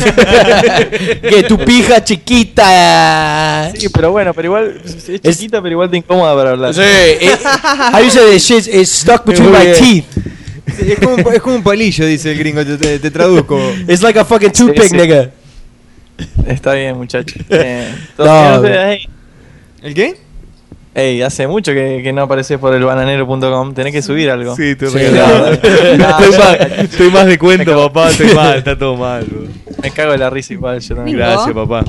que tu pija chiquita.
Sí, pero bueno, pero igual es chiquita, pero igual te incómoda para hablar.
it- how you say this shit? It's stuck between
Muy
my
bien.
teeth.
Es como, un- es como un palillo, dice el gringo. Te, te- te traduzco.
It's like a fucking toothpick,
sí.
nigga.
Está bien, muchacho. Eh,
No,
entonces,
bro.
ey,
¿El qué?
ey, hace mucho que, que no apareces por el bananero.com. Tenés que subir algo.
Sí, estoy
Sí,
regalado.
no, no,
estoy,
no,
más,
no.
estoy más de cuento, papá. Estoy mal, está todo mal. bro.
Me cago de la risa igual, yo también.
Gracias, papá.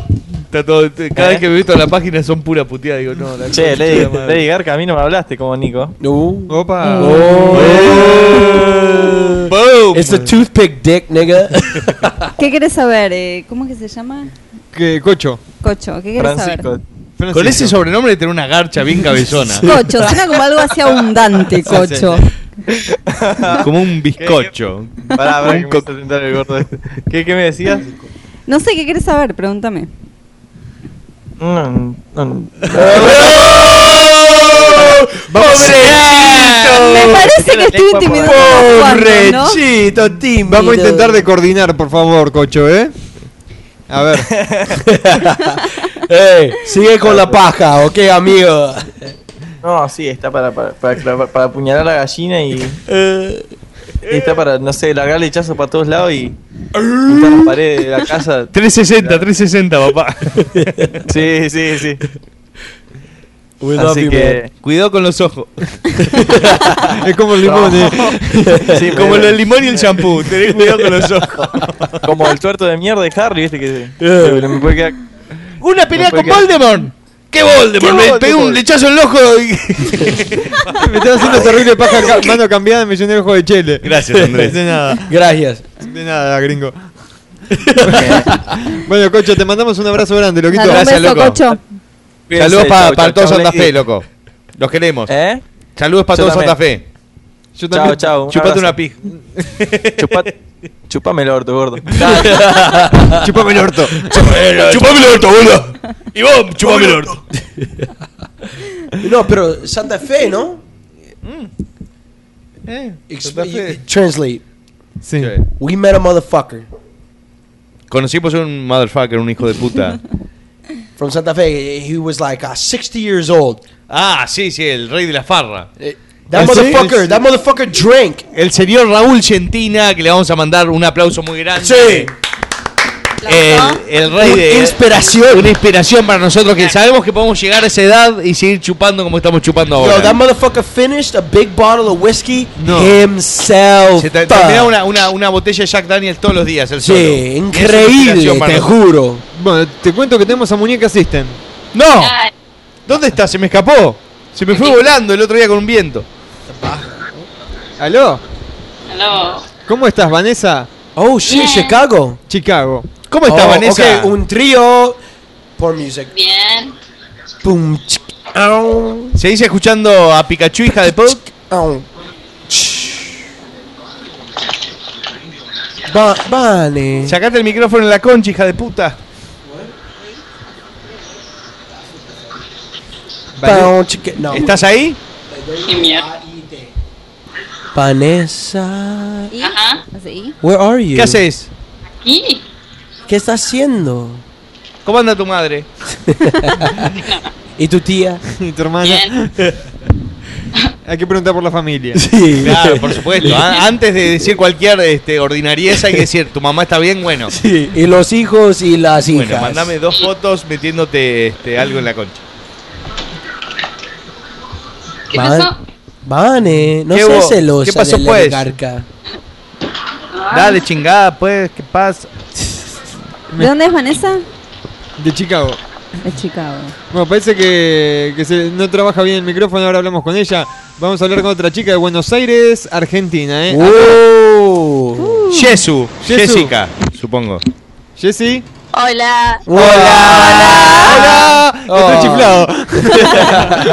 Está todo, te- cada
¿Eh?
vez que me he visto en la página son pura puteada. Digo, no, la
Che,
concha de
Lady,
la madre.
Lady Garca, a mí no me hablaste como Nico.
No.
Opa.
Mm.
Oh.
Boom.
It's a toothpick dick, nigga.
¿Qué querés saber? Eh, ¿Cómo es que se llama?
¿Qué, Cocho.
Cocho, ¿qué querés
Francisco.
saber?
Con ese
Francisco.
sobrenombre de tener una garcha bien cabezona.
Cocho, suena como algo así abundante, cocho.
Como un bizcocho.
Pará, pará, que me hizo tentar el gordo este. ¿Qué, ¿Qué me decías?
No sé qué querés saber, pregúntame.
No, no, no.
Me parece que estoy intimidando. ¿no?
Pobrecito, Tim.
Vamos a intentar de coordinar, por favor, Cocho, ¿eh? A ver.
Ey, sigue con la paja, ok, amigo.
No, sí, está para, para, para, clavar- para apuñalar a la gallina y.
Eh,
y está para, no sé, largarle hechazos para todos lados y. pintar las paredes de la casa.
360, 360, papá.
Sí, sí, sí.
Will not
Así
be
que.
Eh, Cuidado con los ojos.
Es como el limón,
No.
eh.
Sí,
Como
pero-
lo del limón y el champú. Tenés cuidado con los ojos.
Como el tuerto de mierda de Harry, viste que.
Eh.
me puede quedar-
Una pelea
No puede
con
quedar.
Voldemort. ¿Qué Voldemort? Me pegó un lechazo en el ojo y...
Me estaba haciendo terrible paja ca- mano cambiada, me llené el ojo de chele.
Gracias, Andrés.
De nada,
Gracias.
de nada, gringo. bueno, Cocho, te mandamos un abrazo grande, loquito.
Dale, un
gracias,
beso,
loco.
Cocho.
Saludos
Cuídense,
pa-
chau,
para
chau,
todo
chau,
Santa
Lequi.
Fe, loco. Los queremos.
¿Eh?
Saludos para
Yo
todo
también.
Santa Fe.
Yo
Chao,
también-
chao. un
Chupate
abrazo.
una pija.
Chupa- Chupame el orto, gordo.
Chupame el orto.
Chupame el orto, boludo. Y vos, chupame el orto.
No, pero Santa Fe, ¿no? Ex- Translate.
Sí.
We met a motherfucker
Conocimos un motherfucker, un hijo de puta.
from Santa Fe. He was like uh, 60 years old.
Ah, sí, sí, el rey de la farra.
That
¿Ah, sí?
motherfucker, that motherfucker drank.
El señor Raúl Gentina, que le vamos a mandar un aplauso muy grande. El, el rey de.
Inspiración.
Una inspiración para nosotros que sabemos que podemos llegar a esa edad y seguir chupando como estamos chupando ahora.
Yo, that motherfucker finished a big bottle of whiskey
Oh, No.
himself.
Se te- termina una, una, una botella de Jack Daniels todos los días, el solo.
Sí,
Y es una
increíble,
inspiración para
te
nosotros.
juro.
Bueno, te cuento que tenemos a Muñeca System.
¡No! ¿Dónde está? Se me escapó. Se me fue volando el otro día con un viento.
¿Aló?
Aló.
¿Cómo estás, Vanessa?
Oh shit, Chicago.
Chicago.
¿Cómo está
Oh,
Vanessa?
ok, un trío. Por music.
Bien.
Pum, chic, au,
Se dice escuchando a Pikachu, hija de Puck.
au. Va- vale.
Sacate el micrófono en la concha, hija de puta.
Pau, chique- no.
¿Estás ahí?
Qué mierda.
Vanessa.
¿Y?
Ajá.
Así.
Where are you?
¿Qué haces?
¿Y?
¿Qué estás haciendo?
¿Cómo anda tu madre?
¿Y tu tía?
Y tu hermana.
Bien.
Hay que preguntar por la familia.
Sí.
Claro, por supuesto. A- Antes de decir cualquier este, ordinarieza, hay que decir, ¿tu mamá está bien? Bueno.
Sí, Y los hijos y las hijas.
Bueno, mandame dos fotos metiéndote este, algo en la concha.
¿Qué
Van-
pasó?
Vane, no
¿Qué
seas
hubo?
celosa.
¿Qué pasó,
del
pues?
oligarca.
Dale, chingada, pues, ¿qué pasa?
¿De dónde es Vanessa?
De Chicago.
De Chicago.
Bueno, parece que, que se- no trabaja bien el micrófono, ahora hablamos con ella. Vamos a hablar con otra chica de Buenos Aires, Argentina,
Uh.
¿eh?
Oh.
Yesu,
Yesu.
Jessica, supongo.
Jessy.
Hola.
Hola. Oh.
¡Hola! Estoy chiflado.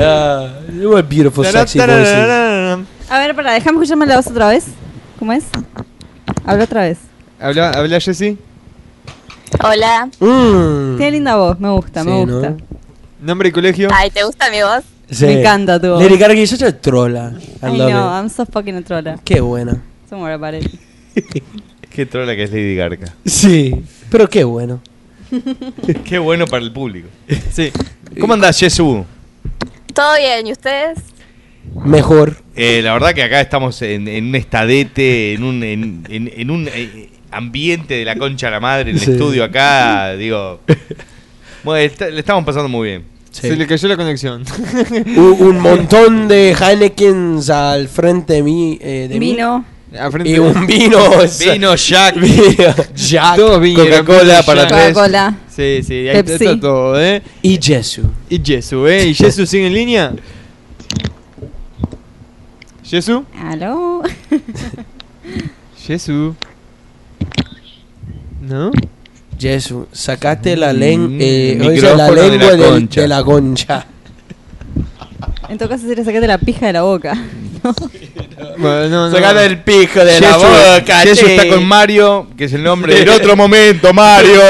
Ah, you are beautiful,
Pues
sexy voices.
Tarararararararam.
A ver, para, déjame escucharme la voz otra vez. ¿Cómo es? Habla otra vez.
Habla, habla Jessy.
Hola.
Mm.
Tiene linda voz, me gusta, me
Sí, ¿no?
gusta.
Nombre y colegio.
Ay, ¿te gusta mi voz?
Sí.
Me encanta tu voz.
Lady Gaga is such a trola. I
Ay,
love
no,
it.
I'm so fucking a trola.
Qué buena.
Don't worry about it.
Qué trola que es Lady Garca.
Sí, pero qué bueno.
Qué bueno para el público. Eh,
Sí.
¿Cómo andás, Yesu?
¿Todo bien? ¿Y ustedes?
Mejor.
Eh, la verdad que acá estamos en, en un estadete, en un, en, en- en un eh, ambiente de la concha a la madre, en el
Sí.
estudio acá, digo... Bueno, está- le estamos pasando muy bien.
Sí.
Se le cayó la conexión.
Un, un montón de Heinekens al frente de mí. eh, de mí.
Vino.
Al frente
Y
de-
un vino. o sea,
Vino Jack,
vino, Jack.
Todos vinieron.
Coca-Cola para
Ya.
tres.
Coca-Cola.
Sí, sí, ahí
Pepsi.
está todo, ¿eh?
Y Jesu.
Y Jesu, ¿eh? ¿Y Jesu sigue en línea? ¿Jesu?
Aló.
Jesu. ¿No?
Jesu, sacate la, len-
Mm,
eh,
el
¿cómo dice? la
micrófono de
lengua
la
del- de la,
concha.
concha.
En todo caso sería sacarte la pija de la boca. ¿no?
Bueno, no, no.
Sacate el pico de la
Yesu-
boca.
Yesu
che.
está con Mario, que es el nombre del otro momento, Mario.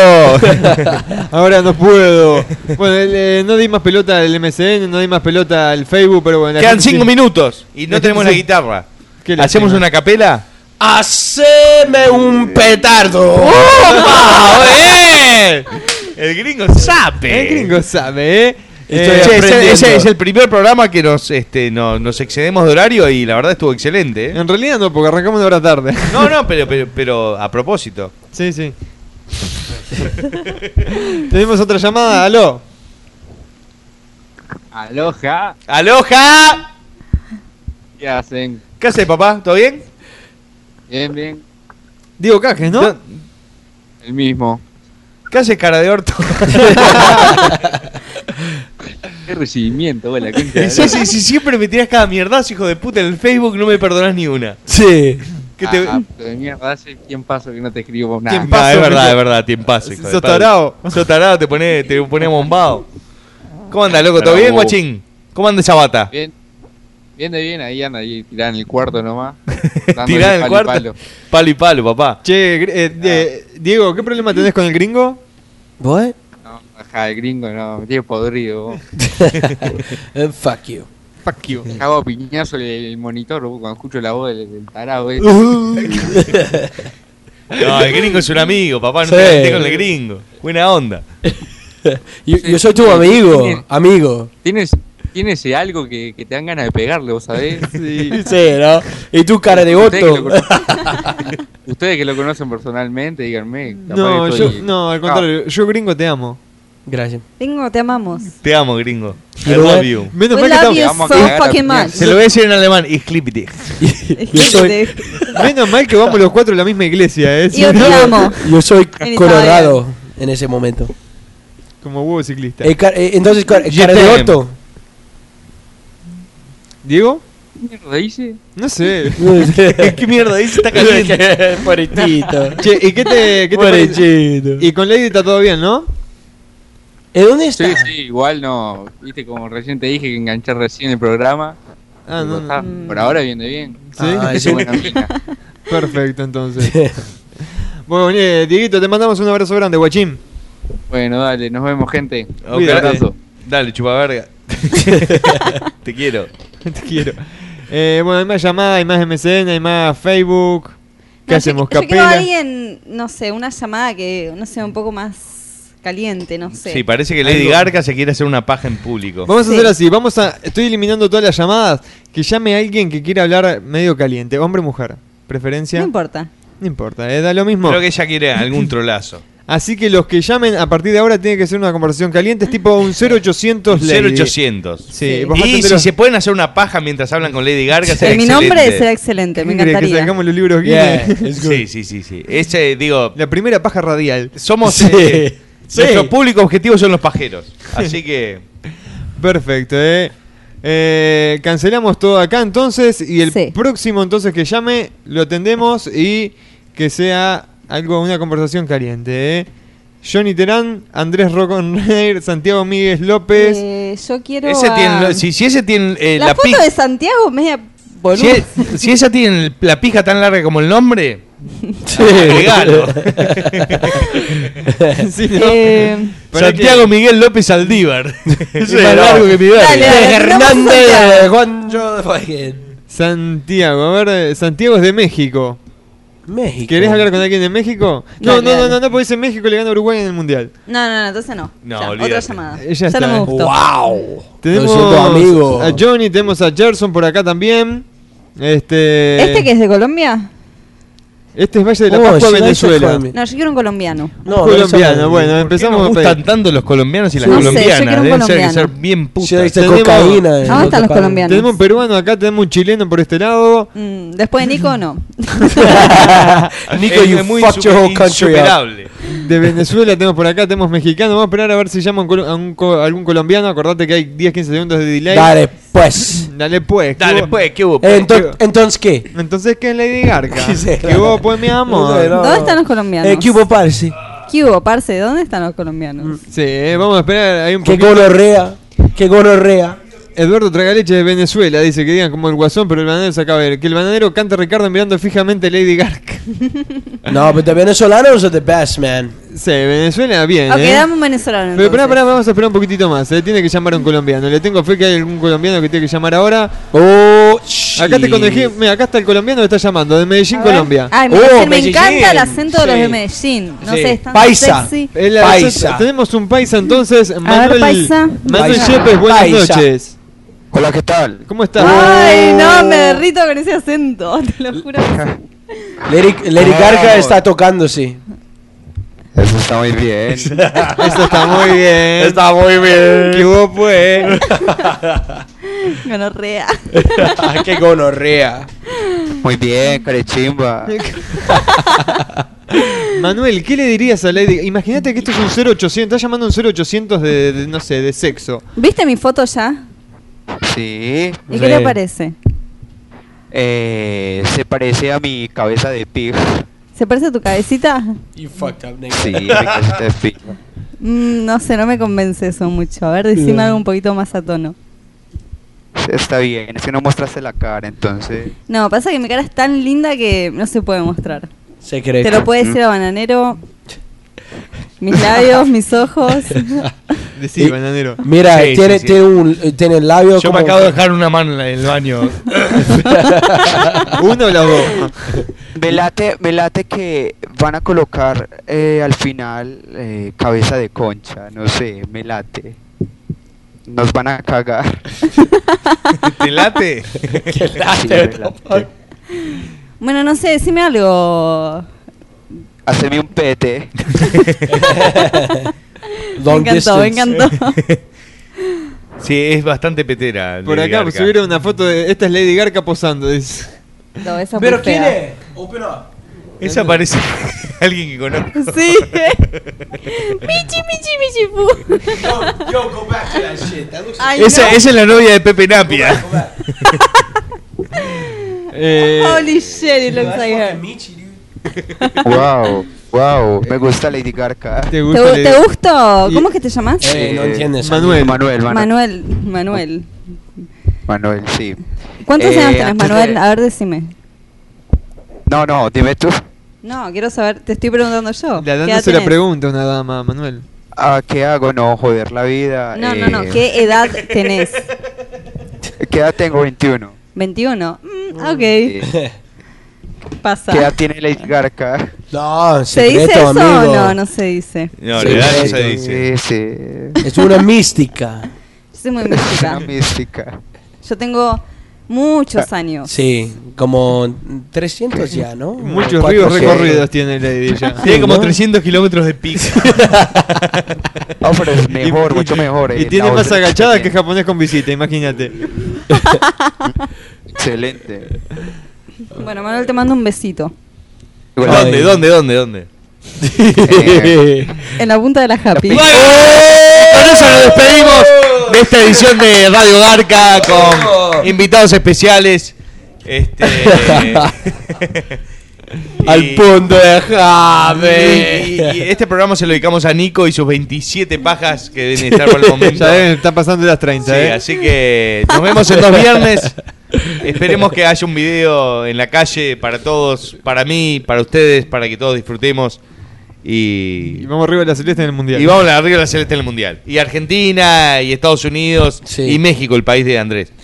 Ahora no puedo. Bueno, el, eh, no di más pelota al MSN, no di más pelota al Facebook, pero bueno. la
Quedan
gente
cinco
sí-
minutos y no tenemos la
Sí.
guitarra.
Qué
¿Hacemos
lástima.
una capela?
Oh.
Haceme un petardo.
¡Opa! ¡Eh! El gringo sabe.
El gringo sabe, ¿eh?
Eh, che, es, el, es el primer programa que nos, este, no- nos excedemos de horario y la verdad estuvo excelente. eh.
En realidad no, porque arrancamos una hora tarde.
No, no, pero, pero, pero a propósito.
Sí, sí. Tenemos otra llamada, aló.
Aloja.
¡Aloja!
¿Qué hacen?
¿Qué haces, papá? ¿Todo bien?
Bien, bien.
Diego Cajes, ¿no?
El mismo.
¿Qué haces, cara de orto?
Qué recibimiento, güey, la ¿eh? concha de
sí,
la
sí, sí, siempre me tirás cada mierdazo, hijo de puta, en el Facebook no me perdonás ni una.
Sí.
¿Qué te-
Ah, pero de mierda, hace tiempo paso que no te escribo vos nada.
No, es verdad, es verdad, tiempo paso, hijo de
Sos
padre.
tarado.
Sos tarado, te pone, te pone bombado. ¿Cómo anda, loco? ¿Todo
Bravo.
bien, guachín? ¿Cómo anda esa bata?
Bien, bien de bien, ahí anda, ahí tirá en el cuarto nomás. dándole
Tirá en el
palo y
cuarto. Ah.
palo.
Palo y palo, papá.
Che, gr- eh, de- Diego, ¿qué problema tenés con el gringo?
¿What? No, ajá, el gringo no, me tiene podrido. vos.
fuck you.
Fuck you.
Me Cago a piñazo el, el monitor vos, cuando escucho la voz del, del tarado. eh. ese.
No, el gringo es un amigo, papá, no
Sí.
te metes con el gringo. Buena onda.
Yo, yo soy tu amigo, amigo.
¿Tienes, tienes eh, algo que, que te dan ganas de pegarle, vos sabés?
Sí, ¿no? Y tu cara de
Ustedes que
voto.
lo conocen- Ustedes que lo conocen personalmente, díganme. capaz
No,
que
yo,
estoy-
no, al
Ah.
contrario, yo gringo te amo.
Gracias.
Tengo, te amamos.
Te amo, gringo. I
Pero,
love you.
menos
Pues
mal que
We love
estamos-
you
Te vamos a
so
cagar a
fucking
piñas.
much.
Se lo voy a decir en alemán. Ich liebe dich.
Yo soy- menos mal que vamos los cuatro a la misma iglesia, ¿eh? Si
Yo
no-
te amo.
Yo soy
En
colorado en ese momento.
Como huevo ciclista.
Eh, car- eh, entonces, car- eh,
Yo
cara de
también.
voto.
¿Diego?
Ah, ¿Qué mierda hice?
No sé.
¿Qué mierda dice? Está caliente.
Pobrecito.
Che, ¿y qué te, qué te parece? Y con Lady está todo bien, ¿no?
¿En dónde está?
Sí, sí, igual no. Viste, como recién te dije que enganché recién el programa.
Ah,
Digo,
no,
"Está,
no.
Por ahora viene bien.
¿Sí?
Ah, es buena mina.
Perfecto, entonces. bueno, eh, Dieguito, te mandamos un abrazo grande, guachín.
Bueno, dale, nos vemos, gente.
Ok,
Un
dale,
abrazo.
dale, chupaverga. te quiero.
Te quiero. Eh, bueno, hay más llamadas, hay más MSN, hay más Facebook. ¿Qué
No,
hacemos?
Yo quiero
¿Capela?
a alguien, no sé, una llamada que, no sé, un poco más caliente, no sé.
Sí, parece que Lady
Algo.
Garca se quiere hacer una paja en público.
Vamos a
Sí.
hacer así, vamos a. Estoy eliminando todas las llamadas. Que llame a alguien que quiera hablar medio caliente, hombre o mujer. Preferencia.
No importa.
No importa, eh, da lo mismo.
Creo que ella quiere algún trolazo.
Así que los que llamen a partir de ahora tiene que ser una conversación caliente, es tipo un 0800 Lady.
0800.
Sí, vos
y
mandándelo-
si se pueden hacer una paja mientras hablan con Lady Garga, será
Eh, mi
excelente.
nombre será excelente, me
¿Quién cree Que
encantaría.
sacamos los libros
Yeah,
Guinness?
it's good.
Sí, sí, sí, sí. Ese, digo,
La primera paja radial.
somos...
Sí.
eh,
Sí.
Nuestro público objetivo son los pajeros. Así que...
Perfecto, eh. Eh, cancelamos todo acá entonces y el
Sí.
próximo entonces que llame lo atendemos y que sea algo, una conversación caliente. eh. Johnny Terán, Andrés Roconreir, Santiago Míguez López.
Eh, yo quiero.
Ese
a-
tiene, si, si ese tiene eh,
la,
la,
foto
pija...
de Santiago media boluda.
Si, es- si esa tiene el- la pija tan larga como el nombre, regalo.
Sí, ¿no?
Eh,
Para
Santiago Miguel López Aldívar. es
más largo que mi
dale, dale, nombramos
Hernández
a Santiago.
eh, Juancho fucking
Santiago, a ver, eh, Santiago es de México.
México.
¿Querés hablar con alguien de México? No,
Dale,
no, no,
dale.
no, no, porque en México le gana a Uruguay en el Mundial.
No, no, no, entonces no.
No,
Ya, otra
olvídate.
llamada.
Eh,
ya
ya
no me
está.
gustó.
Wow.
Tenemos
amigo.
a Johnny, tenemos a Gerson por acá también. Este,
¿Este que es de Colombia?
Este es Valle de la
Oh,
Pascua,
United
Venezuela.
Farming.
No, yo quiero un colombiano.
No, no
colombiano,
somos-
bueno,
Empezamos
empezamos
nos
a pedir.
gustan tanto los colombianos y las
No sé, yo quiero
colombianas. Deben
un
ser que
colombiano.
ser bien
Yo
putas.
dije
Tenemos-
cocaína. eh,
¿A dónde están los
cocaína.
colombianos?
Tenemos un peruano acá, tenemos un chileno por este lado.
Mm, después de Nico, no.
Nico,
Es
you fucked your whole country up.
insuperable.
De Venezuela tenemos por acá, tenemos mexicano. Vamos a esperar a ver si llaman colo- a un co- algún colombiano. Acordate que hay 10-15 segundos de delay.
Dale, pues.
Dale pues. que
Dale,
vos-
pues, ¿qué hubo?
Eh,
pues?
ento- Entonces, ¿qué?
Entonces, ¿qué es Lady Garca?
¿Qué será?
que vos pues mi amor.
No sé, no.
¿Dónde están los colombianos?
Eh, ¿Qué hubo, parce?
¿Qué hubo, parce? ¿Dónde están los colombianos?
Sí, vamos a esperar. Hay un
¿Qué
poquito-
gonorrea? ¿Qué gonorrea?
Eduardo Tragaleche de Venezuela dice que digan como el guasón, pero el bananero se acaba de ver. Que el bananero canta Ricardo mirando fijamente a Lady Garca.
No, but the Venezolanos are the best, man.
Sí, Venezuela bien,
Ok,
¿eh?
dame un venezolano.
Pero pará,
entonces.
pará, vamos a esperar un poquitito más. ¿eh? Tiene que llamar a un colombiano. Le tengo fe que hay algún colombiano que tiene que llamar ahora.
Oh,
acá, te conejé- mira, acá está el colombiano que está llamando, de Medellín, Colombia. Oh,
Ay, me, me encanta el acento de los de
Sí.
Medellín. No
Sí.
sé, es tan sexy.
El acento- Tenemos un paisa entonces. Manuel,
paisa.
Manuel
Paisa.
Yepes, buenas
Paisa.
noches.
Hola, ¿qué tal?
¿Cómo estás?
Ay,
Oh.
no, me derrito con ese acento, te lo juro.
Lady, Lady Gaga está tocando, sí.
Eso está muy bien.
Eso está muy bien.
Está muy bien.
¿Qué hubo, pues?
Gonorrea.
Ah,
Qué gonorrea.
Muy bien, carechimba.
Manuel, ¿qué le dirías a Lady? Imagínate que esto es un 0800, estás llamando a un 0800 de, de, no sé, de sexo.
¿Viste mi foto ya?
Sí.
¿Y qué le parece?
Eh, se parece a mi cabeza de pig.
¿Se parece a tu cabecita?
You fucked up, nigga.
Sí, mi cabecita de pig.
Mm, no sé, no me convence eso mucho. A ver, decime
No.
algo un poquito más a tono.
Está bien, es que no mostraste la cara, entonces.
No, pasa que mi cara es tan linda que no se puede mostrar.
Se cree.
Te lo puede decir a Bananero. Mis labios, mis ojos.
Decí, bananero.
Mira,
Sí, sí,
tiene,
sí.
tiene un eh, tiene el labio
Yo
como...
me acabo de dejar una mano en la- en el baño.
Uno o los dos.
Me late, me late que van a colocar eh, al final eh, cabeza de concha, no sé, me late. Nos van a cagar.
¿Te late?
¿Te
late?
Bueno, no sé, decime algo.
Haceme un pete.
me encantó, me encantó.
Sí, es bastante petera.
Por
Lady
acá
Gaga.
subieron una foto de. Esta es Lady Garca posando. dice.
No, esa
Pero
muy fea.
¿quién es? Oh, Open up.
Esa parece alguien que conozco.
Sí. eh. Michi, michi, michi, pu.
Yo, go back to that shit. That looks
Ay,
Esa,
no.
esa es la novia de Pepe Napia.
Eh,
Holy shit, it looks like her.
Wow, wow, me gusta Lady Garca.
¿Te,
¿Te, gu- eh, te gustó? ¿Cómo es que te llamas?
Eh,
Manuel. Manuel, Eh, Manuel.
Manuel, Manuel.
Manuel, sí.
¿Cuántos
Eh,
años tenés,
antes de-
Manuel? A ver, decime.
No, no, dime tú.
No, quiero saber, te estoy preguntando yo.
La
¿Qué
dama
edad
se la
tenés?
pregunta una dama, Manuel.
¿A Ah, qué hago? No, joder la
Ah,
vida.
No, no, no,
eh,
¿qué edad Ah, tenés?
¿Qué edad tengo? 21.
21. Mm, ok.
Eh,
Pasa.
¿Qué edad tiene Lady Garca?
No,
¿Se dice eso o no? No se dice.
No,
Sí,
le da
sí,
esa
eh,
dice.
Eh, sí.
Es una mística.
Yo soy muy
Es
mística.
una mística.
Yo tengo muchos años.
Sí, como 300 ya, ¿no?
Mm,
Muchos
O
ríos
400.
recorridos tiene Lady ya.
Tiene como
¿no?
300 kilómetros de pico.
No, pero es mejor, mucho mejor. eh,
Y tiene
la
más
voz de-
agachada que japonés con visita, imagínate.
Excelente.
Bueno, Manuel, te mando un besito.
¿Dónde, dónde, dónde, dónde?
En la punta de la happy.
Con eso nos despedimos de esta edición de Radio Garca con invitados especiales. Este.
Al punto de Jave.
Y, y este programa se lo dedicamos a Nico y sus 27 pajas que deben estar por el momento.
Ya ven, está pasando las
Sí,
30, ¿eh?
así que nos vemos en dos viernes. Esperemos que haya un video en la calle para todos, para mí, para ustedes, para que todos disfrutemos.
Y
Y,
vamos arriba de la celeste en el mundial.
y vamos a arriba de la celeste en el mundial. Y Argentina, y Estados Unidos, y México, el país de Andrés.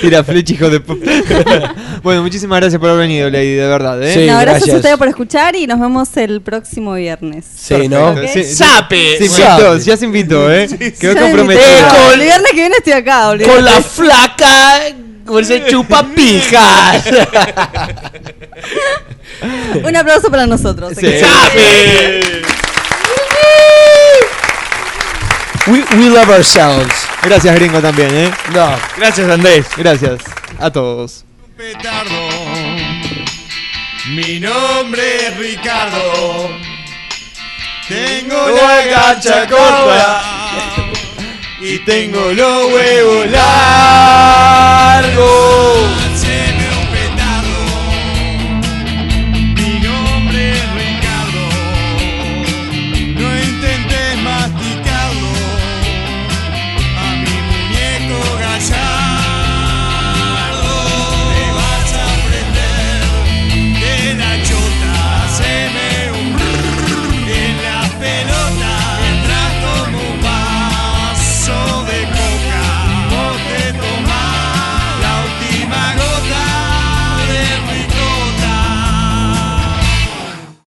Tira flecha, hijo de. pu- bueno, muchísimas gracias por haber venido, Lady, de verdad, ¿eh?
no, gracias, a ustedes por escuchar y nos vemos el próximo viernes.
Sí, ¿no?
Perfecto, sí, sí.
¡Sape!
Se invitó, ya se invitó, ¿eh? Quedó
Ya me
comprometido.
invité. El viernes que viene estoy acá, olvídate.
Con la flaca, con ese chupapijas.
Un aplauso para nosotros.
We, we love ourselves.
Gracias, gringo, también, ¿eh?
No.
Gracias, Andrés.
Gracias a todos.
petardo. Mi nombre es Ricardo. Tengo la gacha corta y tengo los huevos largos.